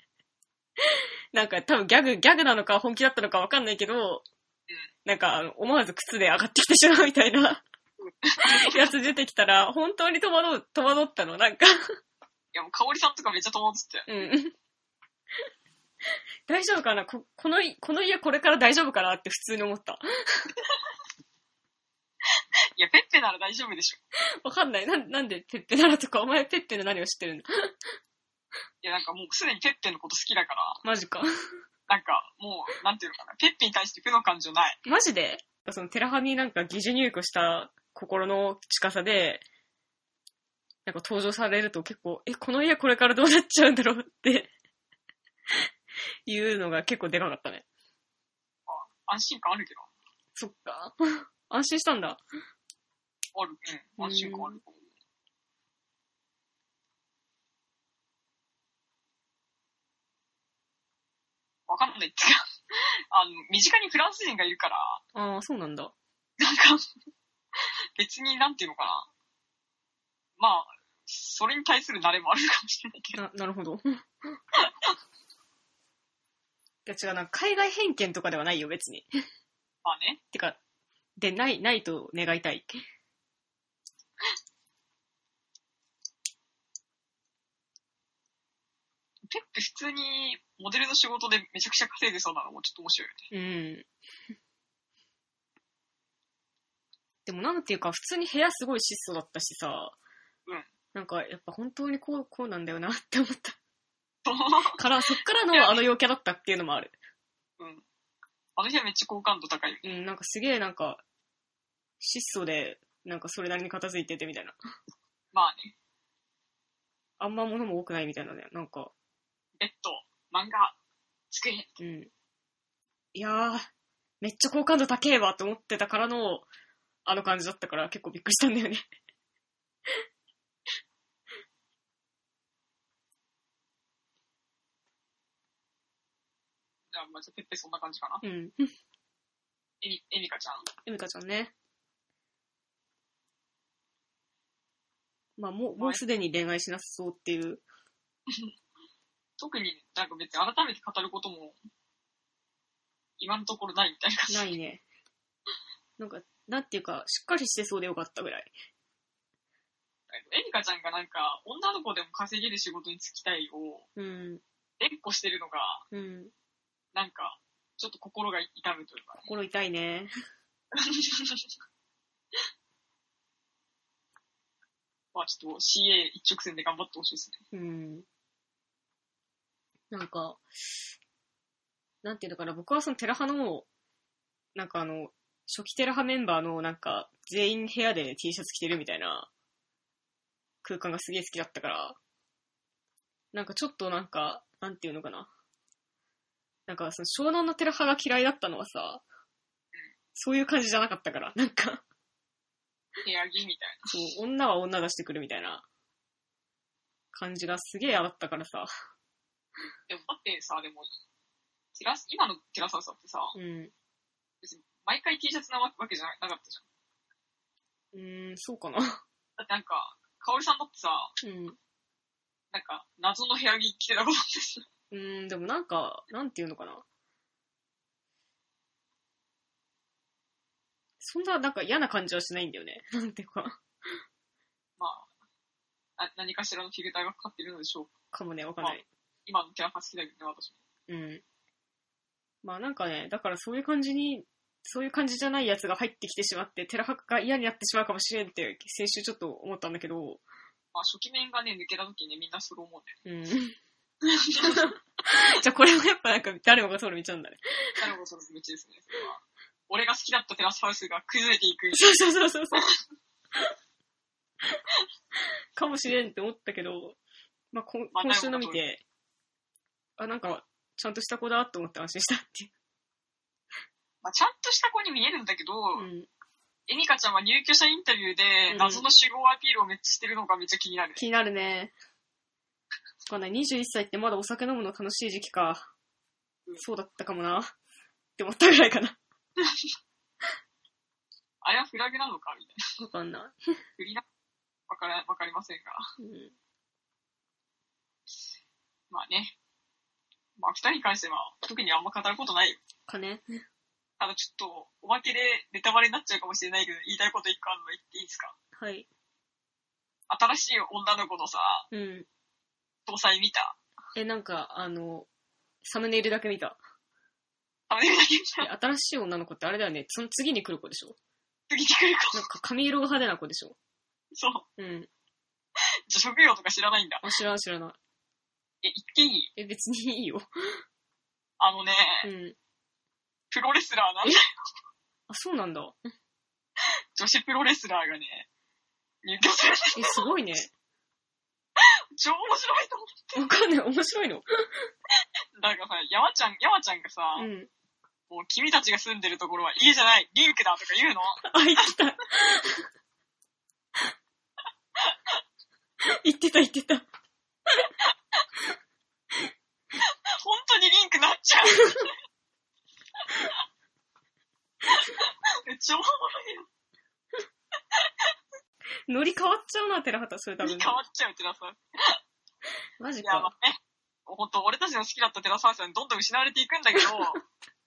[SPEAKER 2] (laughs) なんか多分ギャグ、ギャグなのか本気だったのかわかんないけど、なんかあの思わず靴で上がってきてしまうみたいなやつ出てきたら、本当に戸惑う、戸惑ったの。なんか
[SPEAKER 1] いや、もう、かおりさんとかめっちゃ戸惑ってたよ。
[SPEAKER 2] うん。 (laughs) 大丈夫かなここのい、この家これから大丈夫かなって普通に思った。
[SPEAKER 1] いや、ペッペなら大丈夫でしょ。
[SPEAKER 2] わかんない。なんなんでペッペならとか、お前ペッペの何を知ってるんだ
[SPEAKER 1] いや、なんかもう、すでにペッペのこと好きだから、
[SPEAKER 2] マジか。
[SPEAKER 1] なんか、もう、なんていうのかな、ペッペに対して負の感情ない。
[SPEAKER 2] マジでその、テラハになんか疑似入居した心の近さで、なんか登場されると結構、え、この家これからどうなっちゃうんだろうって、 (laughs) いうのが結構でかかったね。
[SPEAKER 1] 安心感あるけど。
[SPEAKER 2] そっか。安心したんだ。
[SPEAKER 1] ある。うん。安心感ある。わかんないっていうか、 (laughs) あの、身近にフランス人がいるから、
[SPEAKER 2] ああ、そうなんだ。
[SPEAKER 1] なんか、別になんていうのかな。まあ、それに対する慣れもあるかもしれないけど。
[SPEAKER 2] な、なるほど。 (laughs) いや違うな、海外偏見とかではないよ、別に。
[SPEAKER 1] まあね。
[SPEAKER 2] てか、で、ない、ないと願いたい。
[SPEAKER 1] ペップ普通にモデルの仕事でめちゃくちゃ稼いでそうなのもちょっと面白いよね。
[SPEAKER 2] うん。でもなんていうか、普通に部屋すごい質素だったしさ、
[SPEAKER 1] うん
[SPEAKER 2] なんか、やっぱ本当にこう、こうなんだよなって思 (laughs) った。
[SPEAKER 1] と
[SPEAKER 2] から、そっから
[SPEAKER 1] いや
[SPEAKER 2] のあの陽キャだったっていうのもある。
[SPEAKER 1] うん。あの日はめっちゃ好感度高いよね。
[SPEAKER 2] うん、なんかすげえなんか、質素で、なんかそれなりに片付いててみたいな。
[SPEAKER 1] まあね。
[SPEAKER 2] あんま物も多くないみたいなね。なんか、
[SPEAKER 1] ベッド、漫画、机。
[SPEAKER 2] うん。いやー、めっちゃ好感度高えわと思ってたからの、あの感じだったから結構びっくりしたんだよね。
[SPEAKER 1] じゃあ、まあ、じゃあペッペそんな感じかな。
[SPEAKER 2] (laughs) うん。
[SPEAKER 1] エミ、エミカちゃん。
[SPEAKER 2] エミカちゃんね。まあもう、もうすでに恋愛しなさそうっていう。
[SPEAKER 1] 特になんか別に改めて語ることも、今のところないみたいな感じ。
[SPEAKER 2] ないね。なんか、なんていうか、しっかりしてそうでよかったぐらい。
[SPEAKER 1] エリカちゃんがなんか、女の子でも稼げる仕事に就きたいを、
[SPEAKER 2] うん。
[SPEAKER 1] 連呼してるのが、
[SPEAKER 2] うん。
[SPEAKER 1] なんか、ちょっと心が痛むというかね。 (laughs)
[SPEAKER 2] 心痛いね。
[SPEAKER 1] まあちょっと CA 一直線で頑張ってほしいですね。
[SPEAKER 2] うん。なんか、なんていうのかな、僕はそのテラハの、なんかあの、初期テラハメンバーのなんか、全員部屋で T シャツ着てるみたいな空間がすげえ好きだったから、なんかちょっとなんか、なんていうのかな。なんかその湘南のテラハが嫌いだったのはさ、そういう感じじゃなかったから、なんか、
[SPEAKER 1] 部屋着みたいな。
[SPEAKER 2] そう、女は女出してくるみたいな感じがすげえ嫌だったからさ、
[SPEAKER 1] でもだってさ、でも、テラス、今のテラサウスだってさ、
[SPEAKER 2] うん。
[SPEAKER 1] 毎回 T シャツなわけじゃなかったじゃん。
[SPEAKER 2] うーん、そうかな。
[SPEAKER 1] だってなんか、かおりさんだってさ、
[SPEAKER 2] うん。
[SPEAKER 1] なんか、謎の部屋着着てたことです。
[SPEAKER 2] うーん、でもなんか、なんていうのかな。そんな、なんか嫌な感じはしないんだよね。 (laughs) なんていうか、
[SPEAKER 1] (laughs) まあ、あ何かしらのフィルターがかかってるのでしょう。
[SPEAKER 2] かもね、わかんない。
[SPEAKER 1] 今のテラサ好きだけどね、私も。
[SPEAKER 2] うん。まあなんかね、だからそういう感じに、そういう感じじゃないやつが入ってきてしまって、テラハが嫌になってしまうかもしれんって、先週ちょっと思ったんだけど、
[SPEAKER 1] まあ、初期面がね、抜けた時にね、みんなそれ思うんだよね。
[SPEAKER 2] うん。じ (laughs) ゃあこれもやっぱなんか誰もがソウル見ちゃうんだね。
[SPEAKER 1] なるほど、その道ですね、それは。俺が好きだったテラスハウスが崩れていく。
[SPEAKER 2] そうそうそうそうそう。かもしれんって思ったけど、まあ、こん
[SPEAKER 1] まあ
[SPEAKER 2] 今週の見て、あ、なんか、ちゃんとした子だと思って安心したってい
[SPEAKER 1] まあ、ちゃんとした子に見えるんだけど、
[SPEAKER 2] う。うん。
[SPEAKER 1] エニカちゃんは入居者インタビューで
[SPEAKER 2] うん
[SPEAKER 1] 謎の集合アピールをめっちゃしてるのがめっちゃ気になる。
[SPEAKER 2] 気になるね。そっかね、21歳ってまだお酒飲むの楽しい時期か
[SPEAKER 1] う。ん
[SPEAKER 2] そうだったかもな。って思ったぐらいかな。
[SPEAKER 1] あれはフラグなのかみたいな。 (laughs)
[SPEAKER 2] わかんない。
[SPEAKER 1] フリなわから、わかりませんが。
[SPEAKER 2] うん
[SPEAKER 1] まあね。まあ、二人に関しては特にあんま語ることないよ。
[SPEAKER 2] かね。
[SPEAKER 1] ただちょっと、おまけでネタバレになっちゃうかもしれないけど、言いたいこと一個あるの言っていいですか
[SPEAKER 2] はい。
[SPEAKER 1] 新しい女の子のさ、
[SPEAKER 2] うん。
[SPEAKER 1] 搭載見た。
[SPEAKER 2] え、なんか、あの、サムネイルだけ見た。
[SPEAKER 1] あれだ (laughs) け見た
[SPEAKER 2] え新しい女の子ってあれだよね。その次に来る子でしょ
[SPEAKER 1] 次に来るか。
[SPEAKER 2] なんか髪色が派手な子でしょ
[SPEAKER 1] そう。
[SPEAKER 2] うん。
[SPEAKER 1] じゃあ職業とか知らないんだ。
[SPEAKER 2] あ、知らん知らない。
[SPEAKER 1] え、言っていい
[SPEAKER 2] え、別にいいよ。
[SPEAKER 1] あのね、
[SPEAKER 2] うん。
[SPEAKER 1] プロレスラーなんだ
[SPEAKER 2] あ、そうなんだ。
[SPEAKER 1] 女子プロレスラーがね、入居する。 (laughs)
[SPEAKER 2] え、すごいね。 (laughs)
[SPEAKER 1] 超面白いと思って。
[SPEAKER 2] わかんない。面白いの。
[SPEAKER 1] なんかさ、山ちゃん、山ちゃんがさ、
[SPEAKER 2] うん。
[SPEAKER 1] もう君たちが住んでるところは家じゃない、リンクだとか言うの。
[SPEAKER 2] あ、言って (laughs) た。言ってた、言ってた。
[SPEAKER 1] 本当にリンクなっちゃう。超おも
[SPEAKER 2] ノリ変わっちゃうな、寺畑。それ多
[SPEAKER 1] ろい
[SPEAKER 2] 分
[SPEAKER 1] に。変わっちゃうテラサウス。
[SPEAKER 2] マジ
[SPEAKER 1] いや、ま
[SPEAKER 2] か。
[SPEAKER 1] あね。本当俺たちの好きだったテラサウスはどんどん失われていくんだ
[SPEAKER 2] (laughs)
[SPEAKER 1] けど、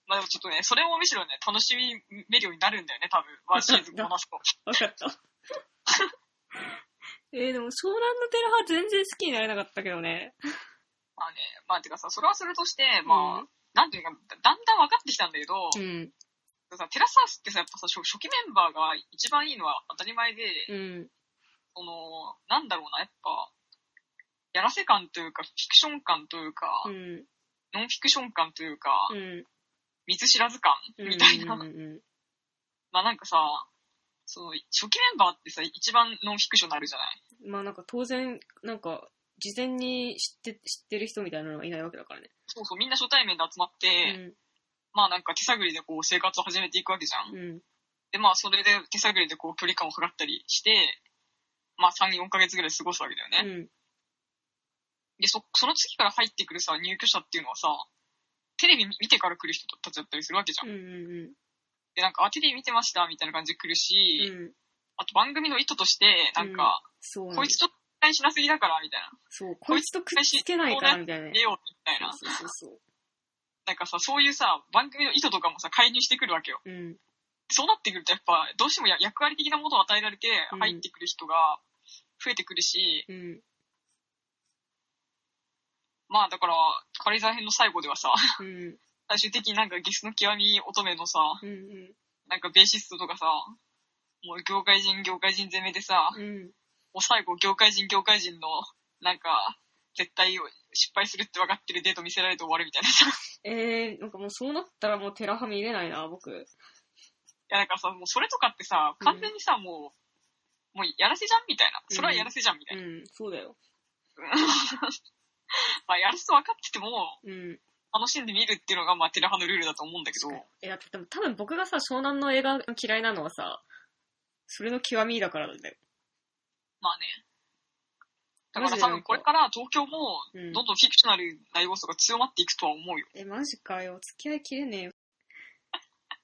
[SPEAKER 1] まあでもちょっとね、それもむしろね、楽しみめるようになるんだよね、多分。まあシーズンこなすと。
[SPEAKER 2] わかった。 (laughs) えー、でも湘南の寺は全然好きになれなかったけどね。
[SPEAKER 1] まあね、まあてかさ、それはそれとして、まあ、なんていうか、だんだん分かってきたんだけど、
[SPEAKER 2] うん。
[SPEAKER 1] さ、テラサウスってさ、やっぱさ、初初期メンバーが一番いいのは当たり前で、
[SPEAKER 2] うん。
[SPEAKER 1] その、なんだろうな、やっぱ、やらせ感というか、フィクション感というか、
[SPEAKER 2] うん。
[SPEAKER 1] ノンフィクション感というか、
[SPEAKER 2] うん。
[SPEAKER 1] 見ず知らず感
[SPEAKER 2] うん。
[SPEAKER 1] みたいな。
[SPEAKER 2] うんうん
[SPEAKER 1] まあなんかさ、その、初期メンバーってさ、一番ノンフィクションになるじゃない
[SPEAKER 2] うん。まあなんか当然、なんか、事前に知って、知ってる人みたいなのはいないわけだからね。
[SPEAKER 1] そうそう、みんな初対面で集まって、まあなんか手探りでこう生活を始めていくわけじゃん。
[SPEAKER 2] うん。うん。
[SPEAKER 1] で、まあそれで手探りでこう距離感を測ったりして、まあ3、4ヶ月ぐらい過ごすわけだよね。
[SPEAKER 2] うん。
[SPEAKER 1] で、そ、その次から入ってくるさ、入居者っていうのはさ、テレビ見てから来る人たちだったりするわけじゃん。
[SPEAKER 2] うんうんうん
[SPEAKER 1] で、なんか、あ、テレビ見てました、みたいな感じで来るし、あと番組の意図として、なんか、
[SPEAKER 2] そうなん
[SPEAKER 1] こいつちょっと期待しなすぎだから、みたいな。
[SPEAKER 2] そう、こいつとくっつけないからみたいなね。
[SPEAKER 1] えよう、みたいな。
[SPEAKER 2] そうそうそう
[SPEAKER 1] なんかさ、そういうさ、番組の意図とかもさ、介入してくるわけよ。
[SPEAKER 2] そう。うん。
[SPEAKER 1] そうなってくると、やっぱ、どうしてもや役割的なものを与えられて
[SPEAKER 2] うん、
[SPEAKER 1] 入ってくる人が増えてくるし、
[SPEAKER 2] うん。
[SPEAKER 1] まあだから、軽井沢編の最後ではさ、 (laughs)
[SPEAKER 2] うん。
[SPEAKER 1] 最終的になんかゲスの極み乙女のさ、
[SPEAKER 2] うん。
[SPEAKER 1] なんかベーシストとかさ、もう業界人業界人攻めでさ、
[SPEAKER 2] うん。うん。
[SPEAKER 1] もう最後業界人業界人の、なんか、絶対失敗するって分かってるデート見せられて終わるみたいな (laughs) さ。い
[SPEAKER 2] えー、なんかもうそうなったらもうテラハ見れないな、僕。
[SPEAKER 1] やだからさ、もうそれとかってさ、完全にさ、もう、もうやらせじゃんみたいな。それはやらせじゃんみた
[SPEAKER 2] う
[SPEAKER 1] いな。
[SPEAKER 2] ん、そうだよ。
[SPEAKER 1] まあやらせと分かってても、
[SPEAKER 2] うん。
[SPEAKER 1] 楽しんで見るっていうのが、まあテラ派のルールだと思うんだけど、
[SPEAKER 2] 確かにえ、だってでも多分僕がさ、湘南の映画嫌いなのはさ、それの極みだからだよ。
[SPEAKER 1] まあね。だ
[SPEAKER 2] マ
[SPEAKER 1] か
[SPEAKER 2] ジ
[SPEAKER 1] ら
[SPEAKER 2] で
[SPEAKER 1] 多
[SPEAKER 2] なん
[SPEAKER 1] 分
[SPEAKER 2] か
[SPEAKER 1] これから東京も、
[SPEAKER 2] うん。
[SPEAKER 1] どんどんフィクショナルな要素が強まっていくとは思うよ。
[SPEAKER 2] え、マジかよ。付き合いきれねえよ。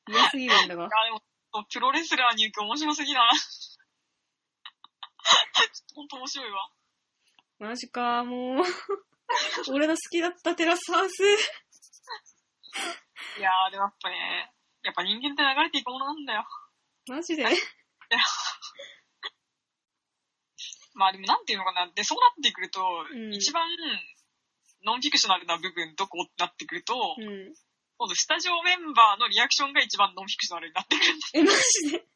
[SPEAKER 2] 嫌すぎるんだが
[SPEAKER 1] (laughs) い。や、でも、プロレスラー入居面白すぎだな。 (laughs) ほんと面白いわ。
[SPEAKER 2] マジか、もう。 (laughs) 俺の好きだったテラスハウス。
[SPEAKER 1] いやー、でもやっぱね、やっぱ人間って流れていくものなんだよ。
[SPEAKER 2] マジで。
[SPEAKER 1] まあでもなんていうのかな。で、そうなってくると、
[SPEAKER 2] ん
[SPEAKER 1] 一番、ノンフィクショナルな部分どこってなってくると、
[SPEAKER 2] うん。
[SPEAKER 1] 今度スタジオメンバーのリアクションが一番ノンフィクショナルになってくるんだ。
[SPEAKER 2] え、マジで。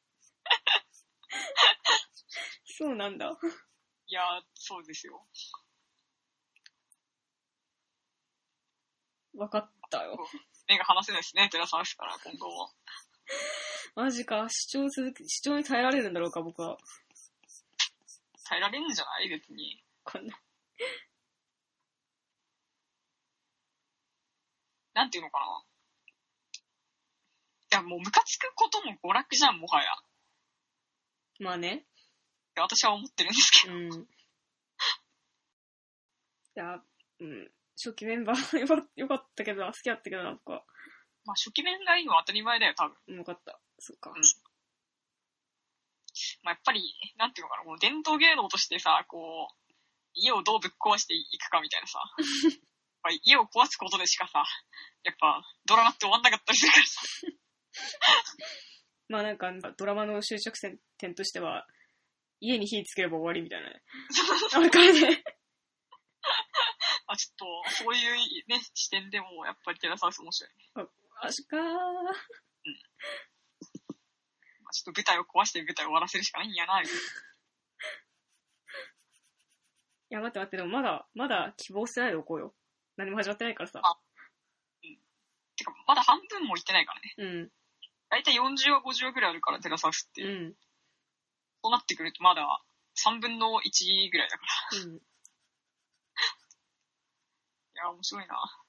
[SPEAKER 2] そうなんだ。
[SPEAKER 1] いやー、そうですよ。
[SPEAKER 2] わかったよ。
[SPEAKER 1] 目が離せないですね、テラサウスから今後も。
[SPEAKER 2] マジか、主張続け、主張に耐えられるんだろうか、僕は。わ
[SPEAKER 1] 耐えられるんじゃない別に。
[SPEAKER 2] かんない。
[SPEAKER 1] なんていうのかな。いや、もうムカつくことも娯楽じゃん、もはや。っ
[SPEAKER 2] まあね。
[SPEAKER 1] て私は思ってるんですけ
[SPEAKER 2] う
[SPEAKER 1] ど。
[SPEAKER 2] ん。いや、うん。初期メンバー (laughs) よか、よかったけどな、好きだったけどな、僕は。
[SPEAKER 1] まあ、初期面がいいのは当たり前だよ、多分。
[SPEAKER 2] うんよかった。そっか。
[SPEAKER 1] まあ、やっぱり、なんていうのかな、この伝統芸能としてさ、こう、家をどうぶっ壊していくかみた
[SPEAKER 2] (laughs)
[SPEAKER 1] いなさ。まあ家を壊すことでしかさ、やっぱドラマって終わんなかったりするからさ。
[SPEAKER 2] まあなんか、ドラマの終着点としては、家に火つければ終わりみたいなね。あれからね。
[SPEAKER 1] まあ、ちょっと、そういうね、視点でも、やっぱりテラサウス面白い。
[SPEAKER 2] マジかー。
[SPEAKER 1] まあ、ちょっと舞台を壊して舞台を終わらせるしかないんやな、みたい
[SPEAKER 2] いや、待って待って、でもまだ、まだ希望してないでおこうよ。何も始まってないからさ。
[SPEAKER 1] あなてか、まだ半分もいってないからね。
[SPEAKER 2] うん。
[SPEAKER 1] だいたい40話、50話ぐらいあるから、テラサウスって。
[SPEAKER 2] うん。うん。
[SPEAKER 1] そうなってくると、まだ3分の1ぐらいだから。いや、面白いな。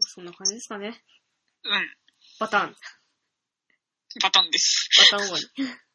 [SPEAKER 2] そんな感じですかね。
[SPEAKER 1] うん。
[SPEAKER 2] パターン。
[SPEAKER 1] パターンです。
[SPEAKER 2] パターン終わり。